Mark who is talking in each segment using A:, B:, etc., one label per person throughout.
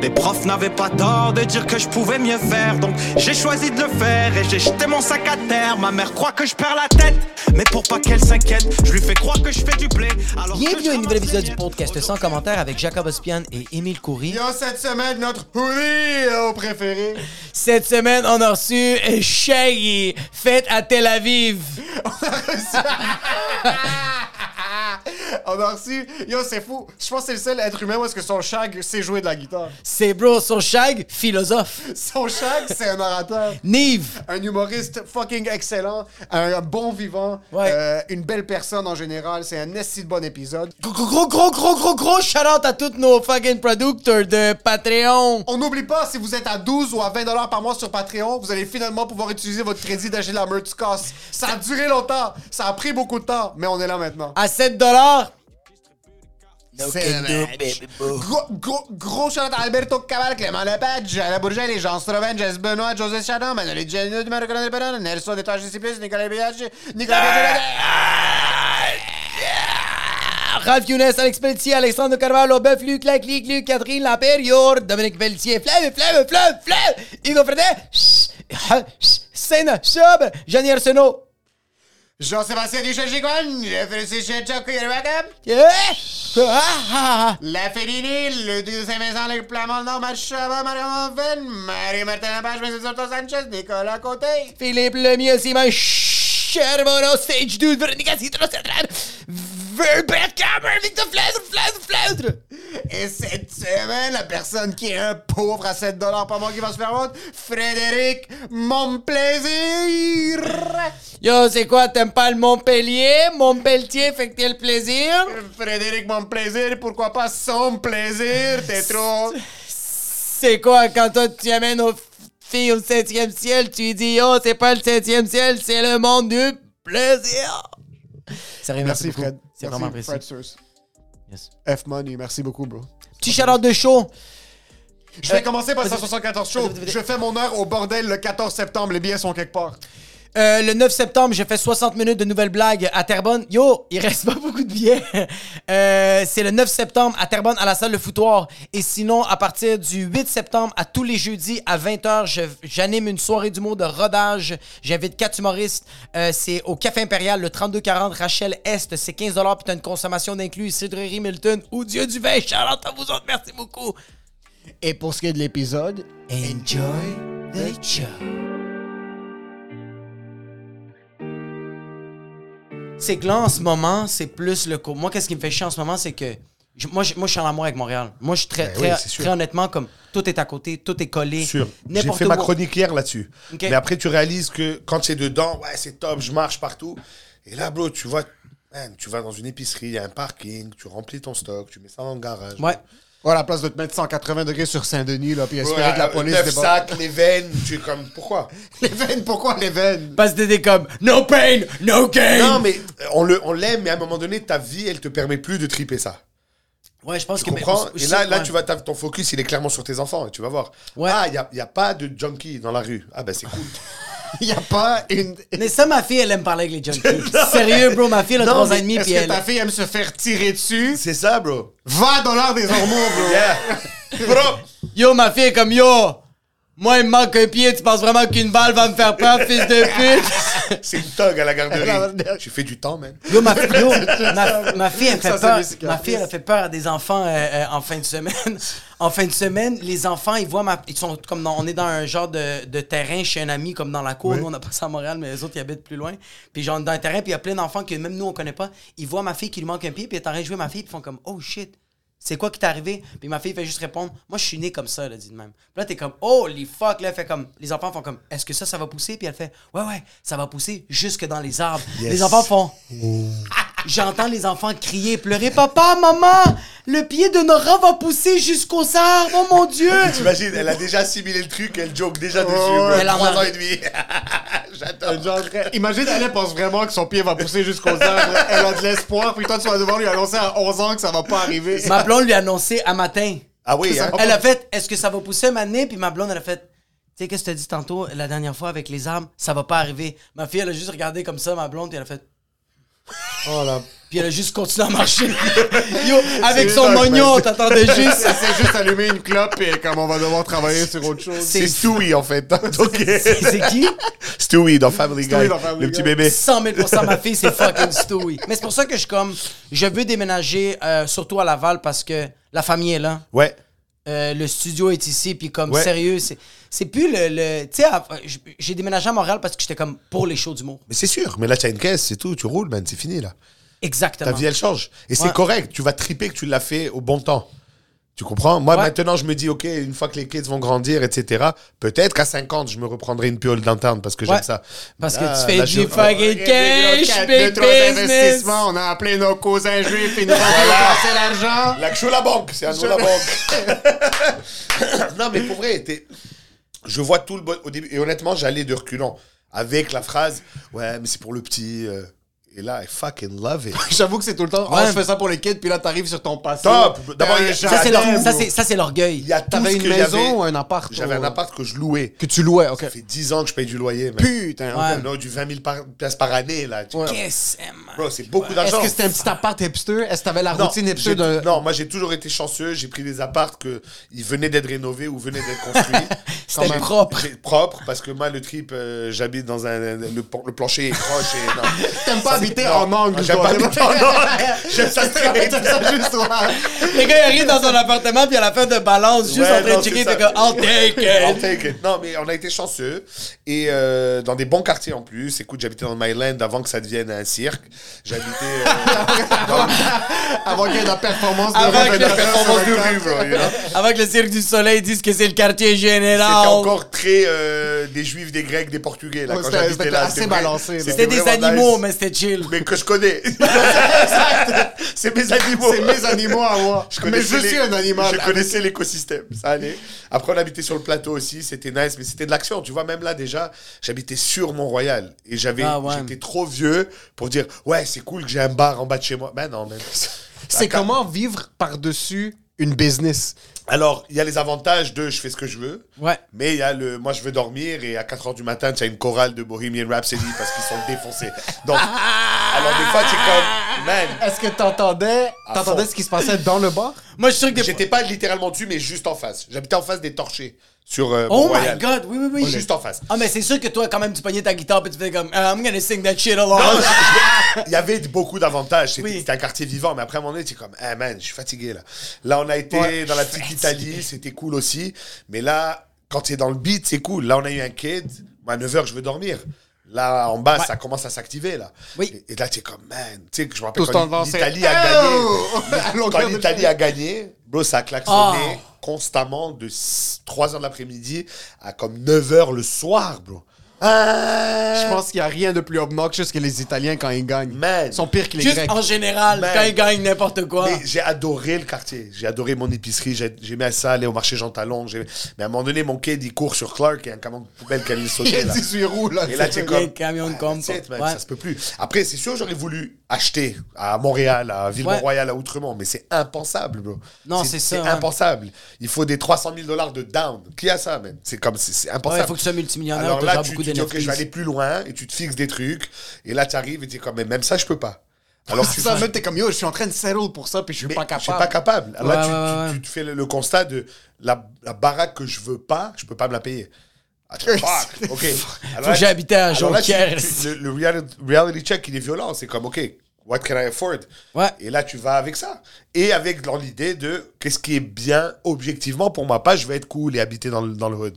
A: Les profs n'avaient pas tort de dire que je pouvais mieux faire, donc j'ai choisi de le faire et j'ai jeté mon sac à terre. Ma mère croit que je perds la tête, mais pour pas qu'elle s'inquiète, je lui fais croire que je fais du blé. Alors que
B: Bienvenue
A: je
B: à un nouvel
A: ramasse
B: épisode
A: les
B: du
A: miettes.
B: podcast sans commentaire avec Jacob Ospian et Émile Coury.
C: Il y a cette semaine notre hoodie préféré.
B: Cette semaine, on a reçu Shaggy, fête à Tel Aviv.
C: On a reçu. Yo, c'est fou. Je pense que c'est le seul être humain où est-ce que son shag sait jouer de la guitare.
B: C'est bro, son Shag, philosophe.
C: Son shag, c'est un orateur.
B: Nive,
C: Un humoriste fucking excellent, un bon vivant,
B: Ouais.
C: euh, une belle personne en général. C'est un esti de bon épisode.
B: gros, gros, gros, gros, gros, gros shout-out à tous nos fucking producteurs de Patreon.
C: On n'oublie pas, si vous êtes à 12 ou à 20 dollars par mois sur Patreon, vous allez finalement pouvoir utiliser votre crédit d'achat de la merch cost. Ça a duré longtemps, ça a pris beaucoup de temps, mais on est là maintenant.
B: À 7 dollars.
C: C'est vrai. Gros, gros, gros shout-out à Alberto Cabal, Clément Lepage, Alain Bourget, les gens Stroven, Jess Benoît, José Chadon, Manuel Giannino, Mario Colonel Perron, Nelson de Tâche Disciples, Nicolas Biaggi, Nicolas Biaggi,
B: Ralph Younes, Alex Pelletier, Alexandre Carvalho, Beuf, Luc, Lac, Luc, Luc, Catherine, La Période, Dominique Pelletier, Fleuve, Fleuve, Fleuve, Fleuve, Hugo Fredet, Sena, Sub, Johnny Arsenault,
C: Jean-Sébastien Duchel-Gigon, Félicie Chetchok,
B: Yeah! Ah, ah, ah.
C: La Fellini, le Duc de Saint-Vincent, le Plamont, Nord, Machava, Mario Monven, Marie-Martin Lepage, Vincent Soto Sanchez, Nicolas Côté.
B: Philippe Lemieux, Simon Cherbono, Sage Dude, Veronica Citro, Central, Verbert Cameron, Victor Flandre, Flandre, Flandre!
C: Et cette semaine, la personne qui est un pauvre à 7 par mois qui va se faire vote, Frédéric Monplaisir.
B: Yo, c'est quoi, t'aimes pas le Montpellier? Montpellier fait que t'as le plaisir?
C: Frédéric Monplaisir, pourquoi pas son plaisir, t'es trop...
B: C'est quoi, quand toi tu amènes aux filles au 7e ciel, tu lui dis yo, c'est pas le 7e ciel, c'est le monde du plaisir! Sérieux,
C: Merci
B: beaucoup.
C: Fred.
B: C'est vraiment apprécié.
C: Fred Sears. F-Money, merci beaucoup bro.
B: Petit shout de show.
C: Je vais
B: Euh,
C: commencer par 174 show. Je fais mon heure au bordel le 14 septembre, les billets sont quelque part.
B: Euh, le 9 septembre, j'ai fait 60 minutes de nouvelles blagues à Terrebonne. Yo, il reste pas beaucoup de billets. Euh, c'est le 9 septembre à Terrebonne, à la salle Le Foutoir. Et sinon, à partir du 8 septembre, à tous les jeudis, à 20h, je- j'anime une soirée d'humour de rodage. J'invite quatre humoristes. Euh, c'est au Café Impérial, le 3240 Rachel Est. C'est 15 puis t'as une consommation d'inclus. Cidrerie Milton ou Dieu du vin. Charlotte, à vous autres, merci beaucoup.
C: Et pour ce qui est de l'épisode,
B: Enjoy the show. C'est que là, en ce moment, c'est plus le co- Moi, qu'est-ce qui me fait chier en ce moment, c'est que. je- moi, je, moi, je suis en amour avec Montréal. Moi, je suis très,
D: Ben oui,
B: très,
D: c'est sûr.
B: très honnêtement, comme tout est à côté, tout est collé.
D: sûr. J'ai
B: N'importe
D: fait ma
B: où.
D: chronique hier là-dessus.
B: Ok.
D: Mais après, tu réalises que quand tu es dedans, ouais, c'est top, je marche partout. Et là, bro, tu vois, man, tu vas dans une épicerie, il y a un parking, tu remplis ton stock, tu mets ça dans le garage.
B: Ouais.
C: voilà, Oh, à la place de te mettre 180 degrés sur Saint-Denis, là, puis
D: Ouais,
C: espérer que la
D: euh,
C: police
D: neuf
C: débarque.
D: sacs, les veines, tu es comme, pourquoi
C: Les veines, pourquoi les veines?
B: Parce que t'es comme No pain, no gain.
D: Non, mais euh, on le- on l'aime, mais à un moment donné, ta vie, elle te permet plus de triper ça.
B: ouais, je pense
D: Tu
B: que.
D: comprends
B: je
D: Et
B: sais-
D: là, là
B: ouais.
D: tu vas, t'as- ton focus, il est clairement sur tes enfants, et tu vas voir.
B: Ouais.
D: Ah, il n'y a, il y a pas de junkie dans la rue. Ah, ben c'est cool.
C: Il n'y a pas une.
B: Mais ça, ma fille, elle aime parler avec les junkies. Sérieux, bro, ma fille, elle a
D: Non,
B: 3 ans
D: mais
B: et demi,
C: Est-ce
B: puis
C: que
B: elle.
C: ta fille aime se faire tirer dessus?
D: c'est ça, bro.
C: 20 dollars des hormones, bro.
D: Yeah. bro
B: Yo, ma fille est comme yo. Moi, il me manque un pied. Tu penses vraiment qu'une balle va me faire peur, fils de pute?
D: C'est une togue à la garderie.
C: Non, non.
D: J'ai fait du temps, man.
B: Yo, ma, fi- yo, ma, ma fille, elle me
C: Ça,
B: fait
C: c'est
B: peur.
C: mes cicatrices.
B: Ma fille, elle a fait peur à des enfants euh, euh, en fin de semaine. en fin de semaine, les enfants, ils voient ma. Ils sont comme dans- on est dans un genre de, de terrain chez un ami, comme dans la cour. Nous, on a pas ça à Montréal, mais les autres, ils habitent plus loin. Puis, genre, dans un terrain, puis il y a plein d'enfants que même nous, on connaît pas. Ils voient ma fille qui lui manque un pied, puis elle est en train de jouer avec ma fille, puis ils font comme, oh shit. C'est quoi qui t'est arrivé? Puis ma fille fait juste répondre, moi je suis née comme ça, elle a dit de même. Puis là t'es comme, oh les fuck, là, elle fait comme, les enfants font comme, est-ce que ça, ça va pousser? Puis elle fait, ouais, ouais, ça va pousser jusque dans les arbres. Les enfants font, J'entends les enfants crier, pleurer. Papa, maman, le pied de Nora va pousser jusqu'aux arbres. Oh mon Dieu!
D: T'imagines, elle a déjà assimilé le truc, elle joke déjà dessus.
C: Oh,
D: bro.
B: elle en
D: Trois
B: a-
D: ans et demi. J'adore.
C: Genre, imagine, elle pense vraiment que son pied va pousser jusqu'aux arbres. Elle a de l'espoir, puis toi, tu vas devoir lui annoncer à 11 ans que ça va pas arriver.
B: Ma blonde lui a annoncé à matin.
D: Ah oui, hein.
B: Elle a fait, est-ce que ça va pousser maintenant? Puis ma blonde, elle a fait, tu sais, qu'est-ce que tu as dit tantôt la dernière fois avec les arbres? Ça va pas arriver. Ma fille, elle a juste regardé comme ça, ma blonde, puis elle a fait.
D: Oh là.
B: Puis elle a juste continué à marcher. Yo, avec
D: C'est
B: son
D: dingue,
B: oignon,
D: man.
B: t'attendais juste.
E: C'est juste allumer une clope et comme on va devoir travailler sur autre chose.
D: C'est Stewie, en fait. Ok.
B: C'est qui?
D: Stewie dans Family Guy.
E: Stewie dans Family
D: Le petit
E: Guy.
D: bébé.
B: 100 000 ma fille, c'est fucking Stewie. Mais c'est pour ça que je suis comme, je veux déménager, euh, surtout à Laval, parce que la famille est là.
D: Ouais.
B: Euh, le studio est ici, puis comme
D: Ouais.
B: sérieux, c'est c'est plus le. le- tu sais, à- j- j'ai déménagé à Montréal parce que j'étais comme pour les shows d'humour.
D: Mais c'est sûr. Mais là, t'as une caisse, c'est tout. Tu roules, man. C'est fini, là. Ta
B: Exactement.
D: vie, elle change. Et
B: Ouais.
D: c'est correct. Tu vas triper que tu l'as fait au bon temps. Tu comprends Moi,
B: Ouais.
D: maintenant, je me dis, OK, une fois que les kids vont grandir, etc., peut-être qu'à 50, je me reprendrai une piole d'interne parce que
B: Ouais.
D: j'aime ça.
B: Parce que
D: Là,
B: tu fais
D: là,
B: du
D: je-
B: fucking
E: Deux,
B: cash, big
E: trois
B: business.
E: investissements, on a appelé nos cousins juifs, ils nous ont dépensé l'argent.
D: L'action la banque, c'est un nom la banque. non, mais pour vrai, t'es- je vois tout le bon au début. Et honnêtement, j'allais de reculant avec la phrase Ouais, mais c'est pour le petit. euh. Et là, I fucking love it.
E: J'avoue que c'est tout le temps.
B: Ouais.
E: Oh, je fais ça pour les kids, puis là, t'arrives sur ton passé.
D: Top! D'abord,
E: Euh,
D: il y a-
E: j'ai-
B: Ça, c'est
D: J'adore,
B: l'or- ça,
D: bro.
B: c'est- ça, c'est l'orgueil.
D: Il y a tout
E: T'avais
D: ce
E: une
D: que
E: maison
D: j'avais.
E: ou un appart
D: J'avais
E: ou-
D: un appart que je louais.
E: Que tu louais, ok.
D: Ça fait 10 ans que je paye du loyer. mec.
E: Putain. ok.
B: Ouais.
D: On a du 20 000 par- places par année, là. Tu-
B: Yes, man.
D: Bro, c'est beaucoup
E: Est-ce
D: d'argent.
E: que c'était un petit appart hipster? Est-ce que t'avais la
D: Non,
E: routine euh, hipster
D: j'ai-
E: de.
D: non, moi j'ai toujours été chanceux. J'ai pris des apparts que ils venaient d'être rénovés ou venaient d'être construits.
B: C'était
D: Quand même,
B: propre.
D: j'ai- Propre parce que moi le trip, euh, j'habite dans un le, pan- le plancher est proche et non.
E: T'aimes pas
D: Ça,
E: habiter
D: non.
E: en angle,
D: J'aime
E: toi.
D: pas habiter en angle. J'aime ça straight.
E: T'aimes ça juste là.
B: Les gars, ils arrivent dans son appartement, puis à la fin de balance, juste
D: Ouais,
B: en train
D: non,
B: de checker,
D: c'est
B: t'es
D: ça.
B: comme, I'll take
D: I'll
B: it.
D: take it. Non, mais on a été chanceux. Et euh, dans des bons quartiers en plus. Écoute, j'habitais dans le Myland avant que ça devienne un cirque. J'habitais. euh,
E: Avant qu'il y ait de la performance de
B: Avant que
E: Revenant.
B: la
D: dans-
B: performance
D: sur le rive, you know.
B: Avant que le Cirque du Soleil dise que c'est le quartier général.
D: C'était encore très euh, des juifs, des grecs, des portugais. Là,
E: Ouais,
D: quand
E: c'était-
D: j'habitais
E: c'était
D: là,
E: assez
D: vrai-
E: balancé, là.
B: C'était des
D: vraiment
B: animaux,
D: nice.
B: mais c'était chill.
D: mais que je connais. Exact. c'est mes animaux.
E: C'est mes animaux à moi.
D: Je
E: Mais
D: connaissais
E: je
D: les-
E: suis un animal.
D: Je connaissais l'écosystème, ça allait. Après, on habitait sur le plateau aussi, c'était nice, mais c'était de l'action. Tu vois, même là déjà, j'habitais sur Mont-Royal et j'avais,
B: Ah ouais.
D: j'étais trop vieux pour dire ouais, c'est cool que j'ai un bar en bas de chez moi. Ben non, même.
E: C'est comment vivre par-dessus une business.
D: Alors, il y a les avantages de je fais ce que je veux.
B: Ouais.
D: Mais il y a le moi je veux dormir et à 4h du matin, tu as une chorale de Bohemian Rhapsody parce qu'ils sont défoncés. Donc alors des fois tu comme man,
E: Est-ce que t'entendais
D: À
E: t'entendais
D: fond.
E: ce qui se passait dans le bar?
B: Moi, je suis sûr que des...
D: j'étais pas littéralement dessus mais juste en face. J'habitais en face des torchés sur euh,
B: Oh
D: Mont-Royal.
B: my God, oui, oui, oui.
D: Juste en face.
B: Ah, mais c'est sûr que toi, quand même, tu pognais ta guitare puis tu fais comme, Ah, I'm gonna sing that shit along.
D: Il y avait beaucoup d'avantages. C'était
B: Oui.
D: c'était un quartier vivant, mais après à un moment donné, tu es comme, ah man, je suis fatigué là. Là, on a été
B: Ouais,
D: dans la
B: je suis
D: petite
B: fatigué.
D: Italie, c'était cool aussi. Mais là, quand tu es dans le beat, c'est cool. Là, on a eu un kid. Moi, à 9h, je veux dormir. Là, en bas, ça commence à s'activer là.
B: Oui.
D: Et, et là, tu es comme, man, tu sais que je me rappelle
E: Tous
D: quand
E: tendancés.
D: l'Italie a
E: Oh À
D: gagné.
E: longueur
D: quand
E: de
D: l'Italie
E: journée.
D: a gagné, bro, ça a klaxonné
B: Oh.
D: constamment de 3h de l'après-midi à comme 9h le soir, bro. Ah,
E: Je pense qu'il n'y a rien de plus obnoxious que les Italiens quand ils gagnent.
D: Man.
E: Ils sont pires que les
B: Juste
E: Grecs.
B: en général,
D: Man.
B: quand ils gagnent n'importe quoi.
D: Mais j'ai adoré le quartier. J'ai adoré mon épicerie. J'ai- J'aimais ça, aller au marché Jean Talon. J'ai- Mais à un moment donné, mon kid, il court sur Clark et un camion de poubelle qui allait le
E: Il y
D: sauter.
E: a
D: Là.
E: 18 roues, là.
D: Et là,
B: Il
D: tu
B: y
D: es
B: a
D: comme.
B: un camion de
D: ah,
B: com,
D: that's it,
B: quoi.
D: man,
B: Ouais.
D: Ça se peut plus. Après, c'est sûr, j'aurais voulu acheter à Montréal, à Ville-Mont-Royal, à Outremont, mais c'est impensable, bro.
B: Non, c'est ça, hein.
D: C'est
B: ouais.
D: impensable. Il faut des 300 000 dollars de down. Qui a ça, man C'est comme. C'est c'est
B: Ouais,
D: impensable.
B: il faut que tu sois multimillionnaire,
D: Alors
B: t'as
D: là,
B: déjà
D: tu,
B: beaucoup
D: tu dis, ok, je vais aller
B: d'NFTs.
D: plus loin et tu te fixes des trucs. Et là, tu arrives et tu es comme, mais même ça, je peux pas. Alors,
B: Ah,
D: tu
E: ça, même, t'es comme, yo, je suis en train de settle pour ça, puis je suis
D: mais
E: pas
D: Je suis pas
E: capable.
D: capable. Alors là,
B: Ouais,
D: tu,
B: ouais,
D: tu-
B: ouais.
D: tu te fais le, le constat de la, la baraque que je veux pas, je peux pas me la payer. Attends, fuck, ok. Alors
B: Faut que
D: là,
B: j'habitais à
D: alors là, tu-
B: Jonquière.
D: tu- le le reality, reality check, il est violent. C'est comme, ok, what can I afford?
B: Ouais.
D: Et là, tu vas avec ça. Et avec dans l'idée de qu'est-ce qui est bien objectivement pour moi. Pas je vais être cool et habiter dans le, dans le hood.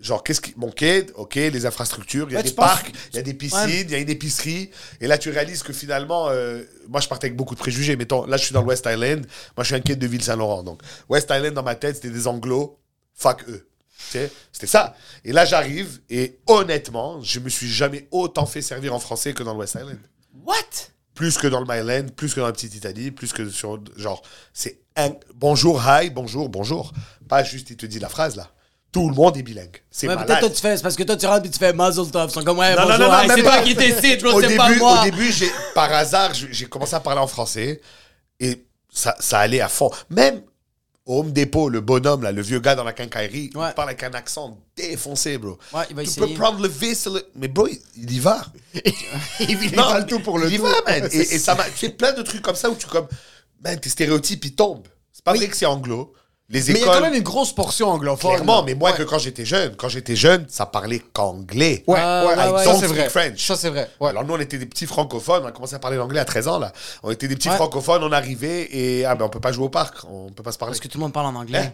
D: Genre, qu'est-ce qui. Mon kid, ok, les infrastructures, il y a
B: Ouais,
D: des
B: tu penses-
D: parcs, il y a des piscines, il
B: Ouais.
D: y a une épicerie. Et là, tu réalises que finalement, euh, moi, je partais avec beaucoup de préjugés. Mettons, là, je suis dans le West Island. Moi, je suis un kid de Ville-Saint-Laurent. Donc, West Island, dans ma tête, c'était des anglos. Fuck eux. Tu sais, C'était ça. Et là, j'arrive. Et honnêtement, je me suis jamais autant fait servir en français que dans le West Island
B: What?
D: plus que dans le Myland, plus que dans la petite Italie, plus que sur genre c'est un bonjour hi, bonjour, bonjour. Pas juste il te dit la phrase là. Tout le monde est bilingue. C'est
B: Ouais, peut-être
D: malade.
B: toi, tu fais, c'est parce que toi, tu rentres puis tu fais muzzle top. Ils sont comme, ouais,
D: Non, non,
B: bonjour,
D: non, non,
B: hey,
D: même
B: c'est
D: pas.
B: toi qui décide,
D: au,
B: bro, c'est
D: début,
B: pas
D: au
B: moi.
D: début, j'ai par hasard, je- j'ai commencé à parler en français et ça, ça allait à fond. Même Au Home Depot, le bonhomme, là, le vieux gars dans la quincaillerie,
B: Ouais.
D: il parle avec un accent défoncé, bro.
B: Ouais, il va
D: tu peux
B: essayer.
D: prendre le vis, le- mais bro, il, il y va.
C: il
D: Non,
C: parle tout pour le
D: il y
C: tout.
D: va, man. Et, et ça m'a. Tu sais, plein de trucs comme ça où tu comme. Man, tes stéréotypes, ils tombent. C'est pas vrai que c'est anglo. Les
C: Mais il y a
D: écoles.
C: quand même une grosse portion anglophone.
D: Clairement,
C: là.
D: mais moi
C: Ouais.
D: que quand j'étais jeune, quand j'étais jeune, ça parlait qu'anglais.
C: Ouais,
B: Ah,
C: ouais,
B: ouais, ouais.
C: ça
D: Don't
C: c'est vrai.
D: speak French.
C: Ça c'est vrai. Ouais.
D: Alors nous, on était des petits francophones, on a commencé à parler l'anglais à 13 ans là. On était des petits
B: Ouais.
D: francophones, on arrivait et ah ben on peut pas jouer au parc, on peut pas se parler.
B: Parce que tout le monde parle en anglais.
D: Hein?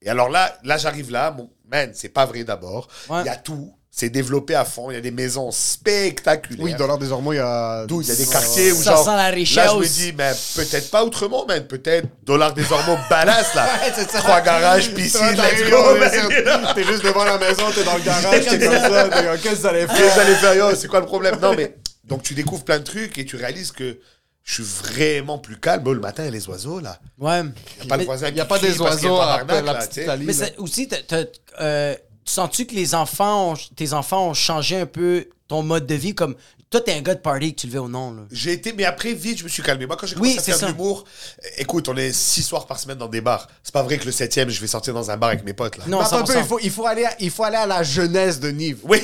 D: Et alors là, là j'arrive là, mon man, c'est pas vrai d'abord. Il
B: Ouais.
D: y a tout, c'est développé à fond, il y a des maisons spectaculaires.
C: Oui, dans l'heure des hormones, il y a.
D: D'où il y a des quartiers où
B: Ça
D: genre
B: sent la
D: là je me
B: richesse.
D: dis mais peut-être pas autrement man, peut-être dollar des hormones balasse là.
C: Ouais, c'est ça.
D: Trois garages, piscine,
C: Toi, t'as
D: let's
C: eu,
D: go.
C: ouais,
D: man.
C: c'est- T'es juste devant la maison, t'es dans le garage, t'es comme ça, t'es comme, qu'est-ce que ça allait
D: Qu'est-ce que
C: faire?
D: vous allez faire, yo, c'est quoi le problème Non, mais donc tu découvres plein de trucs et tu réalises que je suis vraiment plus calme. Oh, le matin, les oiseaux là.
B: Ouais.
D: Il a pas le
B: Mais-
D: voisin
C: Il n'y a
D: qui
C: pas
D: crie
C: des
D: parce qu'il y a
C: oiseaux
D: un
C: à
D: tabarnak,
C: la
D: là, tu
C: petite
D: sais.
C: Italie.
B: Mais ça- aussi, t'as- t'as- euh, tu sens-tu que les enfants, ont- tes enfants ont changé un peu ton mode de vie? Comme, toi, t'es un gars de party que tu le veux ou non, là.
D: J'ai été, mais après, vite, je me suis calmé. Moi, quand j'ai
B: Oui,
D: commencé
B: c'est
D: à faire
B: ça.
D: de l'humour, euh, écoute, on est six soirs par semaine dans des bars. C'est pas vrai que le septième, je vais sortir dans un bar avec mes potes, là. Bah,
B: Non,
C: Attends un
B: 100%.
C: peu, il faut, il, faut aller à, il faut aller à la jeunesse de Nive.
D: Oui.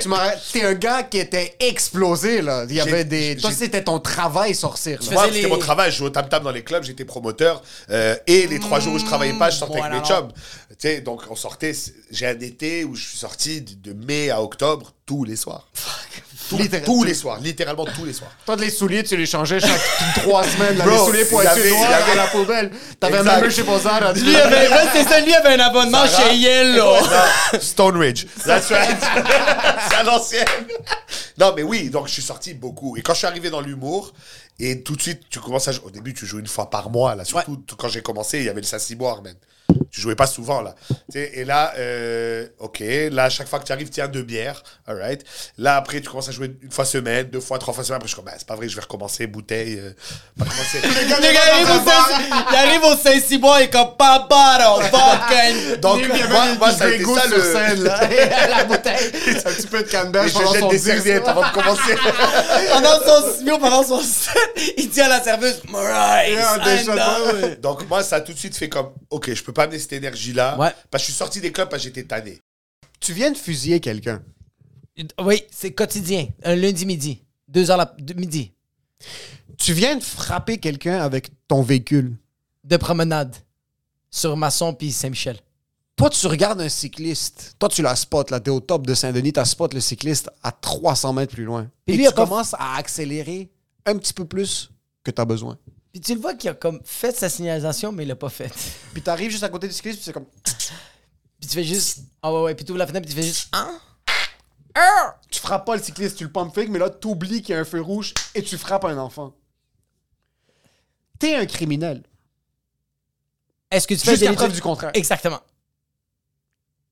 C: Tu m'as- T'es un gars qui était explosé, là. Il y avait des. Toi,
D: j'ai-
C: c'était ton travail, sortir. là.
B: faisais
D: Moi, c'était
B: les-
D: mon travail. Je jouais au tam-tam dans les clubs, j'étais promoteur. euh, et les trois jours où je travaillais pas, je sortais
B: Mmh, voilà,
D: avec mes
B: non.
D: chums. Tu sais, donc on sortait. c'est- J'ai un été où je suis sorti de de mai à octobre tous les soirs. Tous-
C: Littéral-
D: tous les soirs, littéralement tous les soirs.
C: Toi, de les souliers, tu les changeais chaque trois semaines. Là,
D: Bro,
C: les souliers pour
D: il y
C: être
D: avait-
C: noirs
D: il y avait-
C: à la poubelle. T'avais un
D: Exact.
C: meuble chez Bozard.
B: Lui avait, ouais, c'est ça, lui avait un abonnement
D: Sarah.
B: chez Yellow.
D: Non, Stone Ridge. That's right. C'est à l'ancienne. Non, mais oui, donc je suis sorti beaucoup. Et quand je suis arrivé dans l'humour, et tout de suite, tu commences à jouer. Au début, tu joues une fois par mois, là. Surtout t- quand j'ai commencé, il y avait le Sassiboire, man. Tu jouais pas souvent, là. Tu sais, et là, euh, ok, là, à chaque fois que tu arrives, tiens deux bières. All right. Là, après, tu commences à jouer une fois semaine, deux fois, trois fois semaine. Après, je suis comme, bah, c'est pas vrai, je vais recommencer, bouteille. euh, pas commencer.
B: Le gars arrive au Saint- il arrive au Saint-Cybois et comme pas bottle, vodka.
D: donc, moi, moi, ça a été ça le.
C: sur scène, là. la bouteille. C'est un petit peu de
D: Et
C: canneberge.
D: je jette des serviettes avant de commencer.
B: Pendant son studio, pendant son set, il dit à la serveuse, Maurice,
C: Yeah,
B: I'm
C: déjà,
B: down.
C: ouais.
D: Donc moi, ça a tout de suite fait comme, ok, je peux pas amener cette
C: Ah.
D: énergie-là.
B: Ouais.
D: Parce que je suis sorti des clubs parce que j'étais tanné.
C: Tu viens de fusiller quelqu'un.
B: Oui, c'est quotidien. Un lundi midi. Deux heures la... de- midi.
C: Tu viens de frapper quelqu'un avec ton véhicule.
B: De promenade. Sur Masson puis Saint-Michel.
C: Toi, tu regardes un cycliste. Toi, tu la spots, là. T'es au top de Saint-Denis, t'as spot le cycliste à 300 mètres plus loin.
B: Puis
C: Et
B: lui, il a
C: tu
B: pas-
C: commences à accélérer un petit peu plus que t'as besoin.
B: Puis tu le vois qu'il a comme fait sa signalisation, mais il l'a pas faite.
C: Puis t'arrives juste à côté du cycliste, puis c'est comme...
B: Puis tu fais juste. Ah ouais, ouais. Puis tu ouvres la fenêtre, puis tu fais juste. Hein?
C: Tu frappes pas le cycliste, tu le pompes fake, mais là, t'oublies qu'il y a un feu rouge et tu frappes un enfant. T'es un criminel.
B: Est-ce que tu fais.
C: Jusqu'à
B: des-
C: preuve du contraire.
B: Exactement.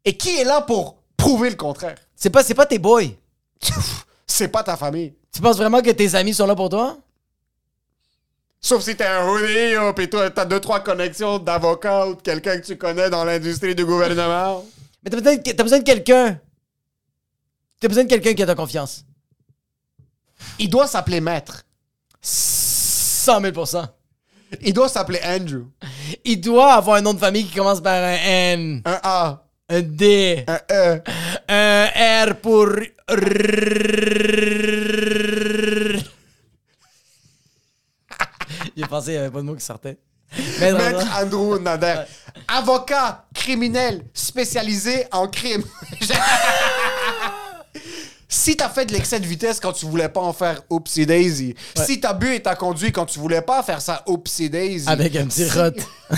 C: Et qui est là pour prouver le contraire?
B: C'est pas, c'est pas tes boys.
C: C'est pas ta famille.
B: Tu penses vraiment que tes amis sont là pour toi?
C: Sauf si t'es un hoodie, là, pis toi, t'as deux, trois connexions d'avocats ou de quelqu'un que tu connais dans l'industrie du gouvernement.
B: Mais t'as besoin de, t'as besoin de quelqu'un. T'as besoin de quelqu'un qui a ta confiance.
C: Il doit s'appeler Maître.
B: 100 000
C: Il doit s'appeler Andrew.
B: Il doit avoir un nom de famille qui commence par un N,
C: Un A,
B: un D,
C: un E.
B: un R pour. J'ai pensé qu'il n'y avait pas de mot qui sortait. Mais non, non.
C: Maître Andrew Nader. Avocat criminel spécialisé en crime. Si t'as fait de l'excès de vitesse quand tu voulais pas en faire oopsie daisy. Si t'as bu et t'as conduit quand tu voulais pas faire ça oopsie daisy.
B: Avec un petit
C: Si-
B: rot.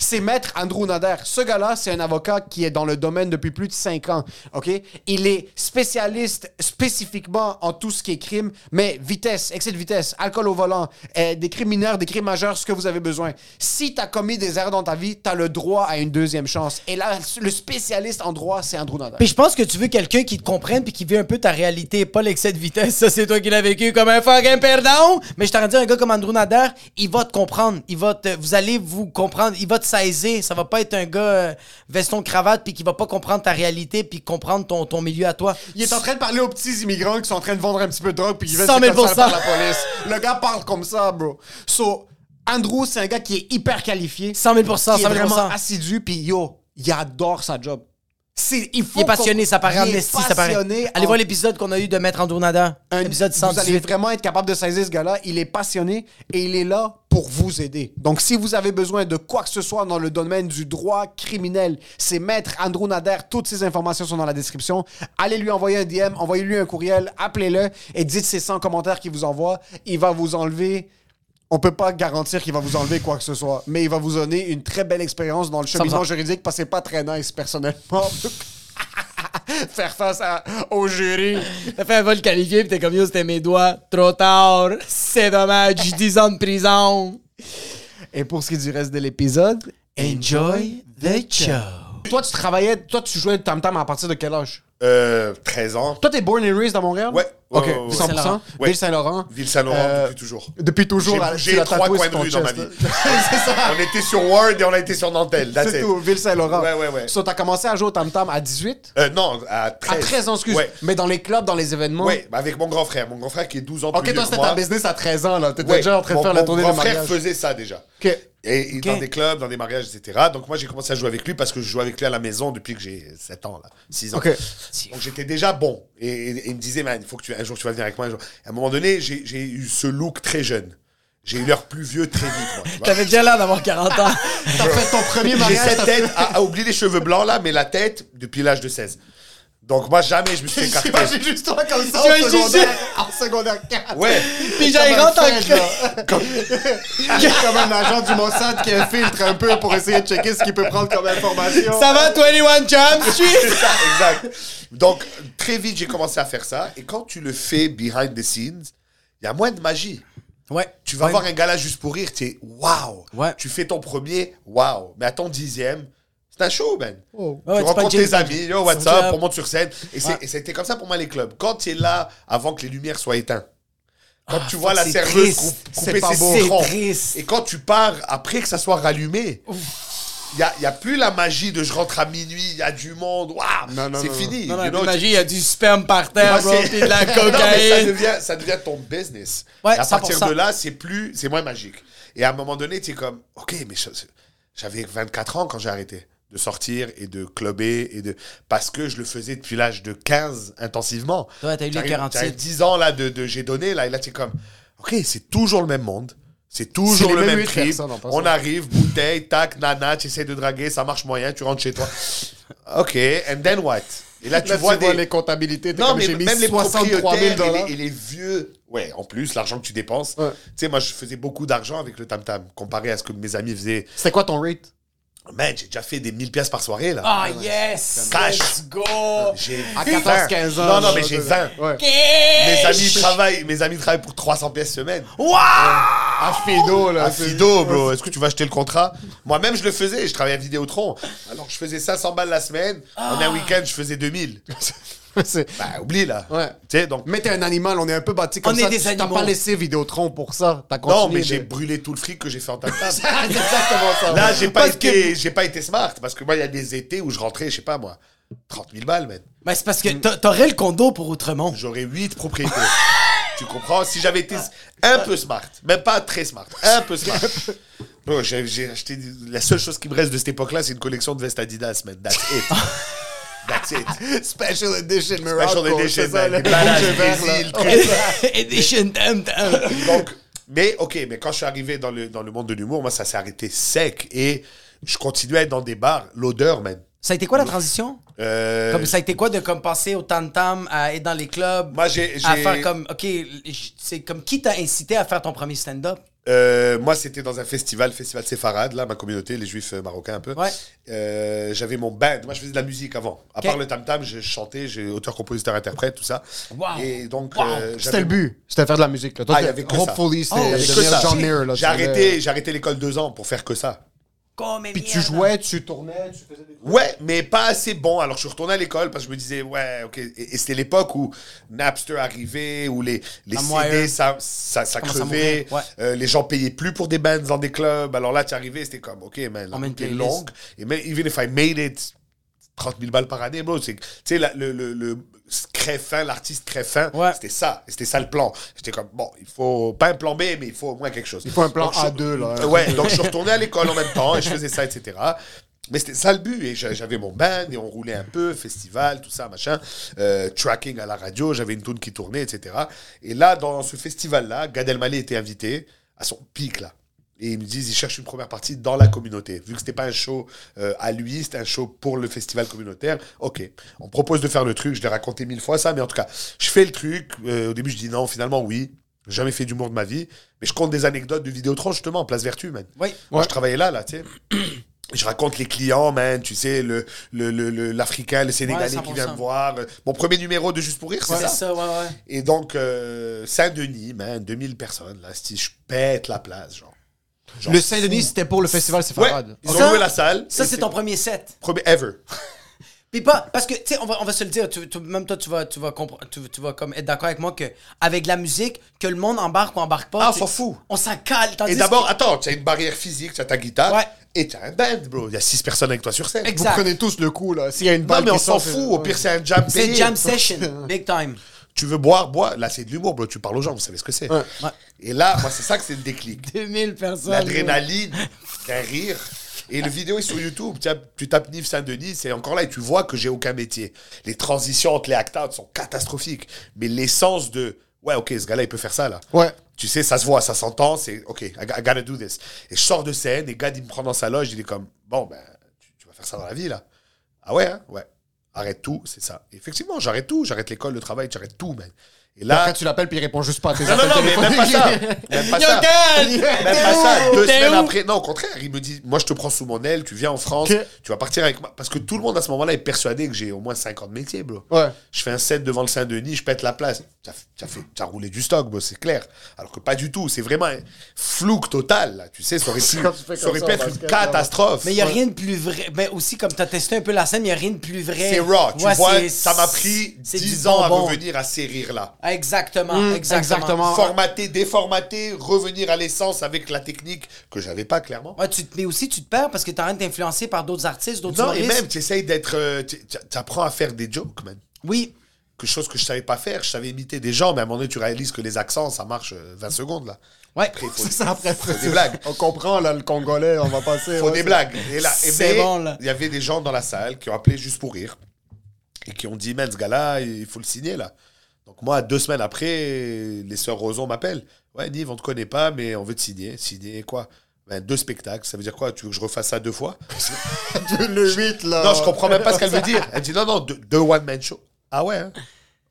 C: c'est maître Andrew Nader. Ce gars-là, c'est un avocat qui est dans le domaine depuis plus de 5 ans. OK? Il est spécialiste spécifiquement en tout ce qui est crime, mais vitesse, excès de vitesse, alcool au volant, euh, des crimes mineurs, des crimes majeurs, ce que vous avez besoin. Si tu as commis des erreurs dans ta vie, tu as le droit à une deuxième chance. Et là, le spécialiste en droit, c'est Andrew Nader.
B: Puis je pense que tu veux quelqu'un qui te comprenne puis qui vit un peu ta réalité, pas l'excès de vitesse. Ça, c'est toi qui l'as vécu comme un fucking perdant. Mais je t'en dire, un gars comme Andrew Nader, il va te comprendre. Il va te, vous allez vous comprendre. Il va te saisir. Ça va pas être un gars euh, veston cravate puis qui va pas comprendre ta réalité puis comprendre ton, ton milieu à toi.
C: Il est en train de parler aux petits immigrants qui sont en train de vendre un petit peu de drogue puis ils veulent
B: 100 000
C: se faire par la police. Le gars parle comme ça, bro. So, Andrew, c'est un gars qui est hyper qualifié.
B: 100 000 100
C: qui est
B: 000
C: vraiment assidu, puis yo, il adore sa job. C'est, il, faut
B: Il est passionné,
C: qu'on-
B: ça paraît
C: il est
B: amnesty, ça paraît.
C: passionné
B: Allez
C: en-
B: voir l'épisode qu'on a eu de Maître Andronada. Un épisode
C: Vous allez
B: 118.
C: vraiment être capable de saisir ce gars-là. Il est passionné et il est là pour vous aider. Donc, si vous avez besoin de quoi que ce soit dans le domaine du droit criminel, c'est Maître Andrew Nader. Toutes ces informations sont dans la description. Allez lui envoyer un DM, envoyez-lui un courriel, appelez-le et dites ces 100 commentaires qu'il vous envoie. Il va vous enlever. On peut pas garantir qu'il va vous enlever quoi que ce soit, mais il va vous donner une très belle expérience dans le cheminement
B: 100%.
C: juridique parce que c'est pas très nice personnellement. Faire face à- au jury.
B: T'as fait un vol qualifié, pis t'es comme yo, c'était mes doigts. Trop tard. C'est dommage. 10 ans de prison.
C: Et pour ce qui est du reste de l'épisode,
B: Enjoy the show.
C: toi tu travaillais, toi tu jouais le tam-tam à partir de quel âge
D: Euh, 13 ans.
C: Toi t'es born and raised à Montréal
D: Ouais.
C: Ok,
D: Ouais, ouais, ouais.
C: 100%.
D: Ouais.
C: Ville Saint-Laurent.
D: Ville-Saint-Laurent,
C: Euh,
D: depuis toujours.
C: Depuis toujours,
D: J'ai
C: la- tu
D: bougé
C: l'as
D: trois
C: tatoué
D: coins
C: sur
D: de
C: ton
D: rue dans ma
C: chest,
D: vie.
C: là. C'est ça.
D: On était sur Ward et on a été sur Nantel. that's
C: C'est
D: it.
C: tout, Ville Saint-Laurent.
D: Ouais, ouais, ouais.
C: So, t'as commencé à jouer au tam-tam à 18
D: Euh, non, à 13.
C: À 13 ans, excuse.
D: Ouais.
C: Mais dans les clubs, dans les événements.
D: Ouais, bah avec mon grand frère. Mon grand frère qui est 12 ans plus
C: Ok,
D: vieux
C: toi
D: que
C: c'était
D: moi.
C: ta business à 13 ans là. T'étais
D: Ouais,
C: déjà en train de
D: mon-
C: faire la tournée
D: Mon
C: de
D: grand frère
C: mariage.
D: faisait ça déjà.
C: Ok.
D: Et, et dans
B: Ok.
D: des clubs, dans des mariages, etc. Donc moi, j'ai commencé à jouer avec lui parce que je joue avec lui à la maison depuis que j'ai 7 ans, là. 6 ans.
C: Ok.
D: Donc j'étais déjà bon. Et, et- et il me disait, man, il faut que tu, un jour tu vas venir avec moi. un jour. À un moment donné, j'ai j'ai eu ce look très jeune. J'ai eu l'air plus vieux très vite. moi, tu vois.
B: T'avais déjà l'air d'avoir 40 ans.
C: T'as fait ton premier
D: J'ai
C: mariage.
D: cette
C: t'as fait-
D: tête, à, à oublier les cheveux blancs là, mais la tête depuis l'âge de 16. Donc moi, jamais je me suis écarté.
C: J'imagine juste toi comme ça en
B: J'imagine
C: secondaire, en secondaire 4.
D: Ouais.
B: Pis genre, il rentre en club.
C: Comme... comme un agent du Mossad qui infiltre un peu pour essayer de checker ce qu'il peut prendre comme information.
B: Ça va, 21 Jump Street?
D: C'est ça, exact. Donc très vite, j'ai commencé à faire ça. Et quand tu le fais behind the scenes, il y a moins de magie.
B: Ouais.
D: Tu vas
B: Ouais.
D: voir un gala juste pour rire, tu es waouh.
B: Ouais.
D: Tu fais ton premier, waouh. Mais à ton dixième, c'est un show, man.
B: Oh. Ouais, ouais,
D: tu
B: c'est pas
D: rencontres
B: James
D: tes amis, yo, what's
B: Sur le
D: up,
B: club.
D: on monte sur scène. Et c'est- et c'était comme ça pour moi, les clubs. Quand tu es là avant que les lumières soient éteintes, quand tu vois la
B: Ah, c'est
D: serveuse
B: triste.
D: coupe-
B: C'est
D: couper
B: pas
D: ses
B: beau. C'est
D: citrons,
B: triste.
D: et quand tu pars après que ça soit rallumé, il n'y a, y a plus la magie de je rentre à minuit, il y a du monde,
C: Non,
D: waouh,
C: non,
D: c'est
C: non,
D: fini.
B: Non,
D: you
B: non,
D: know, tu-
B: imagine, il y a du sperme par terre,
D: moi,
B: bro,
D: Ah, c'est-
B: pis de la
D: Non, mais ça
B: cocaïne.
D: devient, ça devient ton business.
B: Ouais,
D: Et à partir
B: 100%.
D: de là, c'est plus, c'est moins magique. Et à un moment donné, tu es comme, ok, mais je- j'avais 24 ans quand j'ai arrêté de sortir et de clubber et de parce que je le faisais depuis l'âge de 15 intensivement.
B: Ouais, t'as eu les
D: T'arrives-
B: 46.
D: t'arrives 10 ans là de, de- j'ai donné là et là tu es comme, ok, c'est toujours le même monde. C'est toujours
C: C'est les
D: le
C: mêmes
D: même
C: huit
D: trip.
C: personnes, en passant.
D: On arrive, bouteille, tac, nana, tu essaies de draguer, ça marche moyen, tu rentres chez toi. OK, and then what? Et là, tu,
C: Là,
D: vois, des,
C: les comptabilités. t'es
D: non,
C: comme,
D: mais
C: j'ai mis
D: même les
C: 63 000
D: propriétaires et les, et les vieux. Ouais, en plus, l'argent que tu dépenses.
C: Ouais.
D: Tu sais, moi, je faisais beaucoup d'argent avec le tam-tam, comparé à ce que mes amis faisaient.
C: C'était quoi ton rate?
D: Man, j'ai déjà fait des 1000 piastres par soirée, là.
B: Ah, yes!
D: Cash.
B: Let's go!
D: J'ai
C: À
D: 20.
C: 14-15 ans.
D: Non, non,
C: je-
D: mais j'ai 20.
C: Ouais.
D: Mes amis,
B: Cash!
D: travaillent, mes amis travaillent pour 300 pièces semaine.
B: Waouh!
C: À Fido, là.
D: Un
C: c'est-
D: Fido, bro. Est-ce que tu vas acheter le contrat Moi-même, je le faisais. Je travaillais à Vidéotron. Alors, je faisais 500 balles la semaine. En
B: Ah.
D: un week-end, je faisais 2000.
C: c'est-
D: Bah, oublie, là.
C: Ouais.
D: Tu sais, donc.
C: Mais t'es un animal, on est un peu bâti comme
B: On
C: ça.
B: est des
C: Tu-
B: animaux.
C: T'as pas laissé Vidéotron pour ça. T'as continué.
D: Non, mais
C: de-
D: j'ai brûlé tout le fric que j'ai fait en tam-tam.
C: Ah, c'est exactement ça.
D: Là, j'ai pas,
B: Parce
D: été, j'ai pas été smart. Parce que moi, il y a des étés où je rentrais, je sais pas moi, 30 000 balles, man.
B: Ben, c'est parce que
D: Mm.
B: t'a- t'aurais le condo pour Outremont.
D: J'aurais 8 propriétés. tu comprends Si j'avais été un peu smart, même pas très smart, un peu smart. Bro, j'ai, j'ai acheté. des- La seule chose qui me reste de cette époque-là, c'est une collection de vestes Adidas, man. That's it. That's it.
C: Special Edition Miracle.
D: Special edition,
C: c'est ça,
D: man.
C: le
D: Des bananes,
C: rouge et vert,
D: des
C: là.
D: îles, tout ça.
B: Edition Tam Tam.
D: Donc, mais ok, mais quand je suis arrivé dans le, dans le monde de l'humour, moi, ça s'est arrêté sec. Et je continuais à être dans des bars. L'odeur, man.
B: Ça a été quoi la transition?
D: Euh,
B: Comme, ça a été quoi de comme passer au Tam Tam, à être dans les clubs,
D: Moi, j'ai.
B: à
D: j'ai-
B: faire comme. Ok, j- c'est comme qui t'a incité à faire ton premier stand-up?
D: Euh, moi, c'était dans un festival, Festival Séfarade, là, ma communauté, les juifs euh, marocains un peu.
B: Ouais.
D: Euh, j'avais mon band. Moi, je faisais de la musique avant. À
B: Ok.
D: part le tam-tam, je chantais, j'ai auteur, compositeur, interprète, tout ça.
B: Wow.
D: Et donc,
B: Wow.
D: euh,
C: C'était
D: j'avais-
C: le but. C'était faire de la musique. Là. Toi,
D: Ah, il y
C: t'es-
D: avait que ça.
C: Hopefully,
B: Oh, il y
C: c'était
B: avait
D: que
C: devenir
D: ça.
C: John Mayer. là, tu
D: J'ai
C: voulais-
D: arrêté, j'ai arrêté l'école deux ans pour faire que ça.
B: Comme
C: Puis tu jouais, tu tournais, tu faisais des
D: Ouais, mais pas assez bon. Alors, je suis retourné à l'école parce que je me disais, ouais, ok. Et, et c'était l'époque où Napster arrivait, où les, les
B: Limewire.
D: CD, ça, ça, ça
B: Commence à
D: crevait.
B: mourir, ouais.
D: Euh, les gens payaient plus pour des bands dans des clubs. Alors là, tu arrivais, c'était comme, ok, man, la
B: On met une
D: route est
B: playlist.
D: longue. Et même, even if I made it, 30 000 balles par année, bro. C'est- Tu sais, la- le, le, le crée fin, l'artiste crée fin,
B: Ouais.
D: c'était ça. C'était ça le plan. J'étais comme, bon, il faut pas un plan B, mais il faut au moins quelque chose.
E: Il faut un plan
D: Donc, je-
E: A2, là.
C: hein.
D: Ouais, donc je suis retourné à l'école en même temps et je faisais ça, etc. Mais c'était ça le but. Et j'a- j'avais mon band et on roulait un peu, festival, tout ça, machin. Euh, tracking à la radio, j'avais une tune qui tournait, etc. Et là, dans ce festival-là, Gad Elmaleh était invité à son pic, là. Et ils me disent, ils cherchent une première partie dans la communauté. Vu que c'était pas un show euh, à lui, c'était un show pour le festival communautaire. Ok, on propose de faire le truc. Je l'ai raconté mille fois ça, mais en tout cas, je fais le truc. Euh, au début, je dis non. Finalement, oui. J'ai Jamais fait d'humour de ma vie, mais je compte des anecdotes de Vidéotron justement, Place Vertu, man.
B: Oui.
D: Moi, je travaillais là, là, tu sais. Je raconte les clients, man, tu sais, le, le, le, le- l'Africain, le Sénégalais qui
B: 100%.
D: vient me voir. euh, Mon premier numéro de Juste pour Rire, c'est
B: C'est
D: ça.
B: ça, ouais, ouais.
D: Et donc, euh, Saint-Denis, man, 2000 personnes, là, si je pète la place, genre. Genre,
C: Le Saint-Denis, c'était pour le festival
D: Ouais,
C: Sepharad.
D: ils ont
B: Ça-
D: loué la salle.
B: Ça,
D: Et
B: c'est ton premier set.
D: Premier ever.
B: Puis pas, parce que, tu sais, on va, on va se le dire, tu- tu- même toi, tu vas, tu vas, compre- tu, tu vas comme être d'accord avec moi que avec la musique, que le monde embarque ou embarque pas.
D: Ah, on
B: tu-
D: s'en fout.
B: On s'en cale. tandis
D: Et d'abord,
B: que-
D: attends, tu as une barrière physique, tu as ta guitare
B: Ouais.
D: et tu as un band, bro. Il y a six personnes avec toi sur scène.
B: Exact.
C: Vous prenez tous le coup, là. S'il y a une
D: Non,
C: balle
D: mais on
C: qui
D: s'en
C: sort,
D: fout. Au pire, c'est un jam
B: c'est
D: payé.
B: jam session, big time.
D: Tu veux boire, bois. Là, c'est de l'humour, bro. Tu parles aux gens, vous savez ce que c'est. Et là, moi, c'est ça que c'est le déclic.
B: 2000 personnes.
D: L'adrénaline, un rire. Et le vidéo est sur YouTube. Tu tapes- Tu tapes Nive Saint-Denis, c'est encore là et tu vois que j'ai aucun métier. Les transitions entre les act-out sont catastrophiques. Mais l'essence de ouais, ok, ce gars-là, il peut faire ça là.
C: Ouais.
D: Tu sais, ça se voit, ça s'entend, c'est ok, I, got- I gotta do this. Et je sors de scène et Gad, il me prend dans sa loge, il est comme bon, ben, tu, tu vas faire ça dans la vie là. Ah ouais, hein? ouais. Arrête tout, c'est ça. Et effectivement, j'arrête tout, j'arrête l'école, le travail, j'arrête tout, man. Et là.
C: Après, tu l'appelles, puis il répond juste pas à tes
D: Non, non, non, mais même pas ça. Même pas ça. Même pas ça. Deux semaines après. Non, au contraire, il me dit Moi, je te prends sous mon aile, tu viens en France,
C: Ok.
D: tu vas partir avec moi. Parce que tout le monde à ce moment-là est persuadé que j'ai au moins 50 métiers, bro.
C: Ouais.
D: Je fais un set devant le Saint-Denis, je pète la place. T'as t'as fait- t'as roulé du stock, bro, c'est clair. Alors que pas du tout. C'est vraiment un flouk total, là. Tu sais, ça aurait, pu,
C: quand tu fais
D: ça aurait
C: comme
D: pu
C: ça,
D: être une
C: basket,
D: catastrophe.
B: Mais il n'y a rien de plus vrai. Mais aussi, comme tu as testé un peu la scène, il n'y a rien de plus vrai.
D: C'est raw. Tu
B: Ouais,
D: vois,
B: c'est-
D: ça m'a pris
B: c'est du
D: 10 ans à
B: bonbon. Ah,
D: revenir Mm, à ces rires-là.
B: Exactement, exactement.
C: exactement.
D: formater, déformater, revenir à l'essence avec la technique que j'avais pas clairement.
B: Ouais, tu te, mais aussi, tu te perds parce que tu en train de t'influencer par d'autres artistes, d'autres
D: Non, et
B: humoristes.
D: même, tu essayes d'être. euh, tu- tu- T'apprends à faire des jokes, man.
B: Oui,
D: Quelque chose que je savais pas faire. Je savais imiter des gens, mais à un moment donné, tu réalises que les accents, ça marche euh, 20 secondes, là.
B: ouais.
D: Après, il faut,
C: C'est ça, après.
D: faut des blagues.
C: On comprend, là, le Congolais, on va passer.
D: Faut
C: ouais,
D: des
C: c'est-
D: blagues. Et là, et
B: C'est
D: mais,
B: bon, là.
D: Il y avait des gens dans la salle qui ont appelé juste pour rire et qui ont dit, man, ce gars-là, il faut le signer, là. Donc, moi, deux semaines après, les sœurs Roson m'appellent. Ouais, Nive, on te connaît pas, mais on veut te signer. Signer quoi Ben, deux spectacles, ça veut dire quoi Tu veux que je refasse ça deux fois
C: Le 8, là.
D: Non, je comprends même pas ce qu'elle veut dire. Elle dit non, non, deux, deux one-man show. Ah ouais, hein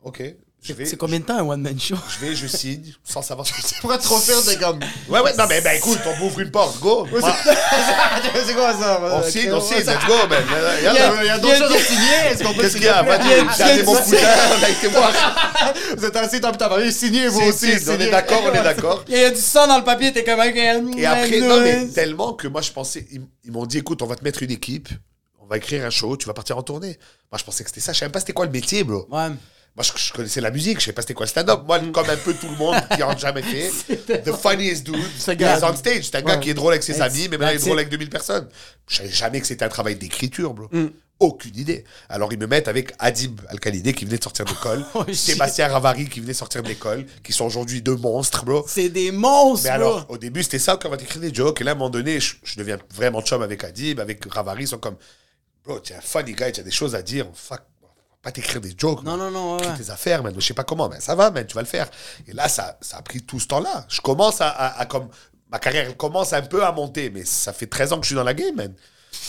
D: Ok. Je vais,
B: C'est combien de temps un one-man show?
D: je vais, je signe, sans savoir ce que c'est.
C: Pourquoi trop faire des gommes
D: Ouais, ouais, non, mais ben, écoute, on m'ouvre une porte, go. Moi,
C: C'est quoi ça
D: on
C: ouais,
D: signe,
C: ok, ouais,
D: on signe,
C: ça-
D: let's go, man.
C: Il y a,
D: Yalla.
C: il y a d'autres choses à signer. Est-ce qu'on peut
D: Qu'est-ce qu'il
C: signer
D: y a
C: plus?
D: Vas-y, j'ai appelé mon cousin, on a été voir.
C: Vous êtes assis dans ta famille, signez vous
D: Signe,
C: aussi.
D: signe, On est d'accord, on est d'accord.
B: Il y a du sang dans le papier, t'es comme... mm,
D: Et après, non, mais tellement que moi, je pensais, ils, ils m'ont dit, écoute, on va te mettre une équipe, on va écrire un show, tu vas partir en tournée. Moi, je pensais que c'était ça. Je savais même pas c'était quoi le métier, bro.
B: Ouais.
D: Moi, je, je connaissais la musique, je sais pas c'était quoi le stand-up. Moi,
B: Mm.
D: comme un peu tout le monde qui en a jamais fait, the funniest dude,
C: Ce
D: il est
C: gars.
D: on stage. C'est un gars
C: Ouais.
D: qui est drôle avec ses
B: That's-
D: amis, mais maintenant il est
B: that's
D: drôle
B: it.
D: avec 2000 personnes. Je savais jamais que c'était un travail d'écriture, bro.
B: Mm.
D: Aucune idée. Alors, ils me mettent avec Adib Al-Khalidé qui venait de sortir de l'école,
B: Oh, shit.
D: Sébastien Ravari qui venait de sortir de l'école, qui sont aujourd'hui deux monstres, bro.
B: C'est des monstres,
D: Mais
B: bro.
D: alors, au début, c'était ça, quand on va t'écrire des jokes. Et là, à un moment donné, je, je deviens vraiment chum avec Adib, avec Ravari. Ils sont comme, bro, t'es un funny guy, t'as des choses à dire. Fuck, on va pas t'écrire des jokes.
B: Non, non,
D: man.
B: non, ouais,
D: Écris
C: Bah.
B: ouais.
D: tes affaires, man. Je sais pas comment, mais ça va, man, tu vas le faire. Et là, ça, ça a pris tout ce temps-là. Je commence à, à- à comme, ma carrière, elle commence un peu à monter, mais ça fait 13 ans que je suis dans la game, man.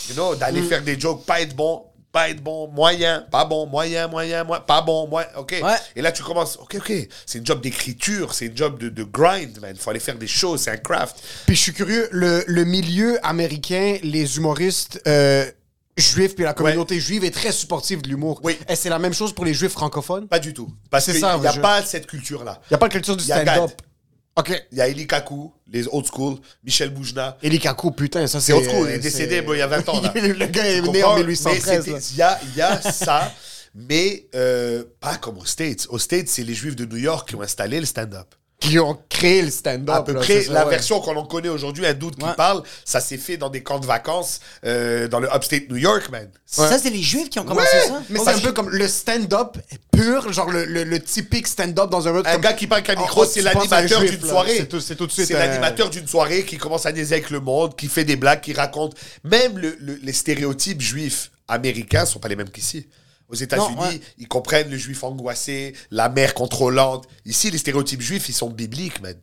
D: You know, d'aller
C: Mm.
D: faire des jokes, pas être bon, pas être bon, moyen, pas bon, moyen, moyen, moyen, pas bon, moyen, ok.
B: Ouais.
D: Et là, tu commences, ok, ok, c'est une job d'écriture, c'est une job de, de grind, man. Faut aller faire des choses, c'est un craft.
C: Puis je suis curieux, le, le milieu américain, les humoristes euh, juifs, puis la communauté juive est très supportive de l'humour.
D: Oui.
C: Et c'est la même chose pour les juifs francophones?
D: Pas du tout. Parce
C: C'est
D: qu'il n'y
C: ça,
D: a
C: je-
D: pas cette culture-là.
C: Il n'y a pas la culture du
D: Y a
C: stand-up.
D: Gad.
C: OK.
D: Il y a Eli Kaku, les old school, Michel Boujna.
C: Eli Kaku, putain, ça c'est...
D: C'est old school, il est
C: euh,
D: décédé
C: c'est-
D: bon, il y a 20 ans. Là.
C: le gars est
D: Tu
C: né
D: comprends?
C: en
D: Mais
C: 1813.
D: c'était-
C: là.
D: Il y a, il y a ça, mais euh, pas comme aux States. Aux States, c'est les Juifs de New York qui ont installé le stand-up.
C: qui ont créé le stand-up.
D: à peu
C: là,
D: près
C: Ah, ben, c'est ça,
D: la
C: ouais.
D: version qu'on en connaît aujourd'hui, un doute
B: Ouais.
D: qui parle, ça s'est fait dans des camps de vacances euh, dans le upstate New York, man.
B: Ça, c'est les Juifs qui ont commencé ça.
C: Mais
D: Oh,
C: c'est un
D: je-
C: peu comme le stand-up pur, genre le, le, le typique stand-up dans un mode
D: Un
C: comme...
D: gars qui parle qu'à
C: Oh,
D: micro,
C: oh,
D: c'est
C: tu penses à un
D: l'animateur
C: juif,
D: d'une
C: là.
D: soirée.
C: C'est tout- c'est tout de suite
D: C'est
C: un-
D: l'animateur d'une soirée qui commence à niaiser avec le monde, qui fait des blagues, qui raconte. Même le- le- les stéréotypes juifs américains sont pas les mêmes qu'ici. Aux États-Unis,
B: Non, ouais.
D: ils comprennent le juif angoissé, la mère contrôlante. Ici, les stéréotypes juifs, ils sont bibliques, man.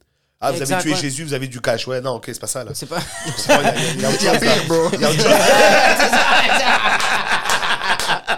D: Ah, vous
B: Exact,
D: avez tué
B: ouais.
D: Jésus, vous avez du cash. Ouais, non, ok, c'est pas ça, là.
B: C'est pas.
D: Il y a- il y a autre chose, là. Il y a autre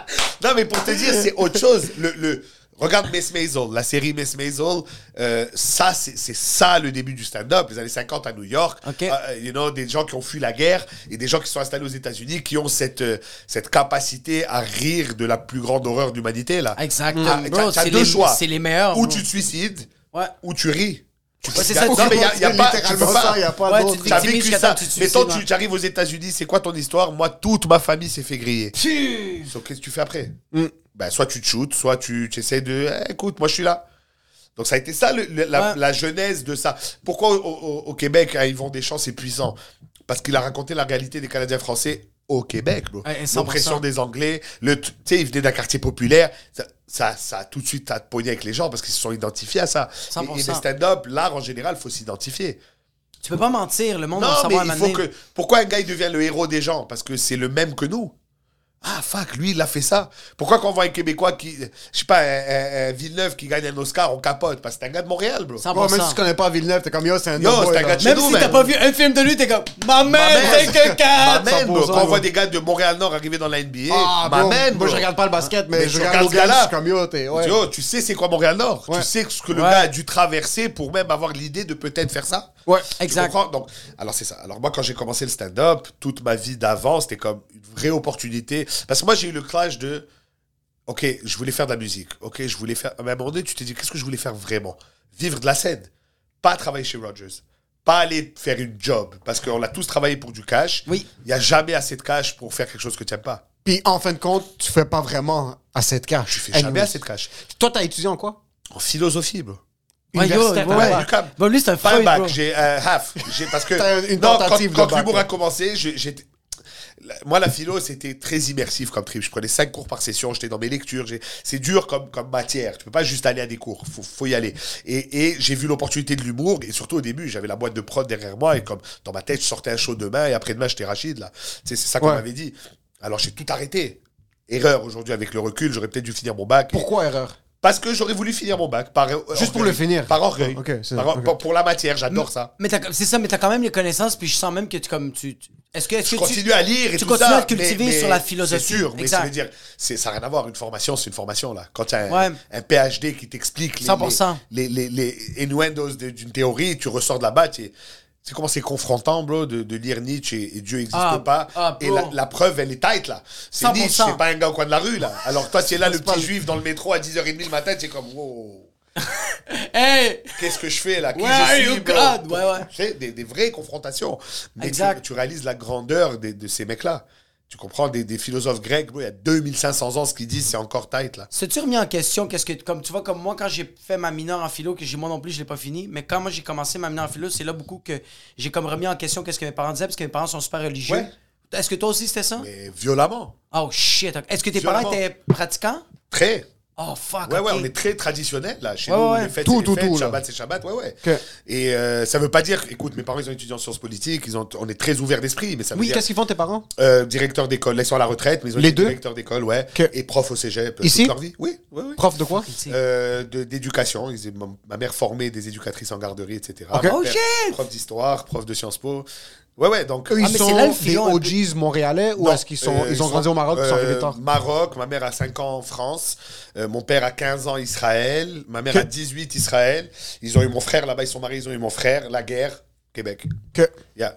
D: chose. Non, mais pour te dire, c'est autre chose. Le, le- Regarde Miss Maisel, la série Miss Maisel, euh, ça, c'est c'est ça le début du stand-up, les années 50 à New York.
B: Ok.
D: Euh, you know, des gens qui ont fui la guerre et des gens qui sont installés aux États-Unis qui ont cette, euh, cette capacité à rire de la plus grande horreur d'humanité, là.
B: Exact.
D: Ah,
B: bro,
D: t'as- t'as
B: c'est
D: deux
B: les-
D: choix.
B: C'est les meilleurs.
D: Ou
B: bro.
D: tu te suicides,
B: Ouais.
D: ou tu ris. Tu
B: Ah, Ouais, c'est
D: fais-
B: ça,
D: Non, mais il y a- il y a pas- tu peux
C: littéralement
D: pas-
C: ça, il n'y a pas
B: Ouais, tu
C: d'autre.
B: dis-
D: T'as
B: victimise
D: vécu
B: jusqu'à
D: ça.
B: temps que tu te
D: Mais
B: suicides,
D: quand
B: ouais.
D: tu arrives aux États-Unis, c'est quoi ton histoire Moi, toute ma famille s'est fait griller. So, qu'est-ce que tu fais après
B: Mm.
D: ben, Soit tu te shootes, soit tu, tu essaies de. Eh, écoute, moi, je suis là. Donc, ça a été ça, le- le- la,
B: Ouais.
D: la genèse de ça. Pourquoi au, au- au Québec, hein, à Yvon Deschamps, c'est puissant Parce qu'il a raconté la réalité des Canadiens français au Québec. bro.
B: Ouais, et 100%.
D: L'oppression des Anglais. le t- Tu sais, il venait d'un quartier populaire. Ça, ça, ça a tout de suite à pogné avec les gens parce qu'ils se sont identifiés à ça. Et- Et,
B: 100%.
D: le stand-up, l'art en général, faut s'identifier.
B: Tu peux pas mentir. Le monde va
D: Non, mais
B: savoir
D: il faut
B: maintenant.
D: que. Pourquoi un gars il devient le héros des gens Parce que c'est le même que nous. Ah, fuck, lui, il a fait ça. Pourquoi quand on voit un Québécois qui. Je sais pas, un, un- un Villeneuve qui gagne un Oscar, on capote Parce que c'est un gars de Montréal, bro.
C: Ouais, même si tu
B: 100%.
C: connais pas Villeneuve, t'es comme yo, c'est un
D: Yo,
C: autre boy,
D: c'est un
C: là.
D: gars de chez
B: Même
D: nous,
B: si
D: man.
B: t'as pas vu un film de lui, t'es comme Ma mère,
D: mère,
B: c'est que
D: Ma
B: quatre!
D: même, bro.
C: 100%,
D: Quand on voit
C: ouais.
D: des gars de Montréal-Nord arriver dans la NBA,
C: Ah,
D: ma
C: bon,
D: même,
C: Moi,
D: bro.
C: je regarde pas le basket, mais,
D: Mais
C: je
D: tu
C: regarde
D: regardes
C: Logan,
D: ce gars-là.
C: je suis comme yo, t'es... Ouais.
D: Yo, tu sais c'est quoi Montréal-Nord
C: Ouais.
D: Tu sais ce que le
B: Ouais.
D: gars a dû traverser pour même avoir l'idée de peut-être faire ça
C: Ouais.
D: Tu
B: Exact.
D: comprends Donc, alors c'est ça. Alors moi, quand j'ai commencé le stand-up, toute ma vie d'avant, c'était comme une vraie opportunité. Parce que moi, j'ai eu le clash de, ok, je voulais faire de la musique. Ok, je voulais faire. Mais à un moment donné, tu t'es dit, qu'est-ce que je voulais faire vraiment Vivre de la scène, pas travailler chez Rogers, pas aller faire une job, parce qu'on a tous travaillé pour du cash.
B: Oui.
D: Il n'y a jamais assez de cash pour faire quelque chose que tu n'aimes pas.
C: Puis en fin de compte, tu fais pas vraiment assez de cash.
D: Tu fais
B: Ah,
D: jamais assez de cash.
C: Toi, t'as étudié en quoi?
D: En philosophie, bro.
B: Ouais, yo,
C: Universitaire.
B: ouais,
D: Ouais,
B: ouais.
D: Lucam.
B: Bon, lui, c'est un
D: Pas un
B: Freud,
D: bac,
B: bro.
D: j'ai un half. J'ai- Parce que
C: T'as une
D: non, quand,
C: tentative de
D: quand
C: bac,
D: l'humour
C: ouais.
D: a commencé, je- j'étais. la- Moi, la philo, c'était très immersif comme trip. Je prenais cinq cours par session, j'étais dans mes lectures. j'ai- C'est dur comme, comme matière. Tu peux pas juste aller à des cours. Faut, faut y aller. Et, et j'ai vu l'opportunité de l'humour. Et surtout au début, j'avais la boîte de prod derrière moi. Et comme dans ma tête, je sortais un show demain et après-demain, j'étais Rachid. là. Tu sais, C'est ça qu'on
C: Ouais.
D: m'avait dit. Alors j'ai tout arrêté. Erreur aujourd'hui avec le recul, j'aurais peut-être dû finir mon bac. Et-
C: Pourquoi erreur?
D: parce que j'aurais voulu finir mon bac. Par,
C: Juste pour le finir.
D: Par orgueil.
C: Ok, c'est-
D: Par or-
C: ok.
D: pour- Pour la matière, j'adore ça.
B: Mais t'as- c'est ça, mais t'as quand même les connaissances, puis je sens même que tu comme tu. tu- Est-ce que, est-ce
D: Je
B: que tu.
D: continue à lire et
B: tu
D: tout
B: continues
D: ça,
B: à te cultiver sur la philosophie.
D: C'est sûr, mais
B: Exact.
D: ça veut dire, c'est- ça n'a rien à voir. Une formation, c'est une formation, là. Quand tu as un,
B: Ouais.
D: un PhD qui t'explique les,
B: 100%.
D: les, les, les, les innuendos de- d'une théorie, tu ressors de là-bas, tu es- Tu sais comment c'est confrontant, bro, de, de lire Nietzsche et, et Dieu n'existe
B: Ah,
D: pas.
B: ah,
D: et
B: bro.
D: la, la preuve, elle est tight, là. C'est
B: 100%.
D: Nietzsche, c'est pas un gars au coin de la rue, là. Alors toi, tu es là, le petit juif dans le métro à 10h30 le matin, tu es comme, wow,
B: Hey!
D: qu'est-ce que je fais, là Qui
B: Where
D: je
B: are
D: suis,
C: oh
B: you,
D: bro
B: God? Ouais, ouais.
D: tu sais, des, des vraies confrontations. Mais tu,
B: Exact.
D: tu réalises la grandeur des- de, ces mecs-là. Tu comprends, des, des philosophes grecs, bro, il y a 2500 ans, ce qu'ils disent, c'est encore tight, là.
B: S'es-tu remis en question qu'est-ce que comme tu vois comme moi quand j'ai fait ma mineure en philo que j'ai moi non plus je l'ai pas fini mais quand moi j'ai commencé ma mineure en philo c'est là beaucoup que j'ai comme remis en question qu'est-ce que mes parents disaient parce que mes parents sont super religieux.
D: Ouais.
B: Est-ce que toi aussi c'était ça
D: Mais violemment.
B: Oh shit. ok. Est-ce que tes parents
D: Sûrement.
B: étaient pratiquants
D: Très.
B: Oh fuck.
D: Ouais, ouais,
B: ok.
D: on est très traditionnel, là. Chez
B: Ouais,
D: nous,
B: ouais,
D: les fêtes,
C: tout,
D: c'est les
C: tout,
D: fêtes,
C: tout, là.
D: Shabbat, c'est Shabbat, ouais, ouais.
C: Ok.
D: Et euh, ça veut pas dire, écoute, mes parents, ils ont étudié en sciences politiques, ils ont, on est très ouvert d'esprit, mais ça veut
C: Oui,
D: dire
C: qu'est-ce qu'ils font tes parents?
D: euh, directeur d'école, là, ils sont à la retraite, mais ils ont
C: Les
D: été
C: deux
D: directeur d'école, ouais,
C: Ok.
D: et prof au cégep euh,
C: Ici
D: toute leur vie. Oui, oui, oui.
C: Prof de quoi?
B: C'est-
D: Euh, de- d'éducation. Ils- ma- Ma mère formait des éducatrices en garderie, etc.
C: Ok.
D: Mon
B: Oh,
D: père,
B: shit!
D: Prof d'histoire, prof de Sciences Po. Ouais, ouais, donc. ah,
C: Eux, ils
B: mais c'est
C: sont
B: là le
C: des
B: filon un
C: OGs montréalais ou
D: Non,
C: est-ce qu'ils sont,
D: euh,
C: ils ont grandi au Maroc, ils sont
D: euh,
C: arrivés tard?
D: Maroc, ma mère a 5 ans en France, euh, mon père a 15 ans Israël, ma mère
C: Que-
D: a 18 Israël, ils ont eu mon frère là-bas, ils sont mariés, ils ont eu mon frère, la guerre, Québec.
C: Que-
D: Yeah.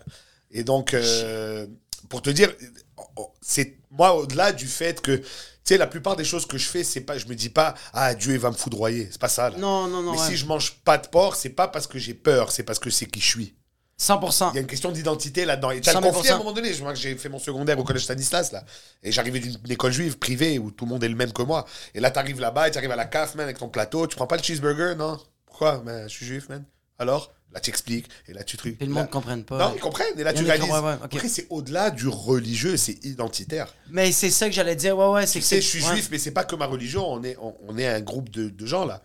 D: Et donc, euh, pour te dire, oh, c'est moi au-delà du fait que, tu sais, la plupart des choses que je fais, c'est pas, je me dis pas, ah Dieu il va me foudroyer, c'est pas ça. Là.
B: Non non non.
D: Mais
B: ouais.
D: si je mange pas de porc, c'est pas parce que j'ai peur, c'est parce que c'est qui je suis.
B: 100%.
D: Il y a une question d'identité là-dedans. Et tu as le
B: 100%.
D: conflit à un moment donné. Je vois que j'ai fait mon secondaire au collège Stanislas, là. Et j'arrivais d'une d'une école juive privée où tout le monde est le même que moi. Et là, t'arrives là-bas et t'arrives à la CAF, man, avec ton plateau. Tu prends pas le cheeseburger, non Pourquoi Ben, Je suis juif, man. Alors, là, tu expliques, et là, tu trucs.
B: Et le monde ne comprenne pas.
D: Non, ils comprennent, et là,
B: Il y en
D: tu
B: a qui
D: réalises.
B: comprennent, ouais, ok.
D: Après, c'est au-delà du religieux, c'est identitaire.
B: Mais c'est ça que j'allais dire, ouais, ouais. C'est
D: Tu
B: que
D: sais,
B: c'est-
D: je suis
B: ouais.
D: juif, mais c'est pas que ma religion, on est, on, on est un groupe de, de gens, là.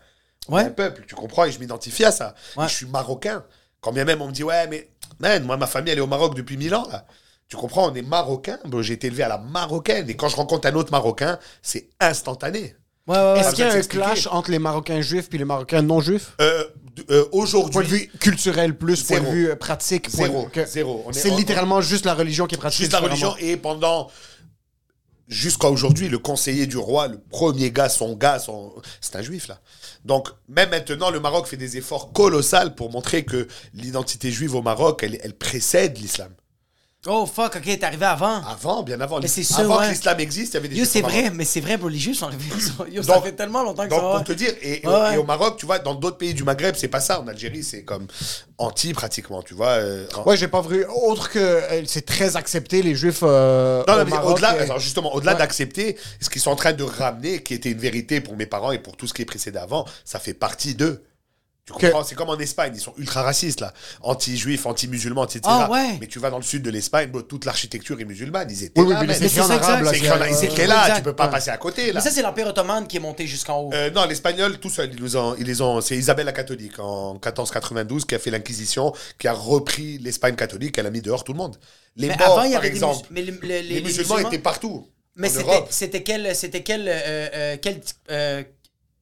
B: Ouais.
D: un peuple, tu comprends, et je m'identifie à ça.
B: Ouais.
D: Et je suis marocain. Quand bien même on me dit, ouais, mais man, moi, ma famille, elle est au Maroc depuis 1000 ans, là. Tu comprends, on est marocain, Bon, j'ai été élevé à la marocaine, et quand je rencontre un autre marocain, c'est instantané.
B: Ouais, ouais, ouais.
C: Est-ce qu'il y a
D: Ça
C: un
D: doit s'expliquer.
C: clash entre les Marocains juifs et les Marocains non juifs
D: Euh, d- euh,
C: Point de
D: Aujourd'hui,
C: vue culturel plus, point de
D: Zéro.
C: vue euh, pratique. point de-
D: Zéro,
C: que-
D: zéro. On est-
C: C'est
D: on-
C: littéralement juste la religion qui est pratiquée.
D: juste la religion, et pendant. Jusqu'à aujourd'hui, le conseiller du roi, le premier gars, son gars, son... c'est un juif là. Donc, même maintenant, le Maroc fait des efforts colossaux pour montrer que l'identité juive au Maroc, elle, elle précède l'islam.
B: Oh fuck, ok, t'es arrivé avant.
D: Avant, bien avant.
B: Mais c'est ça,
D: avant
B: ouais.
D: que l'islam existe, il y avait des
B: Yo,
D: Juifs
B: c'est
D: au Maroc.
B: vrai, mais c'est vrai, bro, les juifs sont arrivés. Yo, ça
D: Donc-
B: fait tellement longtemps que
D: Donc,
B: ça
D: pour
B: va.
D: te dire, et, et-
B: Ouais, ouais.
D: et au Maroc, tu vois, dans d'autres pays du Maghreb, c'est pas ça. En Algérie, c'est comme anti pratiquement, tu vois. euh, en-
C: Ouais, j'ai pas vu. Autre que euh, c'est très accepté, les juifs. euh,
D: Non,
C: au
D: non, mais
C: Maroc,
D: au-delà,
C: euh,
D: alors justement, au-delà
C: ouais.
D: d'accepter ce qu'ils sont en train de ramener, qui était une vérité pour mes parents et pour tout ce qui est précédé avant, ça fait partie d'eux. Tu comprends C'est comme en Espagne, ils sont ultra racistes là, anti-juifs, anti-musulmans, etc.
B: Ah ouais.
D: Mais tu vas dans le sud de l'Espagne, bro, toute l'architecture est musulmane. Ils étaient
C: Oui, oui,
D: là,
C: Ah, mais
D: man.
C: c'est écrit
B: c'est
C: en
B: ça,
C: arabe. là,
D: C'est écrit en-
C: c'est-
D: ils
C: euh,
D: étaient là,
B: Exact,
D: tu peux pas
B: ouais.
D: passer à côté là.
B: Mais ça, c'est l'Empire Ottoman qui est monté jusqu'en haut.
D: Euh, non, l'espagnol, tout seul, ils nous ont, ils les ont, c'est Isabelle la catholique en 1492 qui a fait l'Inquisition, qui a repris l'Espagne catholique, elle a mis dehors tout le monde. Les
B: mais
D: morts,
B: avant, il y
D: par
B: avait
D: exemple,
B: des mus- mais le- le- les,
D: les,
B: les
D: musulmans, étaient partout.
B: Mais
D: en
B: c'était,
D: Europe.
B: c'était quel, c'était quel, euh, euh, quel, euh,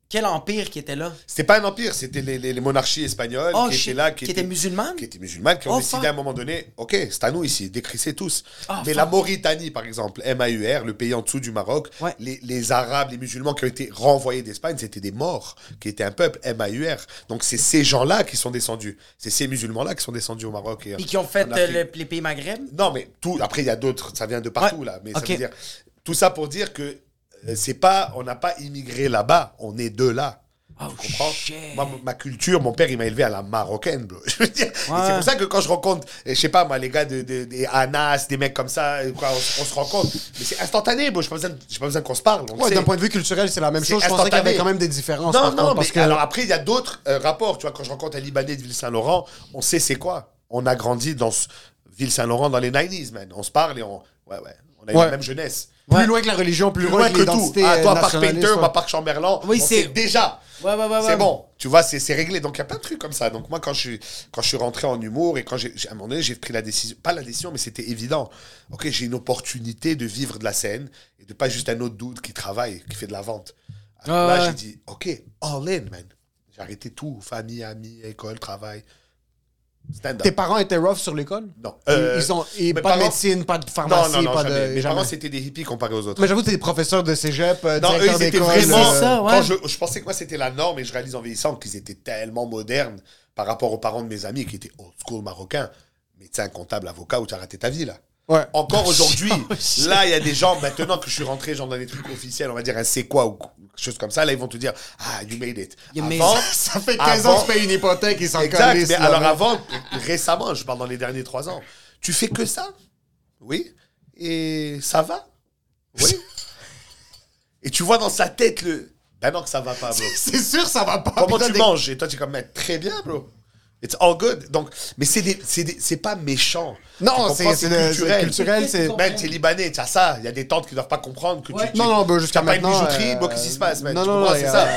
B: quel empire qui était là?
D: C'était pas un empire, c'était les, les- les monarchies espagnoles
B: Oh,
D: qui
B: shit,
D: étaient là, qui,
B: qui étaient musulmanes?
D: qui étaient musulmanes, qui ont
B: Oh,
D: décidé
B: fuck.
D: à un moment donné, ok, c'est à nous ici, décrissez tous.
B: Ah,
D: Mais
B: fuck.
D: la Mauritanie, par exemple, MAUR, le pays en dessous du Maroc,
B: Ouais.
D: les, les Arabes, les musulmans qui ont été renvoyés d'Espagne, c'était des morts, qui étaient un peuple, MAUR. Donc c'est ces gens-là qui sont descendus, c'est ces musulmans-là qui sont descendus au Maroc. Et,
B: Puis qui ont fait
D: en
B: euh,
D: Afrique.
B: le- les pays maghreb?
D: Non, mais tout. Après, il y a d'autres. Ça vient de partout
B: Ouais.
D: là. Mais
B: Ok.
D: ça veut dire tout ça pour dire que euh, c'est pas. On n'a pas immigré là-bas. On est de là.
B: Oh,
D: tu comprends
B: shit.
D: Moi, m- ma culture, mon père, il m'a élevé à la marocaine, bro. Je veux dire, et
B: Ouais.
D: c'est pour ça que quand je rencontre, euh, je sais pas, moi, les gars de, de- des Anas, des mecs comme ça, euh, quoi, on, s- on se rencontre. Mais c'est instantané, bro. J'ai pas besoin, de- j'ai pas besoin qu'on se parle. on le
C: Ouais,
D: sait.
C: d'un point de vue culturel, c'est la même
D: C'est
C: chose. Je pensais qu'il y avait
D: instantané.
C: quand même des différences.
D: Non,
C: par
D: non,
C: contre,
D: mais
C: parce que
D: alors après, il y a d'autres euh, rapports. Tu vois, quand je rencontre un Libanais de Ville-Saint-Laurent, on sait c'est quoi. On a grandi dans ce- Ville-Saint-Laurent dans les 90s, man. On se parle et on. Ouais, ouais. On a eu
C: Ouais.
D: la même jeunesse.
C: plus
B: Ouais.
C: loin que la religion, plus,
D: Plus loin que tout.
C: l'identité.
D: Ah,
C: euh,
D: toi, Parc
C: nationaliste,
D: Painter,
C: ouais.
D: moi, Parc Chamberlain.
B: Oui,
D: on
B: c'est-
D: sait déjà.
B: Ouais, ouais, ouais. ouais.
D: C'est bon, tu vois, c'est c'est réglé. Donc il y a plein de trucs comme ça. Donc moi, quand je suis, quand je suis rentré en humour et quand j'ai j'ai- à un moment donné, j'ai pris la décision, pas la décision, mais c'était évident. Ok, j'ai une opportunité de vivre de la scène et de pas juste un autre dude qui travaille, qui fait de la vente. Alors
B: Ouais,
D: là,
B: ouais.
D: j'ai dit, ok, all in, man. J'ai arrêté tout, famille, amis, école, travail,
C: Tes
D: stand-up.
C: parents étaient rough sur l'école
D: Non.
C: Ils-
D: Euh,
C: Ils ont et
D: mes
C: pas de
D: parents-
C: médecine, pas de
D: non,
C: pharmacie,
D: non, non,
C: pas
D: jamais.
C: de.
D: Mes
C: jamais.
D: parents, c'était des hippies comparés aux autres.
C: Mais j'avoue, t'es des professeurs de cégep, euh,
D: Non, eux,
C: directeur
D: ils étaient
C: d'école. euh,
D: vraiment.
B: C'est ça, ouais.
D: quand je, je pensais que moi, c'était la norme et je réalise en vieillissant qu'ils étaient tellement modernes par rapport aux parents de mes amis qui étaient old school marocains. Médecin, comptable, avocat, où tu as raté ta vie, là.
C: Ouais.
D: Encore aujourd'hui, là, il y a des gens, maintenant que je suis rentré genre, dans des trucs officiels, on va dire un c'est quoi ou quelque chose comme ça, là, ils vont te dire Ah, you made it.
B: You made
D: Avant,
B: it.
C: Ça fait
D: 15 ans que je
C: paye une hypothèque, ils s'en
D: Exact, mais alors avant, récemment, je parle dans les derniers trois ans, tu fais que ça Oui. Et ça va Oui. Et tu vois dans sa tête le. Ben non, que ça va pas, bro.
C: C'est sûr, ça va pas.
D: Comment
C: putain,
D: tu
C: des-
D: manges Et toi, tu es comme, Mais très bien, bro. It's all good. Donc, mais c'est des- c'est des- c'est pas méchant. Tu
C: Non,
D: comprends,
C: c'est c'est le- c'est culturel, c'est.
B: Mais-
D: Man, t'es libanais, t'as ça. Il y a des tantes qui doivent pas comprendre que
B: Ouais.
D: tu. tu-
C: Non, non, bah, jusqu'à
D: t'as pas
C: maintenant.
D: une bijouterie,
C: euh,
D: bro, qu'est-ce qui se passe, man
C: Non,
D: Tu
C: non,
D: comprends,
C: non,
D: c'est
C: il y a-
D: ça.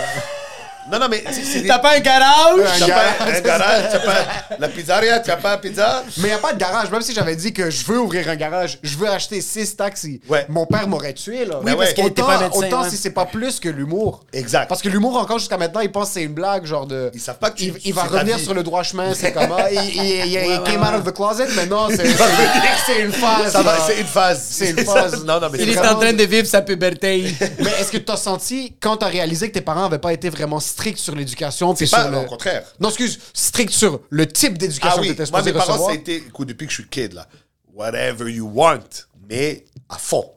D: Non, non, mais c'est c'est des.
B: T'as pas un garage?
C: Ouais.
D: T'as
C: garage,
D: pas un garage, t'as pas la pizzeria, t'as pas pizza.
C: Mais il n'y a pas de garage. Même si j'avais dit que je veux ouvrir un garage, je veux acheter six taxis,
D: Ouais.
C: mon père m'aurait tué. Là.
D: Ben parce ouais. qu'il
B: était
C: autant,
B: pas médecin,
C: autant
B: ouais.
C: si c'est pas plus que l'humour.
D: Exact.
C: Parce que l'humour, encore jusqu'à maintenant, il pense que c'est une blague, genre de.
D: Ils savent pas que tu-
C: Il, il va
D: c'est ta
C: revenir
D: vie.
C: sur le droit chemin, c'est comment. Il, il, il- il came out of the closet, mais non, c'est c'est une phase.
D: Ça va,
C: là.
D: c'est une phase.
C: C'est une phase.
D: Non, non, mais
B: Il
D: c'est
B: est
D: vraiment-
B: en train de vivre sa puberté.
C: Mais est-ce que tu as senti, quand tu as réalisé que tes parents n'avaient pas été vraiment stricts sur l'éducation, puis
D: C'est
C: sur
D: pas,
C: le...
D: non, au contraire.
C: Non, excuse, stricts sur le type
D: Ah
C: d'éducation que
D: oui,
C: tu
D: moi,
C: supposé
D: mes parents,
C: recevoir?
D: ça a été, écoute, depuis que je suis kid, là, whatever you want, mais à fond.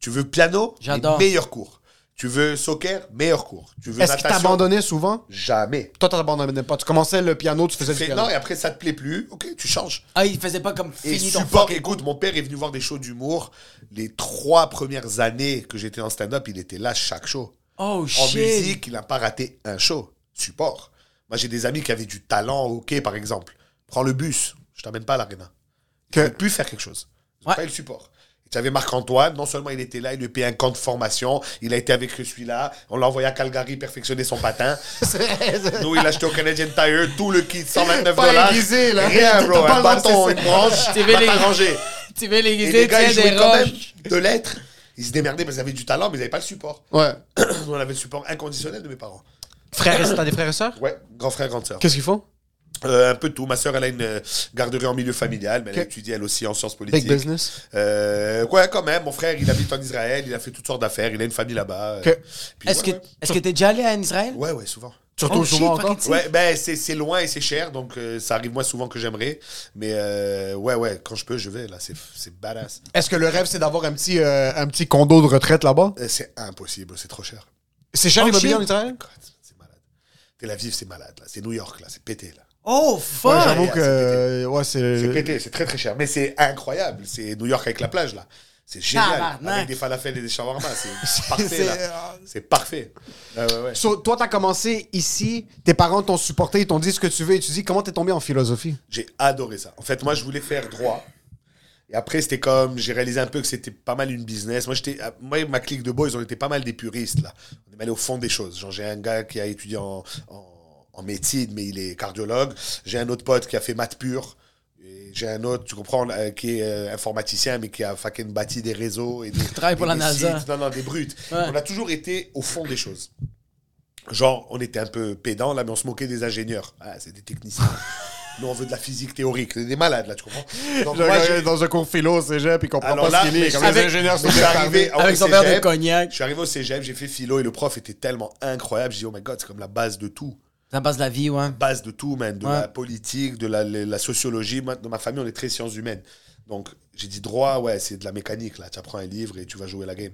D: Tu veux piano, les
B: J'adore.
D: meilleurs cours. Tu veux soccer, meilleur cours. Tu veux
C: Est-ce qu'ils
D: natation,
C: t'abandonnaient souvent?
D: jamais.
C: Toi, t'abandonnais pas. Tu commençais le piano, tu faisais du
D: Fais-
C: piano.
D: Non, et après, ça te plaît plus, ok, tu changes.
B: Ah, il faisait pas comme
D: Et
B: fini ton
D: support,
B: fucking-
D: écoute, mon père est venu voir des shows d'humour. Les trois premières années que j'étais en stand-up, il était là chaque show.
B: Oh
D: En
B: shit.
D: musique, il n'a pas raté un show. Support. Moi, j'ai des amis qui avaient du talent au hockey, par exemple. Prends le bus, je t'amène pas à l'aréna. Ils
C: Que-
D: ne plus faire quelque chose. Ils n'ont
B: Ouais.
D: pas eu le support. Et Tu avais Marc-Antoine, non seulement il était là, il lui payait un camp de formation, il a été avec celui-là, on l'a envoyé à Calgary perfectionner son patin. Nous, il l'a acheté au Canadian Tire, tout le kit, 129
C: Pas
D: dollars.
C: aiguisé, là.
D: Rien, bro,
C: T'as pas
D: un
C: le
D: bâton,
C: droit,
D: une
C: c'est
D: branche,
B: Tu veux les-
D: pas arrangé.
B: Tu veux les
D: Et les
B: guider,
D: gars, ils
B: tiens,
D: jouaient
B: des
D: quand même
B: roches.
D: de l'être. Ils se démerdaient parce qu'ils avaient du talent, mais ils n'avaient pas le support.
C: Ouais.
D: Nous, on avait le support inconditionnel de mes parents.
B: Frère, t'as des frères et sœurs?
D: Ouais, grand frère, grande sœur.
C: Qu'est-ce qu'ils font?
D: Euh, un peu de tout. Ma sœur, elle a une euh, garderie en milieu familial, mais elle a
C: Ok.
D: étudié, elle aussi, en sciences
C: Big
D: politiques.
C: business.
D: Euh, ouais, quand même. Mon frère, il habite en Israël, il a fait toutes sortes d'affaires, il a une famille là-bas. Euh,
C: Ok.
D: Puis
B: Est-ce que
D: ouais,
B: est-ce que t'es déjà allé en Israël?
D: Ouais, ouais, ouais, souvent.
C: Tu retournes
B: Oh, shit,
C: souvent
B: fuck
C: encore?
B: it. Si.
D: Ouais, ben c'est c'est loin et c'est cher, donc euh, ça arrive moins souvent que j'aimerais. Mais euh, ouais, ouais, quand je peux, je vais. Là, c'est c'est badass.
C: Est-ce que le rêve, c'est d'avoir un petit, euh, un petit condo de retraite là-bas?
D: Euh, c'est impossible, c'est trop cher.
C: C'est cher
B: Oh,
C: l'immobilier
B: shit.
C: en Israël?
D: God, c'est malade. Tel Aviv, c'est malade. là. C'est New York, là, c'est pété. là.
B: Oh,
C: Ouais,
B: fuck!
C: j'avoue
D: ouais,
C: que.
D: Ah, c'est
C: euh, Ouais,
D: C'est
C: c'est.
D: pété, c'est très très cher. Mais c'est incroyable. C'est New York avec la plage, là. C'est génial.
B: Tabarnak.
D: Avec des falafels et des shawarma. C'est
C: c'est- euh,
D: parfait, là. C'est parfait. Ouais, ouais, ouais.
C: So, toi, t'as commencé ici, tes parents t'ont supporté, ils t'ont dit ce que tu veux et tu dis comment t'es tombé en philosophie?
D: J'ai adoré ça. En fait, moi, je voulais faire droit. Et après, c'était comme, j'ai réalisé un peu que c'était pas mal une business. Moi, j'étais, moi et ma clique de boys, on était pas mal des puristes, là. On est allé au fond des choses. Genre, j'ai un gars qui a étudié en, en- en médecine, mais il est cardiologue. J'ai un autre pote qui a fait maths pure. Et J'ai un autre, tu comprends, euh, qui est euh, informaticien, mais qui a fucking bâti des réseaux et des.
B: travaille pour
D: et
B: la
D: des
B: NASA.
D: sites. Non, non, des brutes.
B: Ouais.
D: On a toujours été au fond des choses. Genre, on était un peu pédant, là, mais on se moquait des ingénieurs. Ah, c'est des techniciens. Nous, on veut de la physique théorique. C'est des malades, là, tu comprends Donc, moi, j'ai-
C: dans un cours philo, cégep, puis qu'on
D: Alors là, mais avec- mais je suis arrivé
B: Avec
D: au
B: son verre de
D: cégep.
B: cognac.
D: Je suis arrivé au cégep, j'ai fait philo et le prof était tellement incroyable. J'ai dit, oh my god, c'est comme la base de tout.
B: Ça passe la vie, ouais.
D: Base de tout, man. De
B: Ouais.
D: la politique, de la, la- la sociologie. Ma- Dans ma famille, on est très sciences humaines. Donc, j'ai dit droit, ouais, c'est de la mécanique, là. Tu apprends un livre et tu vas jouer la game.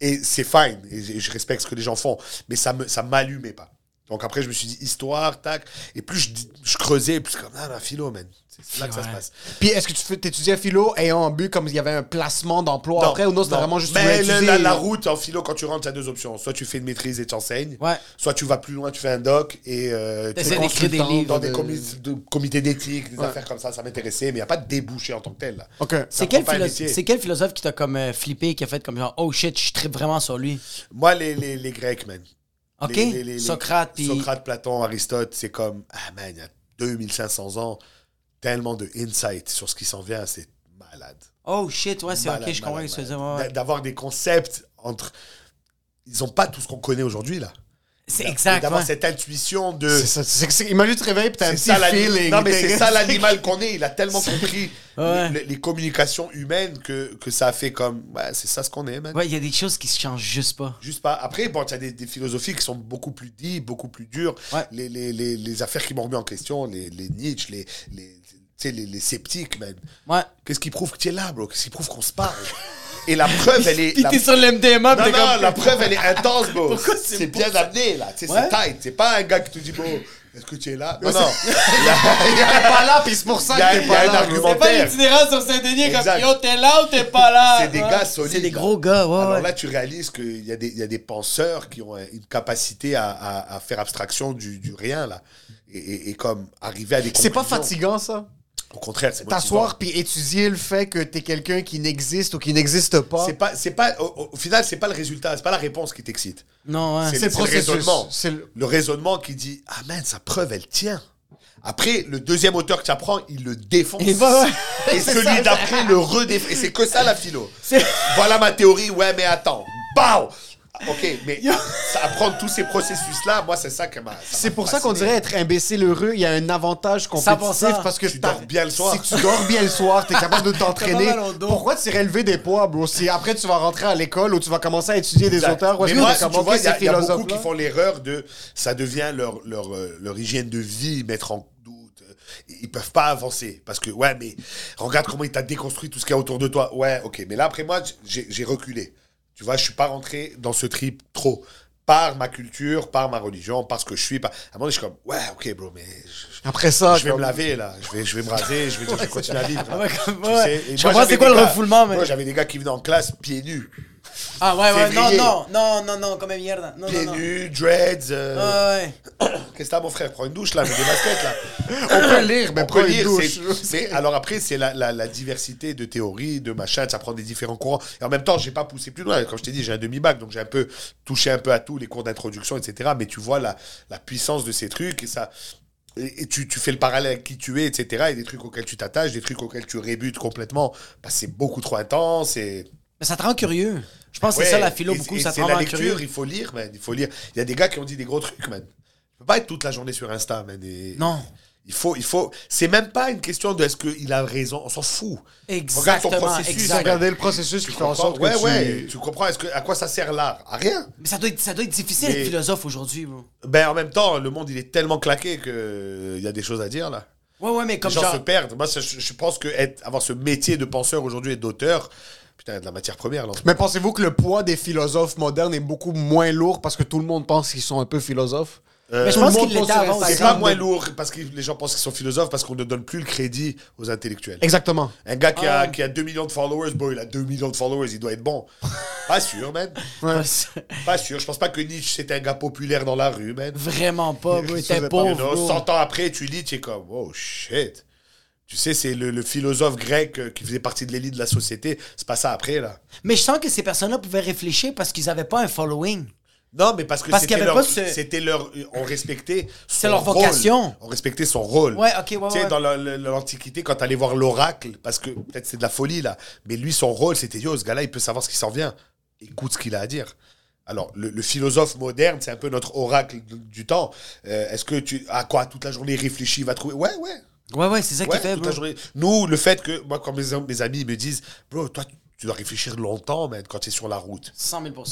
D: Et c'est fine. Et j- je respecte ce que les gens font. Mais ça me, ça m'allumait pas. Donc après, je me suis dit histoire, tac. Et plus je, dis- je creusais, plus comme, ah, la philo, man. C'est là que ça se
B: Ouais.
D: passe.
C: Puis est-ce que tu fais- t'étudiais philo ayant un but comme il y avait un placement d'emploi après ou non, c'était vraiment juste euh, tu voulais
D: Mais Ben, le-
C: étudier
D: la, la route en philo, quand tu rentres, tu as deux options. Soit tu fais une maîtrise et tu enseignes,
B: Ouais.
D: soit tu vas plus loin, tu fais un doc et euh, tu
B: T'essaies d'écrire des
C: consultant
B: livres.
D: dans des
C: de-
D: comi- de- comités d'éthique, des
C: Ouais.
D: affaires comme ça, ça m'intéressait, mais il n'y a pas de débouché en tant que tel. là.
C: Ok.
B: C'est
D: prend
B: quel,
D: pas un
B: philo-
D: métier.
B: c'est quel philosophe qui t'a comme euh, flippé, qui a fait comme genre, oh shit, je tripe vraiment sur lui.
D: Moi, les, les, les Grecs, man.
B: OK?
D: Les- les- les- les-
B: Socrate, puis.
D: Socrate, Platon, Aristote, c'est comme, ah man, il y a 2500 ans, tellement de insight sur ce qui s'en vient, c'est malade.
B: Oh shit, ouais, c'est
D: Malade,
B: ok, je comprends
D: malade,
B: ce que tu veux dire,
D: malade.
B: ouais, ouais.
D: D'a- D'avoir des concepts entre. Ils n'ont pas tout ce qu'on connaît aujourd'hui, là.
B: C'est
D: D'a-
B: exact,
D: D'avoir
B: ouais.
D: cette intuition de.
C: C'est ça, c'est- c'est- Imagine tu te réveilles puis t'as un petit
D: C'est ça, l'ani-
C: feeling.
D: non, mais c'est ça l'animal qu'on est. Il a tellement compris
B: Ouais.
D: le- le- les communications humaines que, que ça a fait comme. Ouais, c'est ça ce qu'on est, man.
B: Ouais, il y a des choses qui se changent juste pas.
D: Juste pas. Après, bon, tu as des, des philosophies qui sont beaucoup plus deep, beaucoup plus dures.
B: Ouais.
D: Les, les, les, les affaires qui m'ont remis en question, les, les Nietzsche, les, les, tu sais, les, les sceptiques, man.
B: Ouais.
D: Qu'est-ce qui prouve que tu es là, bro Qu'est-ce qui prouve qu'on se parle Et la preuve, elle est.
B: Pis
D: la-
B: t'es sur l'MDMA,
D: Non,
B: t'es
D: non,
B: comme.
D: la preuve, elle est intense, bro.
B: Pourquoi c'est
D: C'est
B: pour
D: bien
B: ça
D: amené, là. Tu sais,
B: Ouais.
D: C'est tight. C'est pas un gars qui te dit, bro, est-ce que tu es là Non, non.
C: pas là, puis c'est pour ça
D: Il y a-
C: que
D: il
C: t'es
D: y a
C: pas
D: un
C: là. bro.
D: argument.
B: C'est pas l'itinérance sur Saint-Denis comme
D: Exact.
B: yo, t'es là ou t'es pas là.
D: C'est des
B: Ouais.
D: gars solides,
B: C'est des
D: là.
B: gros gars, ouais.
D: Alors
B: ouais.
D: là, tu réalises qu'il y, a des- il y a des penseurs qui ont euh, une capacité à, à- à faire abstraction du, du rien, là. Et, et- et comme arriver à des
C: C'est pas
D: conclusions.
C: fatigant ça.
D: Au contraire, c'est motivant.
C: T'asseoir puis étudier le fait que t'es quelqu'un qui n'existe ou qui n'existe pas.
D: C'est pas, c'est pas, au, au- au final, c'est pas le résultat, c'est pas la réponse qui t'excite.
B: Non, ouais.
D: C'est
C: C'est le
D: le
C: processus.
D: raisonnement.
C: C'est le-
D: Le raisonnement qui dit Ah man, sa preuve, elle tient. Après, le deuxième auteur que tu apprends, il le défonce.
B: Et bah ouais.
D: Et celui d'après le redéfonce. Et c'est que ça la philo.
B: C'est-
D: Voilà ma théorie, ouais, mais attends. Bam Ok, mais ça- apprendre tous ces processus-là, moi, c'est ça que m'a.
C: C'est pour ça qu'on dirait être imbécile heureux, il y a un avantage compétitif
B: 100%.
C: parce que
D: Tu dors
C: t'as-
D: bien le soir.
C: Si tu dors bien le soir, t'es capable de t'entraîner.
B: mal au dos.
C: Pourquoi tu irais lever des poids, bro Si après tu vas rentrer à l'école ou tu vas commencer à étudier des auteurs, ou
D: mais
C: est-ce
D: moi,
C: que
D: si
C: t'as
D: tu vois,
C: manqué
D: il y, a-
C: ces
D: il y a beaucoup
C: philosophes
D: qui font l'erreur de ça devient leur, leur, euh, leur hygiène de vie, mettre en doute. euh, Ils peuvent pas avancer parce que ouais, mais regarde comment il t'a déconstruit tout ce qu'il y a autour de toi. Ouais, ok. Mais là après moi, j'ai j'ai reculé. Tu vois, je suis pas rentré dans ce trip trop par ma culture, par ma religion, par ce que je suis. Par... À un moment, donné, je suis comme ouais, ok, bro, mais je-
C: Après
B: Ah,
C: ça,
D: je vais me
C: comme-
D: laver là, je vais, je vais me raser, je vais dire, je vais continuer à vivre. là.
B: Ouais, comme-
D: Tu
B: ouais.
D: sais, et
B: Je
D: moi,
B: comprends
D: j'avais
B: c'est quoi
D: des
B: le
D: gars-
B: refoulement, mais.
D: Moi, j'avais des gars qui venaient en classe pieds nus.
B: Ah ouais, ouais, non,
D: Février.
B: non, non, non, non, comme merde. Non,
D: Pieds
B: non, non.
D: nus, dreads. euh,
B: Ah ouais.
D: Qu'est-ce que t'as, mon frère Prends une douche, là, mets des baskets, là.
C: On peut lire, mais
D: On peut
C: pas une
D: lire,
C: douche.
D: c'est- c'est- alors après, c'est la, la- la diversité de théories, de machin, ça prend des différents courants. Et en même temps, j'ai pas poussé plus loin. Comme je t'ai dit, j'ai un demi-bac, donc j'ai un peu touché un peu à tout, les cours d'introduction, etc. Mais tu vois la, la puissance de ces trucs et ça. Et et tu, tu fais le parallèle avec qui tu es, etc. Et des trucs auxquels tu t'attaches, des trucs auxquels tu rébutes complètement, bah, c'est beaucoup trop intense. Et...
B: Mais ça te rend curieux. Je pense que
D: Ouais,
B: c'est ça la philo
D: et-
B: beaucoup,
D: et
B: ça te
D: c'est
B: rend
D: la
B: vraiment
D: lecture,
B: curieux.
D: il faut lire, man. Il faut lire. Il y a des gars qui ont dit des gros trucs, man. Tu peux pas être toute la journée sur Insta, man. et-
B: Non.
D: il faut, il faut. C'est même pas une question de est-ce qu'il a raison. On s'en fout. Regarde ton
B: Exactement,
D: processus.
B: exact.
C: Regardez le processus qui fait en
D: comprends?
C: sorte que
D: ouais,
C: tu...
D: ouais. Tu comprends est-ce que, à quoi ça sert l'art À rien.
B: Mais ça doit être, ça doit être difficile
D: Mais-
B: d'être philosophe aujourd'hui, bro.
D: Ben en même temps, le monde il est tellement claqué que euh, il y a des choses à dire là.
B: Ouais, ouais, mais comme
D: Les gens
B: genre.
D: se perdent. Moi, ça, je, je pense que être, avoir ce métier de penseur aujourd'hui et d'auteur, putain, il y a de la matière première là. en ce moment.
C: Mais pensez-vous que le poids des philosophes modernes est beaucoup moins lourd parce que tout le monde pense qu'ils sont un peu philosophes?
D: Euh,
B: Mais je
C: Tout le
B: pense
C: monde
B: qu'il l'était
C: pense que
B: avant
C: c'est
D: C'est
B: aussi.
D: pas moins lourd parce que les gens pensent qu'ils sont philosophes parce qu'on ne donne plus le crédit aux intellectuels.
C: Exactement.
D: Un gars qui,
B: Ah.
D: a, qui a 2 millions de followers, bon, il a 2 millions de followers, il doit être bon. Pas sûr, man. Pas sûr. Je pense pas que Nietzsche, c'était un gars populaire dans la rue, man.
B: Vraiment pas, bro. Il était
D: You
B: Oh, pauvre.
D: know,
B: bro.
D: 100 ans après, tu lis, tu es comme, oh shit. Tu sais, c'est le, le philosophe grec euh, qui faisait partie de l'élite de la société. C'est pas ça après, là.
B: Mais je sens que ces personnes-là pouvaient réfléchir parce qu'ils n'avaient pas un following.
D: Non, mais parce que
B: Parce
D: c'était
B: qu'il y avait pas
D: leur,
B: ce-
D: c'était leur- euh, On respectait.
B: C'est
D: son
B: leur
D: rôle.
B: vocation.
D: On respectait son rôle.
B: Ouais, ok, ouais,
D: Tu sais,
B: ouais.
D: dans la- la- l'Antiquité, quand t'allais voir l'oracle, parce que peut-être c'est de la folie, là. Mais lui, son rôle, c'était yo, ce gars-là, il peut savoir ce qui s'en vient. Écoute ce qu'il a à dire. Alors, le, le philosophe moderne, c'est un peu notre oracle du, du temps. Euh, Est-ce que tu. À quoi Toute la journée, il réfléchit, il va trouver. Ouais, ouais.
B: Ouais, ouais, c'est ça
D: Ouais,
B: qu'il fait,
D: toute la
B: bro.
D: journée. Nous, le fait que, moi, quand mes, am- mes amis me disent, bro, toi, tu- tu dois réfléchir longtemps, man, quand tu es sur la route.
B: 100 000
D: Bro,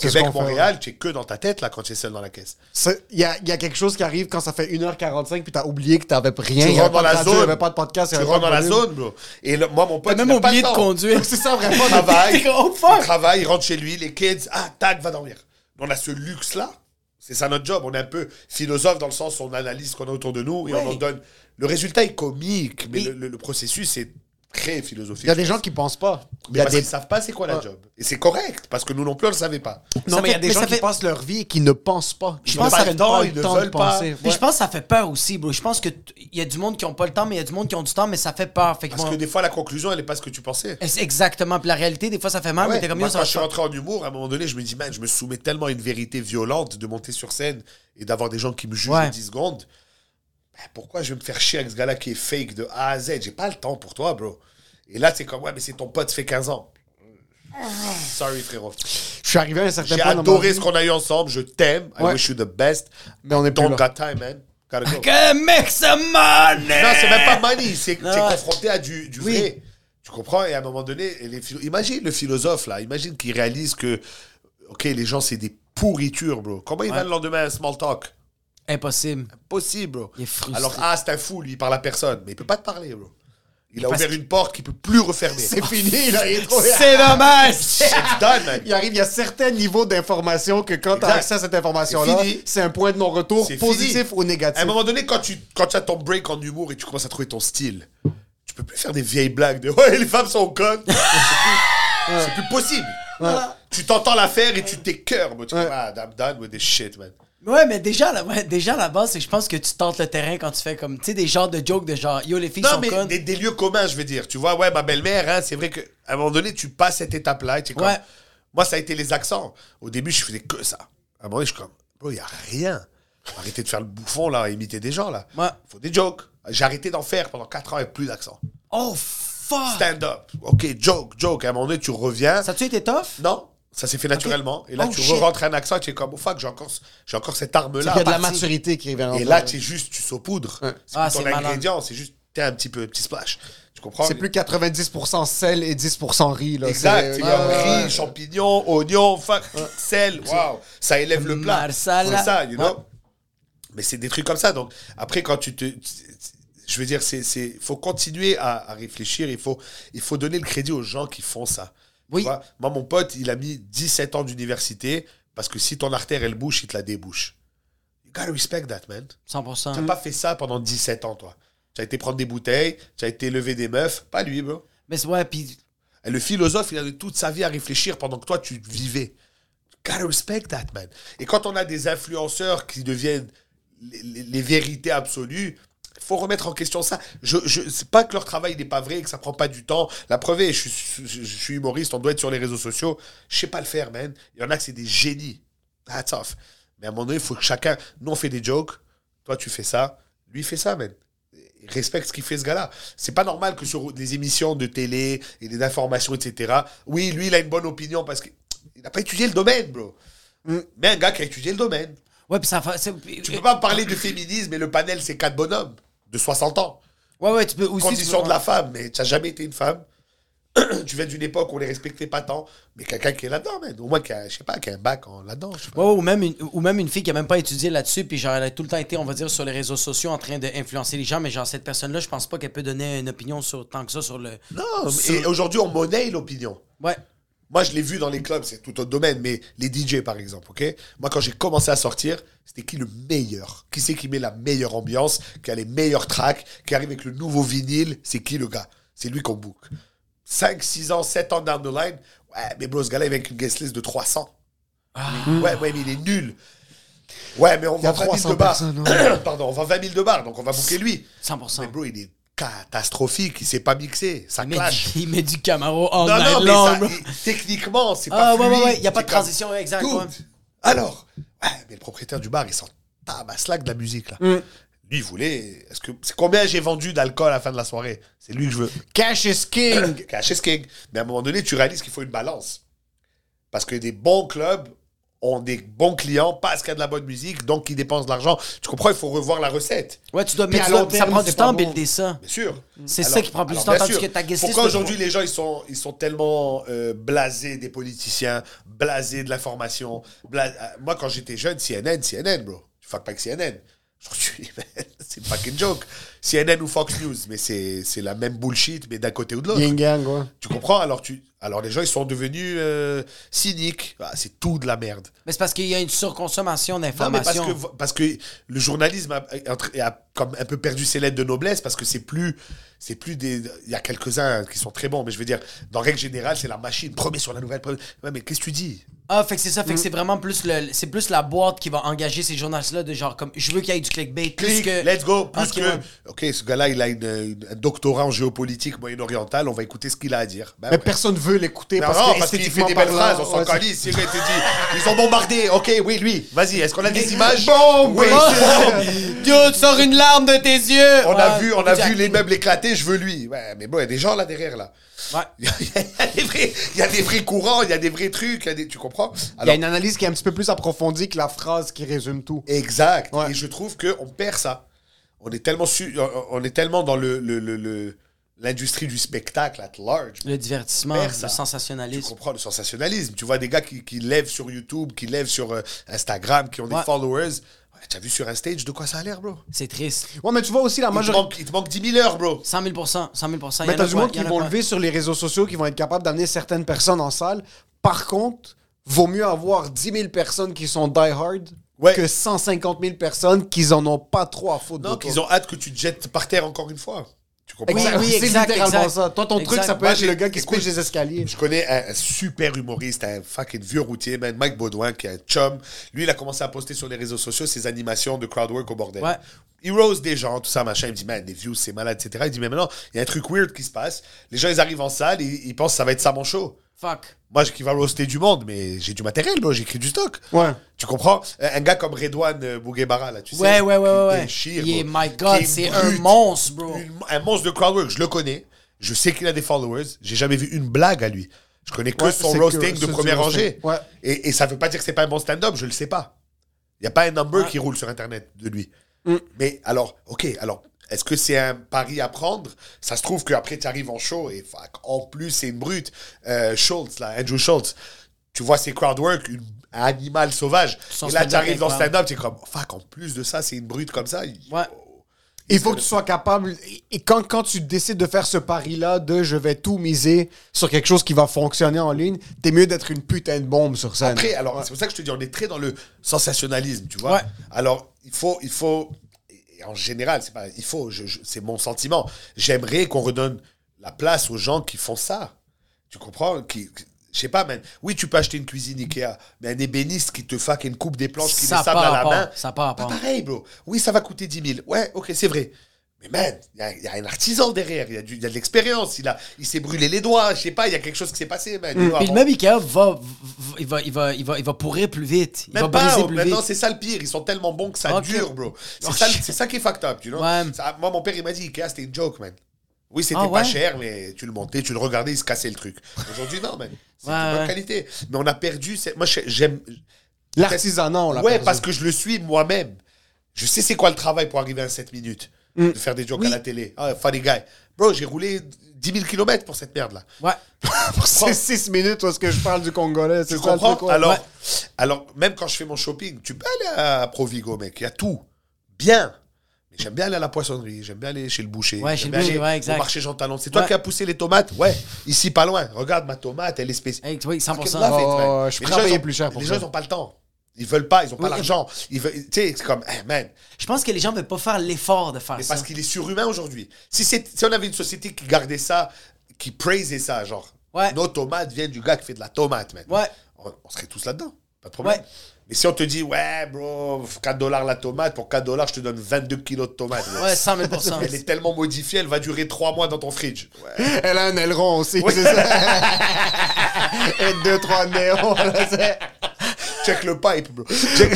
C: C'est ce
D: Québec,
C: qu'on fait,
D: Montréal, tu es que dans ta tête, là, quand tu es seul dans la caisse.
C: C'est- Il y a, il y a quelque chose qui arrive quand ça fait 1h45 puis t'as oublié que t'avais rien.
D: Tu
C: il y avait pas
D: rentres dans
C: de
D: la
C: radio,
D: zone.
C: Il n'y avait pas de podcast. il y
D: tu
C: avait
D: rentres
C: pas
D: dans
C: de
D: la
C: volume.
D: zone, bro. Et le- moi, mon pote,
B: T'as même
D: il a pas
B: oublié
D: le
B: de
D: temps.
B: conduire.
C: C'est ça, vraiment.
D: Il travaille,
B: Oh,
D: il
B: fuck.
D: travaille, il rentre chez lui, les kids, ah, tac, va dormir. On a ce luxe-là. C'est ça notre job. On est un peu philosophe dans le sens où on analyse ce qu'on a autour de nous et
B: Ouais.
D: on en donne. Le résultat est comique, mais
B: Oui.
D: le, le- le processus est très philosophique.
C: Il y a des gens qui pensent pas. Il
D: Mais
C: y a
D: parce
C: des...
D: qu'ils savent pas c'est quoi la
B: Ah.
C: Ouais.
D: job. Et c'est correct, parce que nous non plus, on le savait pas.
C: Non,
B: Ça
C: mais il y a
B: fait-
C: des
B: mais
C: gens
B: ça
C: qui
B: fait-
C: passent leur vie et qui ne pensent pas. Qui
B: Je
C: n'ont
B: pense
C: pas
B: que
C: le
B: ça
C: temps,
D: fait-
C: le temps de
D: ils ne
C: penser.
D: veulent
B: Mais
C: Ouais.
B: je pense que ça fait peur aussi, bro. Je pense que t- il y a du monde qui n'ont pas le temps, mais il y a du monde qui ont du temps, mais ça fait peur. Fait que
D: Parce
B: moi-
D: que des fois, la conclusion, elle est pas ce que tu pensais.
B: Est-ce- Exactement. Puis la réalité, des fois, ça fait mal, Ah, mais
D: Ouais,
B: t'es comme
D: moi,
B: yo, ça
D: quand
B: va
D: je suis
B: pas-
D: rentré en humour, à un moment donné, je me dis, man, je me soumets tellement à une vérité violente de monter sur scène et d'avoir des gens qui me jugent
B: Ouais.
D: en 10 secondes. Ben, pourquoi je vais me faire chier avec ce gars-là qui est fake de A à Z J'ai pas le temps pour toi, bro. Et là, c'est comme, ouais, mais c'est ton pote, ça fait 15 ans. Sorry, frérot.
C: Je suis arrivé à un certain
D: J'ai
C: point dans ma
D: adoré
C: vie,
D: ce qu'on a eu ensemble. Je t'aime. I
C: Ouais.
D: wish you the best.
C: mais on est plus
D: Don't
C: là.
D: got time, man. Gotta go.
B: Que make some money!
D: Non, c'est même pas money, c'est
B: Eh. Non,
D: t'es
B: ouais.
D: confronté à du, du
B: Oui.
D: vrai. Tu comprends Et à un moment donné, les philo- imagine le philosophe, là, imagine qu'il réalise que, OK, les gens, c'est des pourritures, bro. Comment il va le lendemain à un small talk
B: Impossible.
D: Possible, bro.
B: Il est frustré.
D: Alors, ah, c'est un fou, lui, il parle à personne, mais il peut pas te parler, bro. Il a
B: Parce
D: ouvert une porte qu'il peut plus refermer.
C: C'est fini, là, il est trop-
B: C'est dommage!
D: It's done, man.
C: Il arrive, il y a certains niveaux d'information que quand tu as
D: Exact.
C: accès à cette information-là,
D: C'est fini.
C: c'est un point de non-retour
D: C'est
C: positif
D: fini.
C: ou négatif.
D: À un moment donné, quand tu quand tu as ton break en humour et tu commences à trouver ton style, tu peux plus faire des vieilles blagues de ouais les femmes sont connes. c'est plus, c'est plus possible. Tu t'entends la faire et tu t'écœures. bro. Tu dis,
C: Ouais.
D: ah, I'm done with this shit, man.
B: Ouais, mais déjà, là, ouais, déjà à la base, c'est que je pense que tu tentes le terrain quand tu fais comme, tu sais, des genres de jokes de genre, yo, les filles
D: Non,
B: sont
D: mais
B: connes.
D: des, des lieux communs, je veux dire. Tu vois, ouais, ma belle-mère, hein, c'est vrai qu'à un moment donné, tu passes cette étape-là. et tu es comme-
B: Ouais.
D: Moi, ça a été les accents. Au début, je faisais que ça. À un moment donné, je suis comme, bro, il a rien. Arrêtez de faire le bouffon, là, imiter des gens, là.
B: Ouais.
D: Faut des jokes. J'ai arrêté d'en faire pendant 4 ans avec plus d'accent.
B: Oh, fuck!
D: stand-up. Ok, joke, joke. À un moment donné, tu reviens.
B: Ça a-tu été tough?
D: Non, ça s'est fait naturellement. Et là,
B: Oh,
D: tu
B: shit.
D: re-rentres un accent et tu es comme, oh fuck, j'ai encore, ce- j'ai encore cette
C: il y
D: arme-là.
C: a de la
D: Parti.
C: maturité qui vient.
D: Et là, tu es juste, tu saupoudres. C'est
B: Ah,
D: plus ton
B: c'est malin.
D: ingrédient, c'est juste, t'es un petit peu, un petit splash. Tu comprends
C: C'est plus 90% sel et 10% riz. Là. C'est-
D: Exact, c'est
C: Ouais,
D: comme
C: ouais, ouais.
D: riz, champignons, oignons, fuck, sel, waouh, ça élève le plat. C'est
B: Marsala.
D: ça, you know.
B: Ouais.
D: Mais c'est des trucs comme ça. Donc après, quand tu te, je veux dire, c'est, c'est, faut continuer à, à réfléchir. Il faut, il faut donner le crédit aux gens qui font ça. Tu
B: Oui.
D: vois, moi, mon pote, il a mis 17 ans d'université parce que si ton artère elle bouche, il te la débouche. You gotta respect that, man.
B: 100%.
D: T'as pas fait ça pendant 17 ans, toi. Tu as été prendre des bouteilles, tu as été lever des meufs, pas lui, bro.
B: Mais c'est- ouais, puis
D: Et le philosophe, il a toute sa vie à réfléchir pendant que toi, tu vivais. Gotta respect that, man. Et quand on a des influenceurs qui deviennent les, les- les vérités absolues, faut remettre en question ça. Je, je, c'est pas que leur travail n'est pas vrai, et que ça prend pas du temps. La preuve est, je, suis- je- je suis humoriste, on doit être sur les réseaux sociaux. Je sais pas le faire, man. Il y en a que c'est des génies. Hats off. Mais à un moment donné, il faut que chacun. Nous, on fait des jokes. Toi, tu fais ça. Lui, il fait ça, man. Respecte ce qu'il fait, ce gars-là. C'est pas normal que sur des émissions de télé et des informations, etc. Oui, lui, il a une bonne opinion parce qu'il n'a pas étudié le domaine, bro. Mais un gars qui a étudié le domaine.
B: Ouais, puis ça fa- c'est- euh,
D: Tu peux pas parler de féminisme et le panel, c'est quatre bonhommes de 60 ans.
B: Ouais, ouais, tu peux aussi. tu
D: Condition
B: peux-
D: de la femme, mais tu n'as jamais été une femme. tu viens d'une époque où on les respectait pas tant. Mais quelqu'un qui est là-dedans, man. au moins qui a, je sais pas, qui a un bac en là-dedans. je sais pas.
B: Ouais, ouais, ou, même une, ou même une fille qui a même pas étudié là-dessus, puis genre, elle a tout le temps été, on va dire, sur les réseaux sociaux en train d'influencer les gens, mais genre, cette personne-là, je pense pas qu'elle peut donner une opinion sur, tant que ça sur le.
D: Non,
B: Sur-
D: et aujourd'hui, on monnaie l'opinion.
B: Ouais.
D: Moi, je l'ai vu dans les clubs, c'est tout autre domaine, mais les DJ, par exemple, OK Moi, quand j'ai commencé à sortir, c'était qui le meilleur Qui c'est qui met la meilleure ambiance Qui a les meilleurs tracks Qui arrive avec le nouveau vinyle C'est qui le gars C'est lui qu'on book. 5, 6 ans, 7 ans down the line, ouais, mais bro, ce gars-là, il vient avec une guest list de 300.
B: Ah.
D: Mais- ouais, ouais, mais il est nul. Ouais, mais on
C: y a
D: vend 20 000 de
C: 300
D: bar.
C: personnes, hein.
D: Pardon, on vend 20 000 de bar, donc on va booker lui.
B: 100%.
D: Mais bro, il est catastrophique, il s'est pas mixé, ça
B: Il met,
D: clash.
B: du, il met du Camaro all
D: Non, non,
B: night
D: mais
B: long,
D: ça,
B: Oh bro.
D: et- techniquement, c'est pas
B: Ah, ouais, ouais,
D: fluide,
B: ouais, il n'y a pas
D: c'est
B: de
D: comme-
B: transition exacte.
D: Good.
B: ouais.
D: Alors, ouais, mais le propriétaire du bar, il s'en tabasse là que de la musique, là.
B: Mm.
D: Lui, il voulait... Est-ce que... C'est combien j'ai vendu d'alcool à la fin de la soirée C'est lui que je veux.
C: Cash is king.
D: Cash is king. Mais à un moment donné, tu réalises qu'il faut une balance. Parce que des bons clubs ont des bons clients parce qu'il y a de la bonne musique, donc ils dépensent de l'argent. Tu comprends Il faut revoir la recette.
B: Ouais, tu dois,
D: Puis
B: mais
D: à
B: tu dois-
D: long
B: ça
D: terme,
B: prend du
D: c'est pas
B: temps de
D: bon.
B: builder ça.
D: Bien sûr.
B: C'est
D: Alors-
B: ça qui prend plus de
D: alors,
B: temps,
D: bien
B: tandis
D: sûr.
B: que ta guest list,
D: Pourquoi
B: t'as-
D: aujourd'hui les gens ils sont, ils sont tellement euh, blasés des politiciens, blasés de l'information bla- euh, Moi quand j'étais jeune, CNN, CNN, bro. Tu fuck pas que CNN. Aujourd'hui, man, c'est une fucking joke. CNN ou Fox News, mais c'est c'est la même bullshit, mais d'un côté ou de l'autre.
C: Yin Yang, ouais.
D: Tu comprends alors, tu... alors les gens ils sont devenus euh, cyniques. Ah, c'est tout de la merde.
B: Mais c'est parce qu'il y a une surconsommation
D: Non, mais parce
B: d'informations.
D: que, parce que le journalisme a, a- a comme un peu perdu ses lettres de noblesse parce que c'est plus. C'est plus des. Il y a quelques-uns qui sont très bons, mais je veux dire, dans règle générale, c'est la machine. Premier sur la nouvelle. premier- Ouais, mais qu'est-ce que tu dis
B: Ah, fait que c'est ça, fait que
D: Mm.
B: c'est vraiment plus le, c'est plus la boîte qui va engager ces journalistes-là de genre comme je veux qu'il y ait du clickbait. plus
D: Clic,
B: que...
D: let's go. Plus
B: Ok,
D: que.
B: ouais.
D: Ok, ce gars-là, il a une- une- un doctorat en géopolitique moyen-orientale, on va écouter ce qu'il a à dire. Ben
C: Mais
D: ouais.
C: personne veut l'écouter
D: Non,
C: parce
D: non,
C: que
D: parce qu'il fait
C: esthétiquement
D: des belles
C: parlant,
D: phrases, on s'en
C: ouais, c'est-
D: calisse. Il te dit, ils ont bombardé, ok, oui, lui, vas-y, est-ce qu'on a des images
C: Bombe
D: Oui,
B: Yo, tu sors une larme de tes yeux!
D: On a
B: Ouais.
D: vu, on a
B: Jack.
D: vu les meubles éclater, je veux lui. Ouais, mais bon, il y a des gens là derrière, là.
B: Ouais.
D: Il y, a des vrais- il y a des vrais courants, il y a des vrais trucs, il y a des- tu comprends
C: Il y a
D: Alors,
C: une analyse qui est un petit peu plus approfondie que la phrase qui résume tout.
D: Exact.
C: Ouais.
D: Et je trouve qu'on perd ça. On est tellement, su- on est tellement dans le, le- le- le- l'industrie du spectacle at large.
B: Le divertissement,
D: Faire
B: le
D: ça. Tu
B: sensationnalisme.
D: comprends le sensationnalisme. Tu vois des gars qui, qui lèvent sur YouTube, qui lèvent sur euh, Instagram, qui ont
B: Ouais.
D: des followers. Ouais, T'as vu sur un stage de quoi ça a l'air, bro
B: C'est triste.
C: Ouais, mais tu vois aussi la
D: il te,
C: majorité.
D: manque, il te manque 10 000 heures, bro.
B: 100 000 100 000 il y en
C: Mais
B: a
C: t'as du
B: pas,
C: monde
B: il y
C: qui
B: en a
C: vont
B: pas.
C: lever sur les réseaux sociaux, qui vont être capables d'amener certaines personnes en salle. Par contre, vaut mieux avoir 10 000 personnes qui sont die-hard
D: Ouais.
C: que 150 000 personnes qui en ont pas trop à foutre. de
D: Donc,
C: toi.
D: ils ont hâte que tu te jettes par terre encore une fois. Tu comprends
C: Oui,
B: Oui, oui,
C: c'est
B: exact,
C: littéralement
B: exact.
C: ça. Toi, ton truc,
B: Exact.
C: ça peut
D: Moi,
C: être
D: j'ai-
C: le gars qui se
D: écoute,
C: couche des escaliers.
D: Je connais un, un super humoriste, un fucking vieux routier, man, Mike Baudouin, qui est un chum. Lui, il a commencé à poster sur les réseaux sociaux ses animations de crowdwork au bordel.
B: Ouais.
D: Il rose des gens, tout ça, machin. Il me dit, man, des views, c'est malade, etc. Il dit, mais maintenant, il y a un truc weird qui se passe. Les gens, ils arrivent en salle, ils, ils pensent que ça va être ça mon show.
B: Fuck.
D: Moi, je- qui va roaster du monde, mais j'ai du matériel, bro, j'écris du stock.
C: Ouais.
D: Tu comprends Un un gars comme Redouane euh, Bouguebara, là, tu
B: Ouais,
D: sais.
B: ouais, ouais,
D: qui
B: ouais, ouais.
D: déchire,
B: Il est-
D: bro,
B: my God,
D: qui est
B: c'est un
D: brut,
B: monstre, bro.
D: une- un monstre de crowdwork, je le connais. Je sais qu'il a des followers. J'ai jamais vu une blague à lui. Je connais que
C: Ouais,
D: son
C: c'est
D: roasting
C: que-
D: de
C: c'est
D: première
C: du roasting.
D: rangée.
C: Ouais.
D: Et, et ça veut pas dire que c'est pas un bon stand-up, je le sais pas. Il n'y a pas un number qui roule sur Internet de lui.
C: Mm.
D: Mais alors, ok, alors, est-ce que c'est un pari à prendre Ça se trouve qu'après, tu arrives en show et fuck, en plus, c'est une brute. Euh, Schultz, là, Andrew Schultz, tu vois ses crowdwork, une, un animal sauvage.
B: Son
D: Et là, tu
B: stand-up
D: arrives dans le
B: incroyable.
D: stand-up, tu es comme, fuck, en plus de ça, c'est une brute comme ça. il-
B: Ouais.
C: Il faut que tu sois capable. et- Et quand, quand tu décides de faire ce pari-là, de je vais tout miser sur quelque chose qui va fonctionner en ligne, t'es mieux d'être une putain de bombe sur scène.
D: Après, alors, c'est pour ça que je te dis, on est très dans le sensationnalisme, tu vois.
B: Ouais.
D: Alors, il faut, il faut, et en général, c'est pas, il faut, je- je- c'est mon sentiment. J'aimerais qu'on redonne la place aux gens qui font ça. Tu Tu comprends qui, qui- Je sais pas, man. Oui, tu peux acheter une cuisine Ikea, mais un ébéniste qui te fuck une coupe des planches qui
B: Ça
D: met sable
B: part
D: à la
B: rapport,
D: main.
B: ça part
D: pas
B: rapport.
D: pareil, bro. Oui, ça va coûter 10 000. Ouais, ok, c'est vrai. Mais man, il y a- il y, a un artisan derrière. Il y, a du- il y a de l'expérience. Il, a- il s'est brûlé les doigts. Je sais pas, il y a quelque chose qui s'est passé, man. Il doit
B: Mm. Puis le
D: avoir-
B: même Ikea va, v- v- il va, il va, il va, il va pourrir plus vite. Il va
D: Même pas,
B: briser
D: oh,
B: plus
D: maintenant
B: vite.
D: c'est ça le pire, ils sont tellement bons que ça
B: Ok.
D: dure, bro. C'est
B: Ok.
D: ça, le- c'est ça qui est fucked up, tu vois.
B: Ouais.
D: Moi, mon père, il m'a dit, Ikea, c'était une joke, man. Oui, c'était
B: Ah
D: pas
B: ouais?
D: cher, mais tu le montais, tu le regardais, il se cassait le truc. Aujourd'hui, non, man. C'est
B: Ouais,
D: une bonne
B: ouais.
D: qualité. Mais on a perdu. cette- Moi, je- j'aime.
C: L'artisanat, on l'a
D: Ouais,
C: perdu.
D: parce que je le suis moi-même. Je sais c'est quoi le travail pour arriver à 7 minutes.
B: Mm.
D: De faire des jokes à la télé. Ah, funny guy. Bro, j'ai roulé 10 000 km pour cette merde-là.
B: Ouais.
C: C'est 6 minutes où est-ce que je parle du Congolais, c'est
D: Tu
C: ça le
D: comprends
C: truc, ouais.
D: alors,
C: Ouais.
D: alors, même quand je fais mon shopping, tu peux aller à Provigo, mec. Il y a tout. Bien. Mais J'aime bien aller à la poissonnerie. J'aime bien aller chez le boucher.
B: Ouais, chez
D: j'aime
B: le
D: bien
B: boucher,
D: aller
B: ouais, exact.
D: Au marché Jean Talon. C'est toi
B: Ouais.
D: qui as poussé les tomates Ouais. Ici, pas loin. Regarde ma tomate, elle est spéciale.
B: Hey, oui, 100%.
D: Fucking love it,
C: Oh, je
D: man. Mais les
C: pourrais
D: gens,
C: payer
D: ils ont-
C: plus cher pour
D: Les
C: ça.
D: gens, ils n'ont pas le temps. Ils veulent pas, ils n'ont pas
B: Oui.
D: l'argent. Ils veulent- Tu sais, c'est comme, eh, man,
B: Je pense que les gens ne veulent pas faire l'effort de faire
C: Ah,
D: mais
B: ça.
D: parce qu'il est surhumain aujourd'hui. Si, c'est- si on avait une société qui gardait ça, qui praisait ça, genre,
B: Ouais.
D: nos tomates viennent du gars qui fait de la tomate, man.
B: Ouais.
D: On, on serait tous là-dedans. Pas de problème.
B: Ouais.
D: Mais si on te dit, ouais, bro, 4 dollars la tomate, pour 4 dollars, je te donne 22 kilos de tomates. bro.
B: Ouais, 100 000
D: Elle est tellement modifiée, elle va durer 3 mois dans ton fridge. Ouais.
C: Elle a un aileron aussi, c'est ça. Et deux, trois néons, là, c'est-
D: Check le pipe, bro.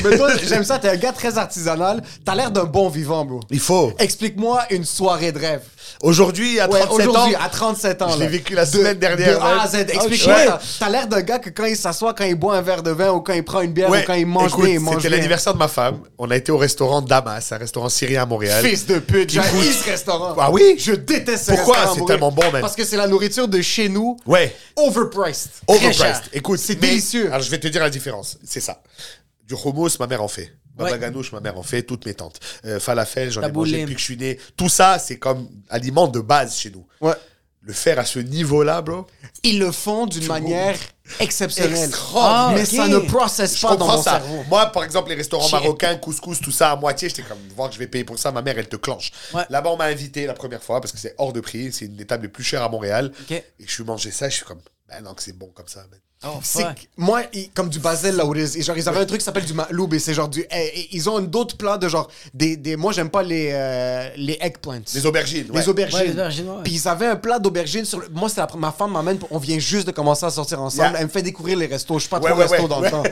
C: Mais toi, j'aime ça, t'es un gars très artisanal, t'as l'air d'un bon vivant, bro.
D: Il faut.
C: Explique-moi une soirée de rêve.
D: Aujourd'hui, à
C: Ouais,
D: 37 ans,
C: aujourd'hui, à 37 ans.
D: je
C: là.
D: l'ai vécu la semaine dernière.
C: De A à
D: mec.
C: Z,
D: Ouais. Oh,
C: explique-moi. ça. T'as l'air d'un gars que quand il s'assoit, quand il boit un verre de vin ou quand il prend une bière
D: Ouais,
C: ou quand il mange
D: écoute,
C: bien, il mange
D: C'était
C: bien.
D: l'anniversaire de ma femme. On a été au restaurant Damas, un restaurant syrien à Montréal.
C: Fils de pute, j'ai
D: Écoute.
C: ce restaurant.
D: Ah oui
C: Je déteste ce
D: Pourquoi?
C: restaurant.
D: C'est
C: bro.
D: tellement bon, man.
C: Parce que c'est la nourriture de chez nous.
D: Ouais.
C: Overpriced. Très cher.
D: Overpriced. Écoute,
C: c'est
D: mais-
C: délicieux.
D: Alors, je vais te dire la différence. C'est ça. Du hummus, ma mère en fait. Baba
B: Ouais.
D: ganoush, ma mère en fait. Toutes mes tantes. Euh, falafel, j'en ai
B: Taboulim.
D: mangé depuis que je suis né. Tout ça, c'est comme aliment de base chez nous.
C: Ouais.
D: Le faire à ce niveau-là, bro.
C: Ils le font d'une manière exceptionnelle.
D: Extraordinaire.
C: Mais
B: Ah, ok.
C: ça ne processe
D: Je
C: pas dans
D: comprends
C: mon
D: ça.
C: cerveau.
D: Moi, par exemple, les restaurants
B: Shit.
D: marocains, couscous, tout ça à moitié, j'étais comme, voir que je vais payer pour ça, ma mère, elle te clenche.
B: Ouais.
D: Là-bas, on m'a invité la première fois parce que c'est hors de prix, c'est une des tables les plus chères à Montréal.
B: Ok.
D: Et je suis mangé ça, je suis comme, ben non, que c'est bon comme ça. man.
B: Oh,
C: C'est
B: fuck.
C: que moi, ils- comme du basil là où ils, genre, ils avaient un truc qui s'appelle du maloub et c'est genre du. eh, eh, ils ont d'autres plats de genre. Des, des, moi, j'aime pas les, euh, les eggplants.
D: Les aubergines. ouais.
C: Les aubergines.
B: Ouais, les aubergines, ouais.
C: Puis ils avaient un plat d'aubergines sur le... Moi, c'est la pr- ma femme m'amène, on vient juste de commencer à sortir ensemble.
D: Yeah.
C: Elle me fait découvrir les restos. Je suis pas
D: Ouais,
C: trop
D: ouais,
C: resto
D: ouais.
C: dans le temps.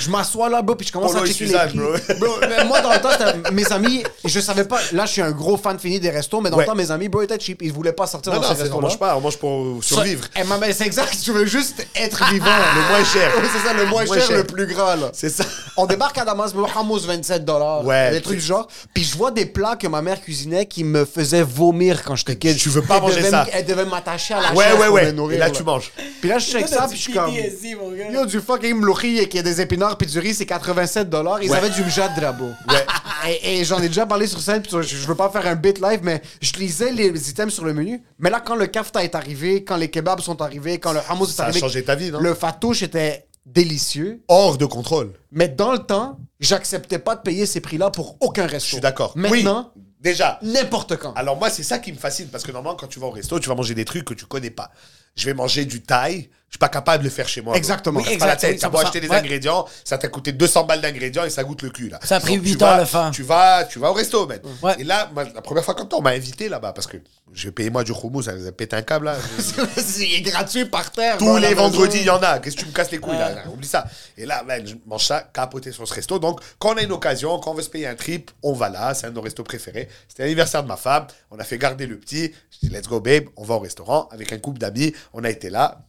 C: Je m'assois là, bro, puis je commence
D: Polo
C: à
D: et
C: checker
D: Suzanne,
C: les
D: bro.
C: prix. Bro, mais moi, dans le temps, c'était- mes amis, je savais pas... Là, je suis un gros fan fini des restos, mais dans
D: Ouais.
C: le temps, mes amis, bro, étaient cheap. Ils voulaient pas sortir
D: Non,
C: dans ces
D: non, c'est- on
C: restos-là.
D: mange pas, on mange pour euh, survivre.
C: Elle m'amène- Eh, C'est exact, tu veux juste être vivant.
D: Le moins cher.
C: Oui, c'est ça, le moins,
D: Moins
C: cher,
D: cher.
C: le plus grand, là.
D: C'est ça.
C: On débarque à Damas, le hummus 27 dollars,
D: Ouais.
C: des trucs du genre. Puis je vois des plats que ma mère cuisinait qui me faisaient vomir quand j'étais kid.
D: Tu veux pas
C: Elle
D: manger
C: devait
D: ça.
C: me- Elle devait m'attacher à la
D: Ouais,
C: chaise
D: ouais,
C: pour me
D: ouais.
C: nourrir,
D: Et là, tu manges.
C: Puis là, je check ça, puis je suis comme... Yo, du fucking mlouchi et qu'il y a des épinards puis du riz, c'est 87 dollars. Ils
D: Ouais.
C: avaient du mjadra, bro.
D: Ouais.
C: Et, et j'en ai déjà parlé sur scène, puis je, je veux pas faire un bit live, mais je lisais les items sur le menu. Mais là, quand le kafta est arrivé, quand les kebabs sont arrivés, quand le hummus est
D: a
C: arrivé...
D: changé ta vie, non?
C: Le fatouche était délicieux.
D: Hors de contrôle.
C: Mais dans le temps, j'acceptais pas de payer ces prix-là pour aucun resto.
D: Je suis d'accord.
C: Maintenant,
D: Oui, déjà.
C: n'importe quand.
D: Alors moi, c'est ça qui me fascine parce que normalement, quand tu vas au resto, tu vas manger des trucs que tu connais pas. Je vais manger du thaï, je suis pas capable de le faire chez moi.
C: Exactement.
D: Oui,
C: Oui,
D: pas la
B: exact,
D: tête.
B: oui,
D: T'as beau
B: 100%.
D: acheter des
B: Ouais.
D: ingrédients, ça t'a coûté 200 balles d'ingrédients et ça goûte le cul là.
B: Ça a pris
D: Donc, tu
B: huit ans à
D: vas-
B: le faire.
D: Tu vas, tu vas au resto, man.
B: Ouais.
D: Et là, moi, la première fois comme toi, on m'a invité là-bas parce que j'ai payé moi du hummus, ça me pété un câble là.
C: c'est gratuit par terre.
D: Tous
C: dans la
D: les
C: maison.
D: vendredis, il y en a. Qu'est-ce que tu me casses les couilles là, là Oublie ça. Et là, man, je mange ça, capoté sur ce resto. Donc, quand on a une occasion, quand on veut se payer un trip, on va là. C'est un de nos restos préférés. C'était l'anniversaire de ma femme. On a fait garder le petit. Je dis, let's go, babe. On va au restaurant avec un couple d'amis. On a été là.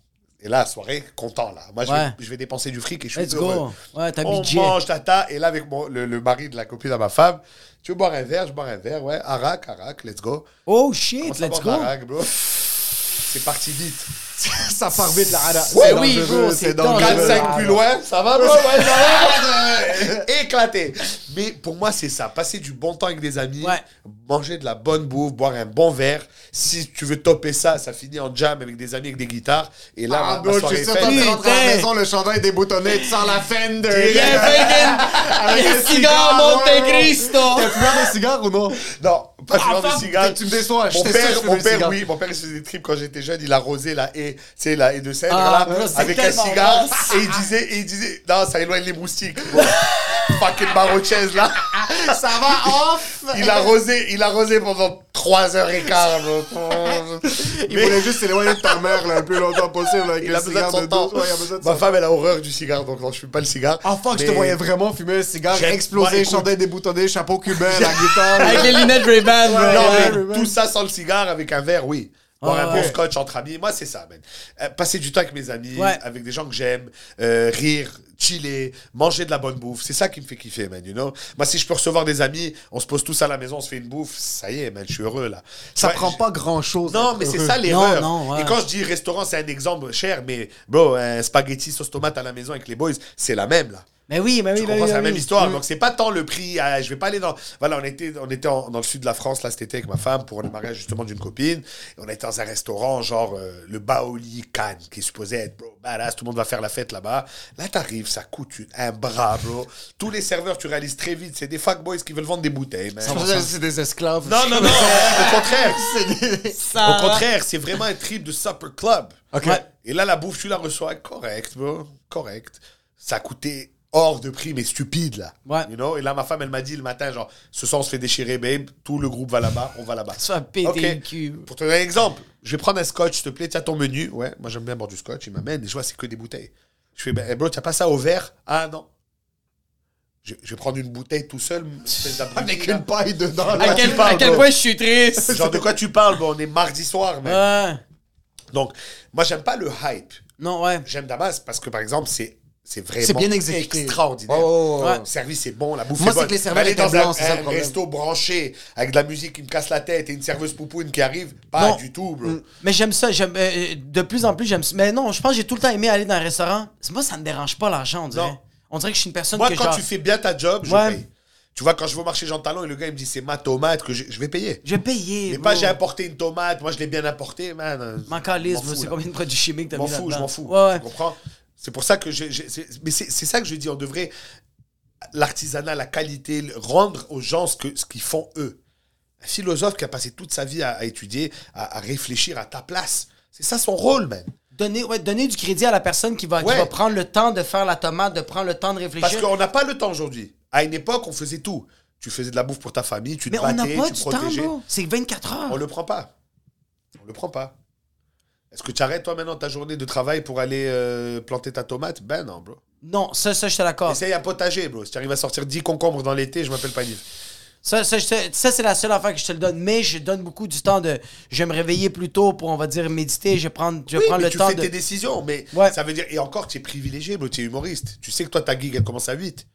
D: Et là, soirée, content là. Moi, je,
B: Ouais.
D: vais, je vais dépenser du fric et je suis
B: Let's
D: heureux.
B: go. Ouais, t'as
D: on
B: budget.
D: mange tata. Et là, avec mon- le, le mari de la copine à ma femme, tu veux boire un verre Je bois un verre. Ouais, arak, arak, let's go.
B: Oh
D: On
B: shit,
D: s'en
B: let's
D: va
B: go.
D: en arak, bro. C'est parti vite.
C: ça part vite la rada.
B: Ouais,
C: C'est
B: oui,
C: dangereux,
B: bro, c'est dangereux.
D: 4-5 plus loin, ça va, bro? Ouais, ça va. Éclaté. Mais pour moi, c'est ça. Passer du bon temps avec des amis,
B: Ouais.
D: manger de la bonne bouffe, boire un bon verre. Si tu veux topper ça, ça finit en jam avec des amis, avec des guitares. Et là,
C: Ah,
D: ma- ma,
C: bro, je
D: soirée
C: suis
D: est
C: sûr que t'as
D: faite.
C: fait rentrer à
B: Putain.
C: la maison, le chandail déboutonné, tu sens la Fender.
D: Yeah,
C: Avec
B: Les cigares, Monte
C: ouais, ouais.
B: Cristo.
C: T'as fumé des cigares ou non?
D: Non, pas fumeur de
C: Enfin,
D: cigare.
C: Ah, tu me déçois, Ah, je
D: Mon
C: t'ai sûr,
D: père,
C: je
D: mon
C: fume des
D: père
C: cigares.
D: oui, mon père, il se faisait des tripes quand j'étais jeune. Il arrosait la haie, tu sais, la haie de cèdre,
B: Ah,
D: là,
B: bro, c'est
D: avec un
B: tellement
D: cigare.
B: vaste.
D: Et il disait, et il disait, non, ça éloigne les moustiques. Bon, Fucking Marochaise, là.
E: Ça va off!
D: Il arrosait, il arrosait pendant 3 heures et quart. bro.
C: Il voulait juste s'éloigner de ta mère là, le plus longtemps possible. Avec
D: Il
C: le
D: a besoin de
C: cigare
D: son
C: de
D: temps.
C: dos. Ouais, il a besoin de son
D: Ma femme, elle a horreur du cigare, donc non, je fume pas le cigare.
C: Ah fuck, je te
D: Mais-
C: voyais vraiment fumer un cigare,
D: J'ai-
C: exploser,
D: Ouais, écoute.
C: chandelle déboutonné, chapeau cubain, la guitare.
B: Avec les lunettes Ray-Ban, bro.
D: Non,
B: Ouais.
D: mais tout ça sans le cigare avec un verre, oui. Boire un
B: Ouais.
D: bon scotch entre amis, moi c'est ça, man. Euh, passer du temps avec mes amis,
B: Ouais.
D: avec des gens que j'aime, euh, rire, chiller, manger de la bonne bouffe, c'est ça qui me fait kiffer, man, you know. Moi, si je peux recevoir des amis, on se pose tous à la maison, on se fait une bouffe, ça y est, man, je suis heureux là.
C: Ça
D: Ouais,
C: prend
D: je-
C: pas grand chose.
D: Non, mais c'est ça
B: Non,
D: l'erreur.
B: non, ouais.
D: Et quand je dis restaurant, c'est un exemple cher, mais bro, un spaghetti sauce tomate à la maison avec les boys, c'est la même là.
B: Mais oui, mais oui,
D: Tu
B: mais oui.
D: comprends, c'est la
B: mais
D: même
B: oui.
D: histoire.
B: Mm.
D: Donc, c'est pas tant le prix. euh, je vais pas aller dans. Voilà, on était, on était en- dans le sud de la France, là, cet été, avec ma femme, pour le mariage, justement, d'une copine. Et on était dans un restaurant, genre euh, le Baoli Cannes, qui est supposé être, bro, badass, tout le monde va faire la fête là-bas. Là, t'arrives, ça coûte une- un bras, bro. Tous les serveurs, tu réalises très vite, c'est des fuckboys qui veulent vendre des bouteilles, man.
C: C'est des esclaves.
D: Non, non, non, au contraire.
B: Ça-
D: Au contraire, c'est vraiment un trip de supper club.
C: Ok.
B: Ouais.
D: Et là, la bouffe, tu la reçois correct, bro. Correct. Ça coûtait hors de prix, mais stupide, là.
B: Ouais.
D: You know? Et là, ma femme, elle m'a dit le matin, genre, ce soir, on se fait déchirer, babe. Tout le groupe va là-bas, on va là-bas.
B: Ça va péter
D: Ok.
B: le cul.
D: Pour te donner un exemple, je vais prendre un scotch, s'il te plaît. Tiens ton menu. Ouais, moi, j'aime bien boire du scotch. Il m'amène et je vois, c'est que des bouteilles. Je fais, ben, eh, bro, t'as pas ça au verre? Ah, non. Je, je vais prendre une bouteille tout seul. espèce d'abruti,
C: Avec
D: là. Ah,
C: une paille dedans.
B: À
C: Là.
B: quel,
D: parles,
B: à quel
D: bro.
B: point je suis triste.
D: Genre, de quoi tu parles? Bon, on est mardi soir, mec.
C: Ah.
B: Ouais.
D: Donc, moi, j'aime pas le hype.
B: Non, ouais.
D: J'aime Damas parce que, par exemple, c'est c'est vraiment
C: C'est bien exécuté.
D: extraordinaire.
C: Oh, oh, oh.
B: Ouais.
D: Le service est bon, la bouffe
C: Moi,
D: est
C: c'est
D: bonne.
C: que les serveurs
D: D'aller
C: étaient
D: dans
C: blancs, c'est ça
D: un,
C: le
D: un
C: problème.
D: resto branché avec de la musique qui me casse la tête et une serveuse poupoune qui arrive, pas
B: Non. Mm.
D: du tout,
C: Mm.
D: bro.
B: Mais j'aime ça, j'aime euh, euh, de plus en plus j'aime ça. Mais non, je pense que j'ai tout le temps aimé aller dans un restaurant. Moi ça me dérange pas l'argent, on dirait.
D: Non.
B: On dirait que je suis une personne
D: Moi,
B: que
D: quand
B: genre,
D: tu fais bien ta job, je
B: Ouais.
D: paye. Tu vois, quand je vais au marché Jean Talon et le gars, il me dit c'est ma tomate que je, je vais payer.
B: je vais payer.
D: Mais
B: bro.
D: pas j'ai apporté une tomate, moi je l'ai bien apportée, man. Euh,
B: M'en
D: je
B: calisse,
D: m'en
B: bro,
D: fous,
B: c'est
D: là.
B: combien de produits chimiques t'as
D: Je m'en
B: mis
D: fous, je
B: là-dedans?
D: m'en fous.
B: Ouais, ouais.
D: Tu comprends C'est pour ça que je. je- c'est- mais c'est c'est ça que je dis, on devrait l'artisanat, la qualité, le- rendre aux gens ce que- ce qu'ils font eux. Un philosophe qui a passé toute sa vie à, à étudier, à, à réfléchir à ta place. C'est ça son rôle, man.
B: Donner, ouais, donner du crédit à la personne qui va, qui
D: Ouais.
B: va prendre le temps de faire la tomate, de prendre le temps de réfléchir.
D: Parce qu'on n'a pas le temps aujourd'hui. À une époque, on faisait tout. Tu faisais de la bouffe pour ta famille, tu te
B: Mais on n'a
D: battais,
B: pas
D: tu
B: du
D: protégeais.
B: temps, bro. C'est 24 heures.
D: On le prend pas. On le prend pas. Est-ce que tu arrêtes toi maintenant ta journée de travail pour aller euh, planter ta tomate Ben non, bro.
B: Non, ça, ça, je te l'accorde.
D: Essaye à potager, bro. Si tu arrives à sortir 10 concombres dans l'été, je m'appelle Panif.
B: Ça, ça, je te- ça, c'est la seule affaire que je te le donne. Mais je donne beaucoup du temps de. Je vais me réveiller plus tôt pour, on va dire, méditer. Je vais prendre, je vais
D: Oui,
B: prendre
D: mais
B: le
D: tu
B: temps
D: fais
B: de.
D: tes décisions, mais
B: Ouais.
D: ça veut dire... Et encore, tu es privilégié, bro. Tu es humoriste. Tu sais que toi, ta gig, elle commence à 8.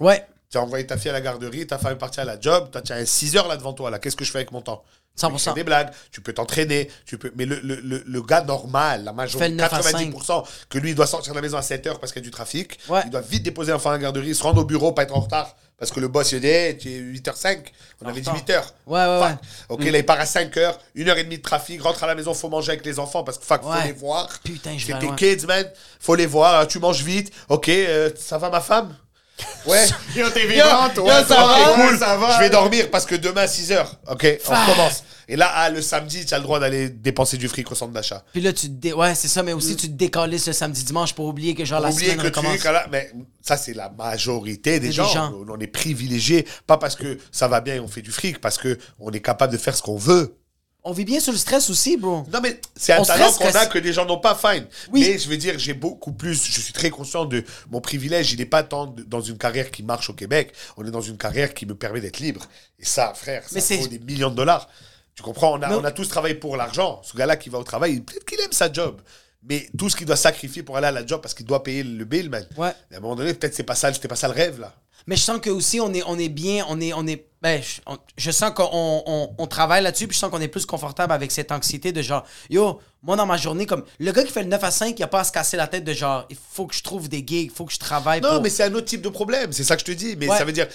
B: Ouais,
D: Tu as envoyé ta fille à la garderie, ta femme est partie à la job. Toi, tu as 6 heures là devant toi. là. Qu'est-ce que je fais avec mon temps Tu fais
B: 100%.
D: des blagues, tu peux t'entraîner, tu peux... Mais le, le, le, le gars normal, la
B: Fais
D: majorité,
B: le 9 à
D: 90%, que lui, il doit sortir de la maison à 7 heures parce qu'il y a du trafic,
B: Ouais.
D: il doit vite déposer l'enfant à la garderie, se rendre au bureau, pas être en retard, parce que le boss, il dit, Hey, tu es 8h05, on avait dit
B: retard.
D: 8h.
B: Ouais, ouais,
D: Fuck.
B: ouais.
D: Ok, là, il part à 5h, 1h30 de trafic, rentre à la maison, faut manger avec les enfants, parce que fuck,
B: Ouais.
D: faut les voir.
B: Putain, je
D: C'est
B: vais
D: tes
B: loin.
D: kids, man, faut les voir, Alors, tu manges vite, ok, euh, ça va ma femme Ouais.
C: Yo, t'es
D: vivante, ouais,
C: ça va,
D: ok, cool.
C: ça va.
D: Je vais dormir parce que demain, 6 h OK, on commence. Et là, ah, le samedi, tu as le droit d'aller dépenser du fric au centre d'achat.
B: Puis là, tu te dé... Ouais, c'est ça, mais aussi, tu te décalisses le samedi, dimanche pour oublier que, genre, la
D: Oubliez
B: semaine
D: Mm. que tu
B: recommence.
D: es là, mais ça c'est la majorité des
B: des
D: gens.
B: gens.
D: On est privilégiés, pas parce que ça va bien et on fait du fric, parce que on est capable de faire ce qu'on veut.
B: On vit bien sous le stress aussi, bro.
D: Non, mais c'est un
B: On
D: talent
B: stresse,
D: qu'on a
B: stresse.
D: que les gens n'ont pas, fine.
B: Oui.
D: Mais je veux dire, j'ai beaucoup plus, je suis très conscient de mon privilège. Il n'est pas tant de- dans une carrière qui marche au Québec. On est dans une carrière qui me permet d'être libre. Et ça, frère, ça
B: Mais c'est-
D: vaut des millions de dollars. Tu comprends? On a,
B: Non.
D: on a tous travaillé pour l'argent. Ce gars-là qui va au travail, peut-être qu'il aime sa job. Mais tout ce qu'il doit sacrifier pour aller à la job parce qu'il doit payer le bill, man.
B: Ouais.
D: À un moment donné, peut-être c'est pas ça, c'était pas ça le rêve, là.
B: Mais je sens que aussi, on est, on est bien, on est. On est ben, je, on- je sens qu'on on, on travaille là-dessus, puis je sens qu'on est plus confortable avec cette anxiété de genre, yo, moi dans ma journée, comme le gars qui fait le 9 à 5, il a pas à se casser la tête de genre, il faut que je trouve des gigs, il faut que je travaille.
D: Non,
B: pour-
D: mais c'est un autre type de problème. C'est ça que je te dis. Mais
B: Ouais.
D: ça veut dire,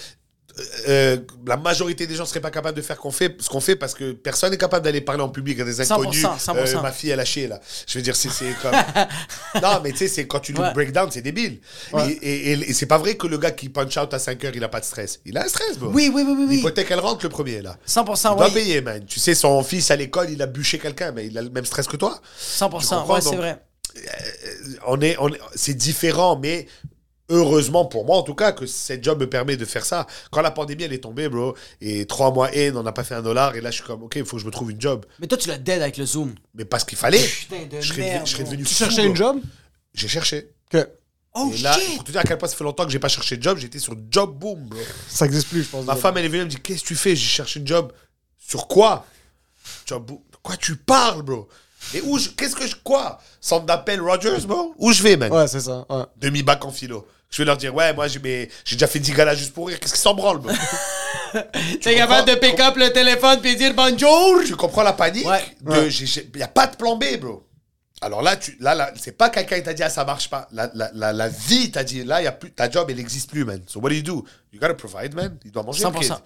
D: euh, la majorité des gens seraient pas capables de faire qu'on fait, ce qu'on fait parce que personne n'est capable d'aller parler en public à des
B: 100%,
D: inconnus. Euh,
B: 100%.
D: ma fille, elle a chié, là. Je veux dire, c'est c'est comme. non, mais tu sais, c'est quand tu lis
B: Ouais.
D: le breakdown, c'est débile.
C: Ouais.
D: Et, et- et- et c'est pas vrai que le gars qui punch out à 5 heures, il a pas de stress. Il a un stress, bro.
B: Oui, oui, oui, oui, Ah oui.
D: L'hypothèque, elle rentre le premier, là.
B: 100%,
D: Il doit
B: ouais.
D: payer, man. Tu sais, son fils à l'école, il a bûché quelqu'un, mais il a le même stress que toi. Tu
B: 100%,
D: comprends,
B: ouais, c'est
D: donc-
B: vrai.
D: on est, on est- c'est différent, mais heureusement pour moi en tout cas que cette job me permet de faire ça. Quand la pandémie elle est tombée, bro, et trois mois et on n'a pas fait un dollar, et là je suis comme, ok, il faut que je me trouve une job.
B: Mais toi, tu l'as dead avec le Zoom.
D: Mais parce qu'il fallait.
B: Putain de
D: Eh, je serais,
B: merde,
D: je serais
B: bro.
D: devenu.
C: Tu
D: fou,
C: cherchais
D: bro.
C: une job
D: J'ai cherché.
C: Que
B: Oh
D: et là,
B: shit!
D: pour te dire à quel point ça fait longtemps que j'ai pas cherché de job, j'étais sur Job Boom, bro.
C: ça existe plus, je pense.
D: Ma femme elle est venue, elle me dit, qu'est-ce que tu fais J'ai cherché une job. Sur quoi Job Boom. De Quoi tu parles, bro Et où je- Qu'est-ce que je. Quoi Centre d'appel Rogers, bro Où je vais, man
C: Ouais, c'est ça. ouais.
D: demi-bac en philo. Je vais leur dire, ouais, moi j'ai mes- j'ai déjà fait 10 galas juste pour rire, qu'est-ce qu'ils s'en branlent bro
B: T'es capable de pick up le téléphone puis dire bonjour!
D: Tu comprends la panique
B: Ouais.
D: de Il n'y a pas de plan B, bro. Alors là, tu, là, là c'est pas quelqu'un qui t'a dit, ah, ça marche pas. La, la, la, la vie t'a dit, là, y a plus, ta job, elle n'existe plus, man. So what do you do You gotta provide, man. Il doit manger. le
B: 100%,
D: kid.
B: 100%,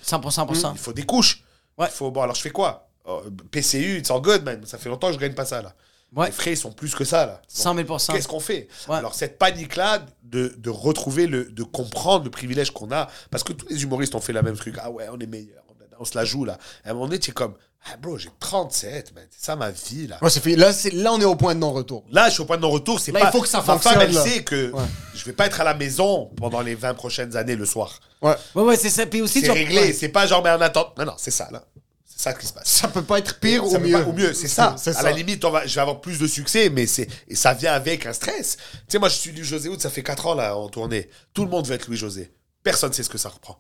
B: 100%.
D: Il faut des couches.
B: Ouais.
D: Il faut, bon, alors je fais quoi Oh, PCU, it's all good, man. Ça fait longtemps que je gagne pas ça, là.
B: Ouais.
D: Les frais, ils sont plus que ça, là.
B: 100 000
D: Qu'est-ce qu'on fait
B: Ouais.
D: Alors cette panique-là de, de retrouver le, de comprendre le privilège qu'on a, parce que tous les humoristes ont fait la même truc. Ah ouais, on est meilleur, on, on se la joue là. À un moment donné, tu es comme, ah bro, j'ai 37, man, c'est ça ma vie là.
C: Ouais, c'est fini. Là, c'est- là, on est au point de non-retour.
D: Là, je suis au point de non-retour. C'est
C: Là,
D: pas.
C: il faut que ça
D: ma
C: fonctionne,
D: femme, elle
C: là.
D: sait que
C: Ouais.
D: je vais pas être à la maison pendant les 20 prochaines années le soir.
C: Ouais.
B: Ouais, ouais, c'est ça. Puis aussi, tu
D: C'est
B: vas-
D: réglé.
B: ouais.
D: C'est pas genre mais en attente. Non, non, c'est ça là. C'est ça qui se passe.
C: Ça peut pas être pire
D: Ça
C: ou
D: peut
C: mieux.
D: pas- au mieux, c'est ça.
C: C'est
D: à
C: ça.
D: la limite, on va, je vais avoir plus de succès, mais c'est et ça vient avec un stress. Tu sais, moi, je suis Louis José Hood, ça fait 4 ans là en tournée. Tout le monde veut être Louis José. Personne sait ce que ça reprend.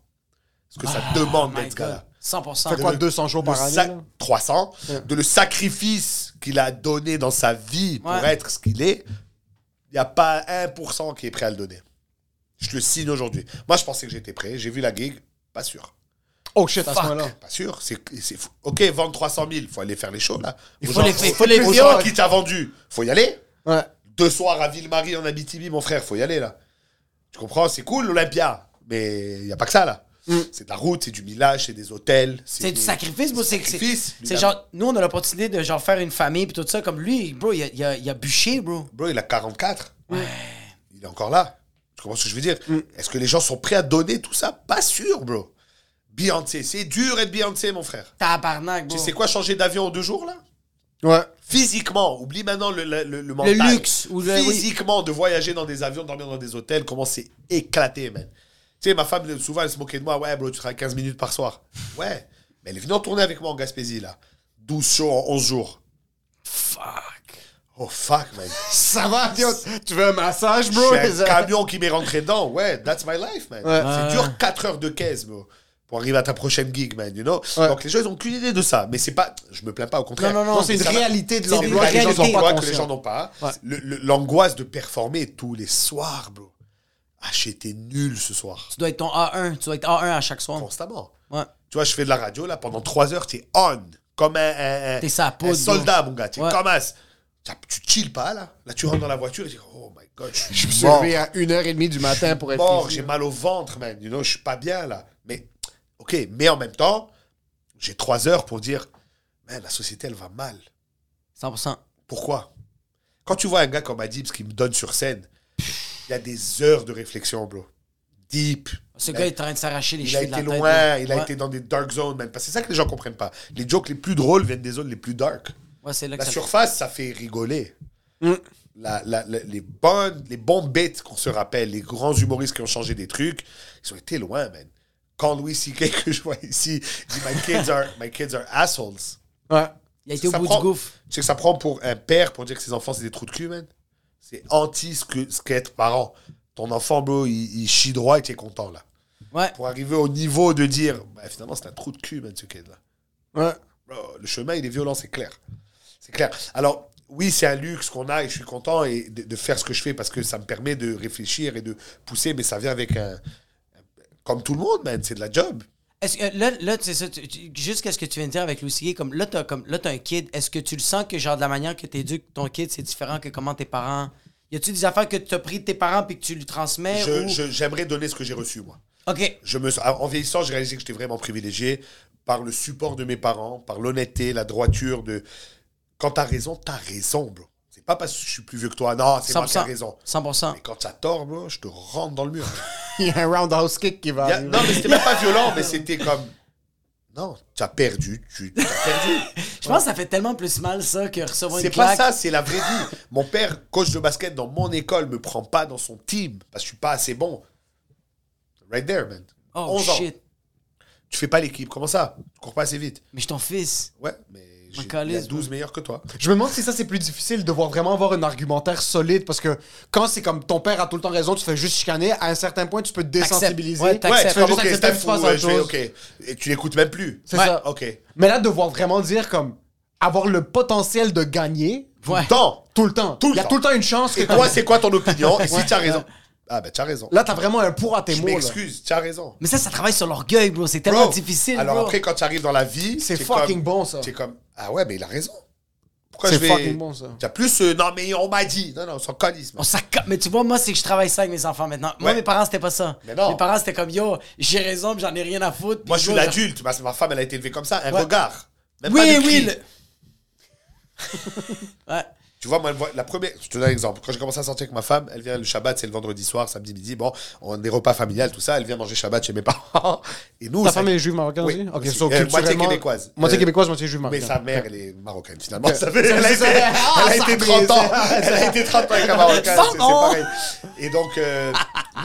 D: Ce que
C: Ah,
D: ça demande
B: Oh My
D: d'être ce gars-là.
B: God. 100%.
C: Fait quoi,
D: le-
C: 200 jours
D: Le
C: par année
D: sac-
C: là
D: 300,
C: Ouais.
D: de le sacrifice qu'il a donné dans sa vie pour
B: Ouais.
D: être ce qu'il est, il n'y a pas 1% qui est prêt à le donner. Je le signe aujourd'hui. Moi, je pensais que j'étais prêt. J'ai vu la gig, pas sûr.
C: Oh shit, à ce
D: Fuck.
C: moment-là.
D: Pas sûr. C'est, c'est fou. ok, vendre 300 000, faut aller faire les shows là.
B: Il
D: Aux
B: faut
D: gens-
B: les- il faut les
D: aux
B: faire.
D: gens qui t'a vendu, faut y aller.
C: Ouais.
D: Deux soirs à Ville-Marie en Abitibi, mon frère, faut y aller là. Tu comprends, c'est cool l'Olympia, mais il y a pas que ça là. C'est de la route, c'est du millage, c'est des hôtels,
B: Mm. C'est du
D: des-
B: sacrifice, bro. C'est c'est-
D: sacrifice,
B: c'est
D: évidemment.
B: genre, nous, on a l'opportunité de genre faire une famille puis tout ça. Comme lui, bro, il a, il a, il a bûché, bro.
D: Bro, il a 44. Il est encore là. Tu comprends ce que je veux dire
B: Mm.
D: Est-ce que les gens sont prêts à donner tout ça Pas sûr, bro. Beyoncé, c'est dur être Beyoncé, mon frère.
B: Tabarnak, bro.
D: Tu sais quoi changer d'avion en deux jours, là
C: Ouais.
D: Physiquement, oublie maintenant le, le, le, le mental.
B: luxe, ou le- oui.
D: Physiquement, de voyager dans des avions, dormir dans des hôtels, comment c'est éclaté, man. Tu sais, ma femme, souvent, elle se moquait de moi. Ouais, bro, tu seras 15 minutes par soir. Ouais. Mais elle est venue en tournée avec moi en Gaspésie, là. 12 shows en 11 jours.
B: Fuck.
D: Oh, fuck, man.
C: Ça va, yo, tu veux un massage, bro?
D: Je suis un
C: Ça-
D: camion qui m'est rentré dedans. Ouais, that's my life, man.
C: Ouais.
D: C'est dur 4 heures de caisse, bro, pour arriver à ta prochaine gig, man, you know.
C: Ouais.
D: Donc les gens, ils ont qu'une idée de ça. Mais c'est pas. Je me plains pas, au contraire.
B: Non, non, non,
C: Non, c'est une
D: Ça va-
C: réalité de
B: C'est une
C: l'emploi que les gens
B: réalité.
C: sont pas
D: que les gens
C: conscients.
D: n'ont pas. hein.
C: Ouais.
D: Le- le- L'angoisse de performer tous les soirs, bro. Ah, j'étais nul ce soir.
B: Tu dois être ton A1. Tu dois être A1 à chaque soir.
D: Constamment.
B: Ouais.
D: Tu vois, je fais de la radio, là, pendant 3 heures, t'es on. Comme un, un, un-
B: T'es sa
D: un
B: poudre,
D: soldat, mon gars. T'es
B: Ouais.
D: comme un. t'as- Tu chill pas, là. Là, tu rentres dans la voiture et tu dis, oh my god, je suis
C: Je me suis
D: mort.
C: levé à 1h30 du matin pour être
D: mort,
C: ici.
D: j'ai mal au ventre, man. You know, je suis pas bien là. Mais, ok, mais en même temps, j'ai trois heures pour dire, man, la société, elle va mal.
B: 100%.
D: Pourquoi Quand tu vois un gars comme Adibs qui me donne sur scène, il y a des heures de réflexion, bro. Deep.
B: Ce
D: Il
B: gars
D: a-
B: est en train de s'arracher les
D: il a
B: cheveux de la
D: été
B: tête.
D: loin,
B: là.
D: il a
B: Ouais.
D: été dans des dark zones, man. Parce que c'est ça que les gens comprennent pas. Les jokes les plus drôles viennent des zones les plus dark.
B: Ouais, c'est là que
D: La
B: ça...
D: surface, ça fait rigoler.
B: Mm.
D: La- la- la- les, bonnes, les bons bêtes qu'on se rappelle, les grands humoristes qui ont changé des trucs, ils ont été loin, man. Quand Louis C.K. que je vois ici dit My kids are, my kids are assholes.
C: Ouais.
B: Il a été au
D: Ça
B: bout
D: prend-
B: du gouffre.
D: Tu sais que ça prend pour un père pour dire que ses enfants, c'est des trous de cul, man. C'est anti ce que- ce qu'est être parent. Ton enfant, bro, il, il chie droit et tu es content, là.
B: Ouais.
D: Pour arriver au niveau de dire, Bah, finalement, c'est un trou de cul, man, ce kid-là.
C: Ouais.
D: Bro, le chemin, il est violent, c'est clair. C'est clair. Alors, oui, c'est un luxe qu'on a et je suis content et de, de faire ce que je fais parce que ça me permet de réfléchir et de pousser, mais ça vient avec un. Comme tout le monde, man, c'est de la job.
B: Est-ce que là, là c'est ça, tu- tu- juste qu'est-ce que tu viens de dire avec Louis Gay, comme là, t'as comme là, t'as un kid. Est-ce que tu le sens que genre de la manière que t'éduques ton kid, c'est différent que comment tes parents. Y a-tu des affaires que t'as pris de tes parents puis que tu lui transmets
D: Je-
B: Eh, ou...
D: je- J'aimerais donner ce que j'ai reçu, moi.
B: OK.
D: Je me, sens- en vieillissant, j'ai réalisé que j'étais vraiment privilégié par le support de mes parents, par l'honnêteté, la droiture de. Quand t'as raison, t'as raison, bro. C'est pas parce que je suis plus vieux que toi. Non, c'est moi qui ai
B: 100%.
D: raison.
B: 100%.
D: Mais quand t'as tort, bro, je te rentre dans le mur.
C: Il y a un roundhouse kick
B: Ah,
C: qui va.
D: Y a-
C: arriver.
D: non, mais c'était même pas violent, mais c'était comme. Non, t'as perdu, tu as perdu.
B: Je pense que ça fait tellement plus mal, ça, que recevoir une
D: C'est
B: claque.
D: pas ça, c'est la vraie vie. Mon père, coach de basket dans mon école, me prend pas dans son team parce que je suis pas assez bon. Right there, man.
B: Oh
D: 11 ans.
B: shit.
D: Tu fais pas l'équipe, comment ça Tu cours pas assez vite.
B: Mais je ton fils.
D: Ouais, mais j'ai il y a
B: calisse,
D: 12 meilleurs que toi.
C: Je me demande si ça, c'est plus difficile de devoir vraiment avoir un argumentaire solide parce que quand c'est comme ton père a tout le temps raison, tu fais juste chicaner, à un certain point, tu peux te
B: T'acceptes.
C: désensibiliser.
B: Ouais, t'acceptes.
D: Ouais,
C: tu
D: c'est
C: fais
D: comme,
C: juste
D: ok,
C: accepter
D: Steph
C: que tu
D: fou,
C: fasses
D: ouais,
C: autre
D: je fais,
C: chose.
D: ok. Et tu l'écoutes même plus.
C: C'est
D: Ouais,
C: ça.
D: Ok.
C: Mais là, devoir vraiment dire comme avoir le potentiel de gagner
B: Ouais.
D: Tant.
C: tout le temps.
D: Tout le
C: Il y a
D: temps.
C: tout le temps une chance que
D: Et toi, c'est quoi ton opinion Et si t'as raison Ah, ben t'as raison.
C: Là, t'as vraiment un pour à tes
D: Je
C: mots. là.
D: m'excuse, t'as raison.
B: Mais ça, ça travaille sur l'orgueil, bro. C'est tellement
D: Bro,
B: difficile,
D: Alors
B: bro.
D: après, quand tu arrives dans la vie,
C: C'est
D: t'es
C: fucking
D: comme-
C: bon, ça.
D: T'es comme ah ouais, mais il a raison. Pourquoi
C: C'est
D: je vais
C: fucking bon, ça.
D: T'as plus euh, non mais on m'a dit non non sans calisse.
B: On s'en ca- Mais tu vois, moi, c'est que je travaille ça avec mes enfants maintenant. Moi,
D: Ouais.
B: mes parents, c'était pas ça.
D: Mais non.
B: Mes parents, c'était comme, yo, j'ai raison, puis j'en ai rien à
C: Oh,
B: foutre. puis
D: Moi je suis
B: yo, j'en-
D: l'adulte, ma, ma femme elle a été élevée comme ça, un
B: Ouais.
D: regard. Même pas
B: Oui,
D: de
B: oui.
D: cri.
B: le- ouais.
D: Tu vois, moi, la première, je te donne un exemple. Quand j'ai commencé à sortir avec ma femme, elle vient le Shabbat, c'est le vendredi soir, samedi midi. Bon, on a des repas familiales, tout ça. Elle vient manger Shabbat chez mes parents. Et nous,
C: Ta
D: ça-
C: femme est juive marocaine
D: Oui,
C: aussi? Ok,
D: aussi.
C: so,
D: Euh, moitié
C: culturellement-
D: québécoise.
C: Moitié
D: Euh,
C: québécoise, moitié juive
D: Mais
C: marocaine.
D: sa mère, elle est marocaine, finalement. Ça fait-
C: ça-
D: elle, a été,
C: ça- Ah,
D: elle a
C: ça
D: été
C: brise.
D: 30 ans. Elle a été 30 ans avec un marocain. c'est- C'est
B: Pardon.
D: pareil. Et donc, euh,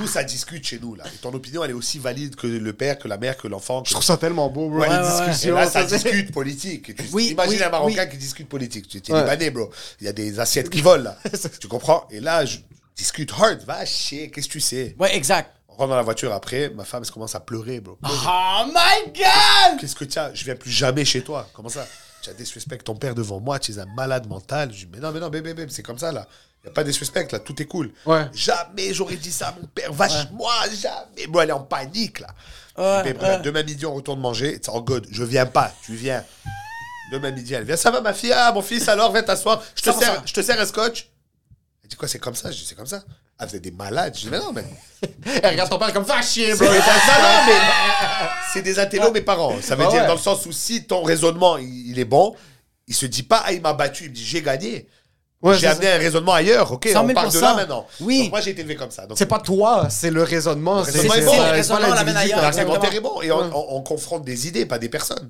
D: nous, ça discute chez nous, là. Et ton opinion, elle est aussi valide que le père, que la mère, que l'enfant. que-
C: Je trouve ça tellement beau, bro.
D: Ouais,
C: les
D: ouais, ouais.
C: discussions.
D: Et là,
C: ça,
D: ça
C: c'est-
D: discute politique. Et Tu,
B: Oui,
D: imagine
B: oui,
D: un Marocain qui discute politique. Tu es libanais, bro. Il y a des assiettes qui volent, là. tu comprends Et là, je discute hard. Va chier, qu'est-ce que tu sais
B: Ouais, exact.
D: On rentre dans la voiture après, ma femme elle commence à pleurer, bro.
B: Oh my god!
D: Qu'est-ce que tu as Je viens plus jamais chez toi. Comment ça Tu as disrespect ton père devant moi, tu es un malade mental. Je dis, mais non, mais non, bébé, bébé, c'est comme ça, là. Il n'y a pas de disrespect, là, tout est cool.
C: Ouais.
D: Jamais j'aurais dit ça à mon père, vache-moi, jamais. Bon, elle est en panique, là.
B: Ouais,
D: Je dis,
B: ouais.
D: Bébé, demain midi, on retourne manger. It's all good. Je viens pas, tu viens. Demain midi, elle vient. Ça va, ma fille Ah, mon fils, alors, viens t'asseoir. Je te,
B: 100%.
D: sers, je te sers un scotch. Elle dit, quoi, c'est comme ça Je dis, c'est comme ça. Ah, vous êtes des malades. Je dis, mais non, mais.
C: Eh, regarde ton père comme ça, chier, bro.
D: Non, mais t'as- non, non, mais c'est des intellos, mes parents. Ça veut
C: Ah
D: dire,
C: ouais.
D: dans le sens où si ton raisonnement, il, il est bon, il se dit pas, ah, il m'a battu, il me dit, j'ai gagné.
C: Ouais,
D: j'ai
C: c'est
D: amené un raisonnement ailleurs, ok,
B: 100
D: on
B: 000%.
D: parle de là maintenant.
B: Oui.
D: Donc, moi, j'ai été élevé comme ça. Donc,
C: C'est pas toi, c'est le raisonnement.
D: Le raisonnement est bon.
C: ça,
D: Le
C: pas
B: raisonnement l'amène
C: l'individu,
B: ailleurs.
C: t'as raison.
D: l'argumentaire est bon. Et on, on- on confronte des idées, pas des personnes.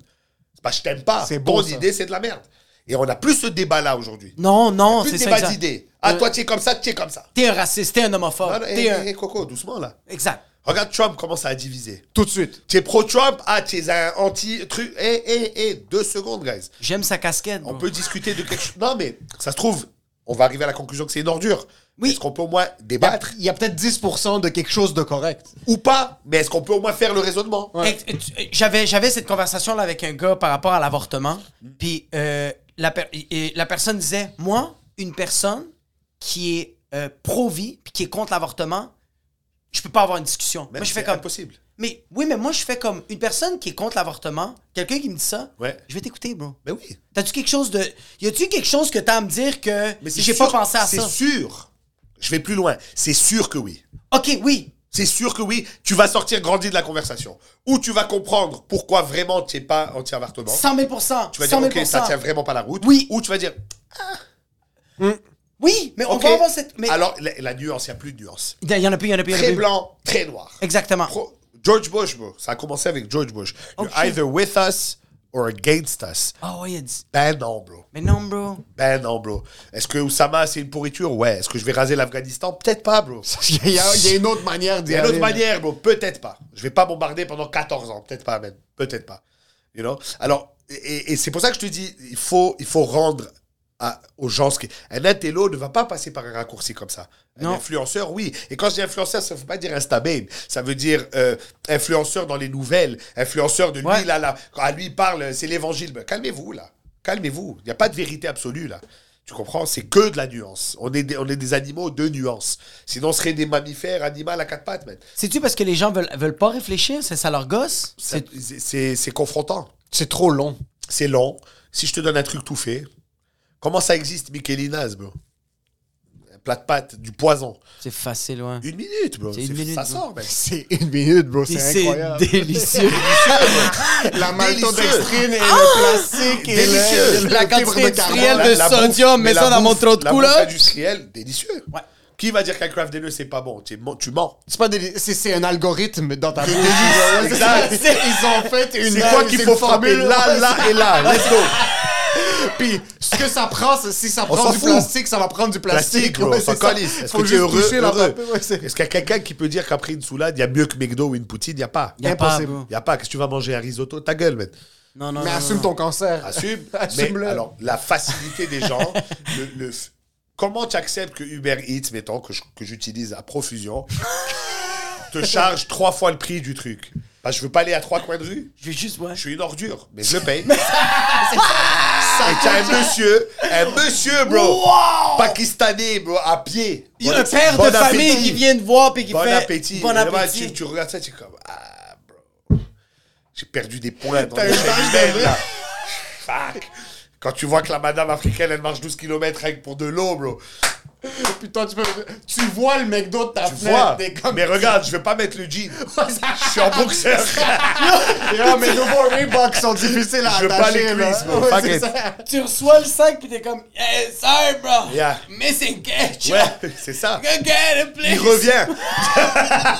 D: C'est pas, je t'aime pas.
C: C'est
D: Ton
C: bon, ça.
D: idée, c'est de la merde. Et on a plus ce débat-là aujourd'hui.
B: Non, non,
D: Plus
B: c'est
D: de
B: ça.
D: débat
B: exact.
D: d'idées. Ah,
C: Euh,
D: toi, tu es comme ça, tu es comme ça.
B: T'es un raciste, t'es un
D: Ah,
B: homophobe.
D: non,
B: T'es
D: hé,
B: un.
D: hé, hé, Coco, doucement là.
B: Exact.
D: Regarde Trump commence à diviser.
C: Tout de suite.
D: T'es pro-Trump, ah, t'es un anti-truc. Eh, eh, eh, deux secondes, guys.
B: J'aime sa casquette.
D: On
B: bro.
D: peut discuter de quelque chose. Non, mais ça se trouve, on va arriver à la conclusion que c'est une ordure.
B: Oui.
D: Est-ce qu'on peut au moins
C: Il y a-
D: débattre
C: il y a peut-être 10% de quelque chose de correct.
D: ou pas Mais est-ce qu'on peut au moins faire le raisonnement
C: Ouais.
B: Et- et Eh, tu- et J'avais, j'avais cette conversation-là avec un gars par rapport à l'avortement. Puis euh, la, per- et- et la personne disait Moi, une personne qui est euh, pro-vie puis qui est contre l'avortement, je peux pas avoir une discussion. moi,
D: Même
B: je
D: si
B: fais
D: c'est
B: comme.
D: impossible.
B: Mais oui, mais moi, je fais comme une personne qui est contre l'avortement, quelqu'un qui me dit ça,
D: Ouais.
B: je vais t'écouter, bro.
D: Mais oui.
B: T'as-tu quelque chose de. Y a-tu quelque chose que t'as à me dire que
D: Mais c'est
B: j'ai
D: sûr-
B: pas pensé à ça?
D: C'est sûr. Je vais plus loin. C'est sûr que oui.
B: Ok, oui.
D: C'est sûr que oui, tu vas sortir grandi de la conversation. Ou tu vas comprendre pourquoi vraiment tu n'es pas anti-avortement.
B: 100 000
D: Tu vas dire,
B: 100
D: ok,
B: 000
D: ça tient vraiment pas la route.
B: Oui.
D: Ou tu vas dire,
B: Oui, mais on
D: ok.
B: va avoir cette. Mais...
D: Alors, la, la nuance, il n'y a plus de nuance.
B: Il y en a plus, il y en a plus, il y en a
D: Très
B: plus.
D: blanc, très noir.
B: Exactement.
D: Pro- George Bush, bro. Ça a commencé avec George Bush. You're
B: shit.
D: either with us or against us.
B: Ah ouais, il a dit.
D: Ben non, bro.
B: Mais non, bro.
D: Ben non, bro. Est-ce que Oussama, c'est une pourriture Ouais. Est-ce que je vais raser l'Afghanistan Peut-être pas, bro.
C: Il y, a, il y a une autre manière d'y
D: Il y a une
C: aller.
D: autre manière, bro. Peut-être pas. Je vais pas bombarder pendant 14 ans. Peut-être pas, même. Peut-être pas. You know Alors, et, et c'est pour ça que je te dis, il faut, il faut rendre à- aux gens ce qui. Un intello ne va pas passer par un raccourci comme ça. Un
B: Non.
D: influenceur, oui. Et quand je dis influenceur, ça ne veut pas dire Instababe. Ça veut dire euh, influenceur dans les nouvelles, influenceur de lui,
B: Ouais.
D: là, là. Quand à lui il parle, c'est l'évangile. Ben, calmez-vous, là. Calmez-vous. Il n'y a pas de vérité absolue, là. Tu comprends C'est que de la nuance. On est, des, on est des animaux de nuance. Sinon, on serait des mammifères, animaux à quatre pattes, man.
B: C'est-tu parce que les gens veulent, veulent pas réfléchir? C'est ça leur gosse?
D: Ça-
B: C'est-
D: c'est- C'est c'est confrontant.
C: C'est trop long.
D: C'est long. Si je te donne un truc tout fait, comment ça existe, Michelinas, bro Un plat de pâtes, du poison.
B: C'est facile, ouais.
D: Une minute, bro.
B: C'est une
D: C'est-
B: minute,
D: ça
B: bro.
D: sort, ben, mec.
C: C'est une minute, bro.
B: Puis
C: C'est
B: c'est
C: incroyable.
B: délicieux.
C: La maltodextrine et le plastique et
D: Ah! Délicieux.
C: le- le
B: La
C: fibre
B: quantité
C: de
B: industrielle
C: carbone.
B: de sodium, mets
D: mais
B: ça dans mon trou
D: trop
B: de cou, là.
D: industriel, délicieux.
B: Ouais.
D: Qui va dire qu'un craft dinner, c'est pas bon tu, mens- tu mens.
C: C'est pas des- c'est- c'est un algorithme dans ta
D: Exact.
C: Ils ont fait une
D: C'est quoi qu'il
C: une
D: faut frapper
C: formule.
D: Là, là et là. Let's go.
C: Puis ce que ça prend, c'est- si ça
D: On
C: prend
D: s'en
C: du
D: fout.
C: plastique, ça va prendre du plastique.
D: Plastique, bro.
C: Ouais,
D: S'en
C: c'est ça.
D: calisse. Est-ce
C: Faut
D: que tu es
C: juste
D: heureux,
C: toucher la
D: heureux?
C: pâte. Ouais, c'est-
D: Est-ce qu'il y a quelqu'un qui peut dire qu'après une soulade, il y a mieux que McDo ou une poutine Il n'y a pas.
B: Y a pas,
C: Impossible.
B: bro.
D: Il n'y a pas. Qu'est-ce que tu vas manger Un risotto Ta gueule, mec.
B: Non, non,
C: Mais
B: non,
C: assume
B: non.
C: ton cancer.
D: Ah. Assume.
C: Assume-le.
D: Mais alors, la facilité des gens, le, le f- comment tu acceptes que Uber Eats, mettons, que je- que j'utilise à profusion, te charge trois fois le prix du truc Bah, Je veux pas aller à trois coins de rue.
B: Je vais juste, ouais.
D: Je suis une ordure, mais je le paye. Et t'as un monsieur, un monsieur, bro, pakistanais, bro, à pied.
B: Il y a
D: Bon
B: un père
D: bon
B: de famille
D: appétit.
B: qui vient te voir puis qui
D: Bon
B: fait
D: appétit.
B: Bon
D: Et là-bas,
B: appétit.
D: tu, tu regardes ça, tu es comme ah bro, j'ai perdu des points dans
C: T'as
D: les
C: une
D: chaînes
C: marge de
D: humaines,
C: blé.
D: là. Fuck. Quand tu vois que la madame africaine elle marche 12 km avec pour de l'eau, bro.
C: Oh, Putain, tu, peux... tu vois le mec d'autre ta
D: Tu
C: fenêtre.
D: vois.
C: t'es comme-
D: Mais regarde, je vais pas mettre le jean. Je suis en boxeur.
C: Et là, mes nouveaux Reebok sont difficiles à
D: Je veux pas
C: attacher.
D: les
C: là.
D: cuisses, bro.
C: Ouais,
D: Fuck
C: c'est
D: it.
C: ça.
B: Tu reçois le sac puis t'es comme Hey, sorry, bro.
D: Yeah.
B: Missing catch.
D: Ouais, c'est ça.
B: Go get it, please.
D: Il revient.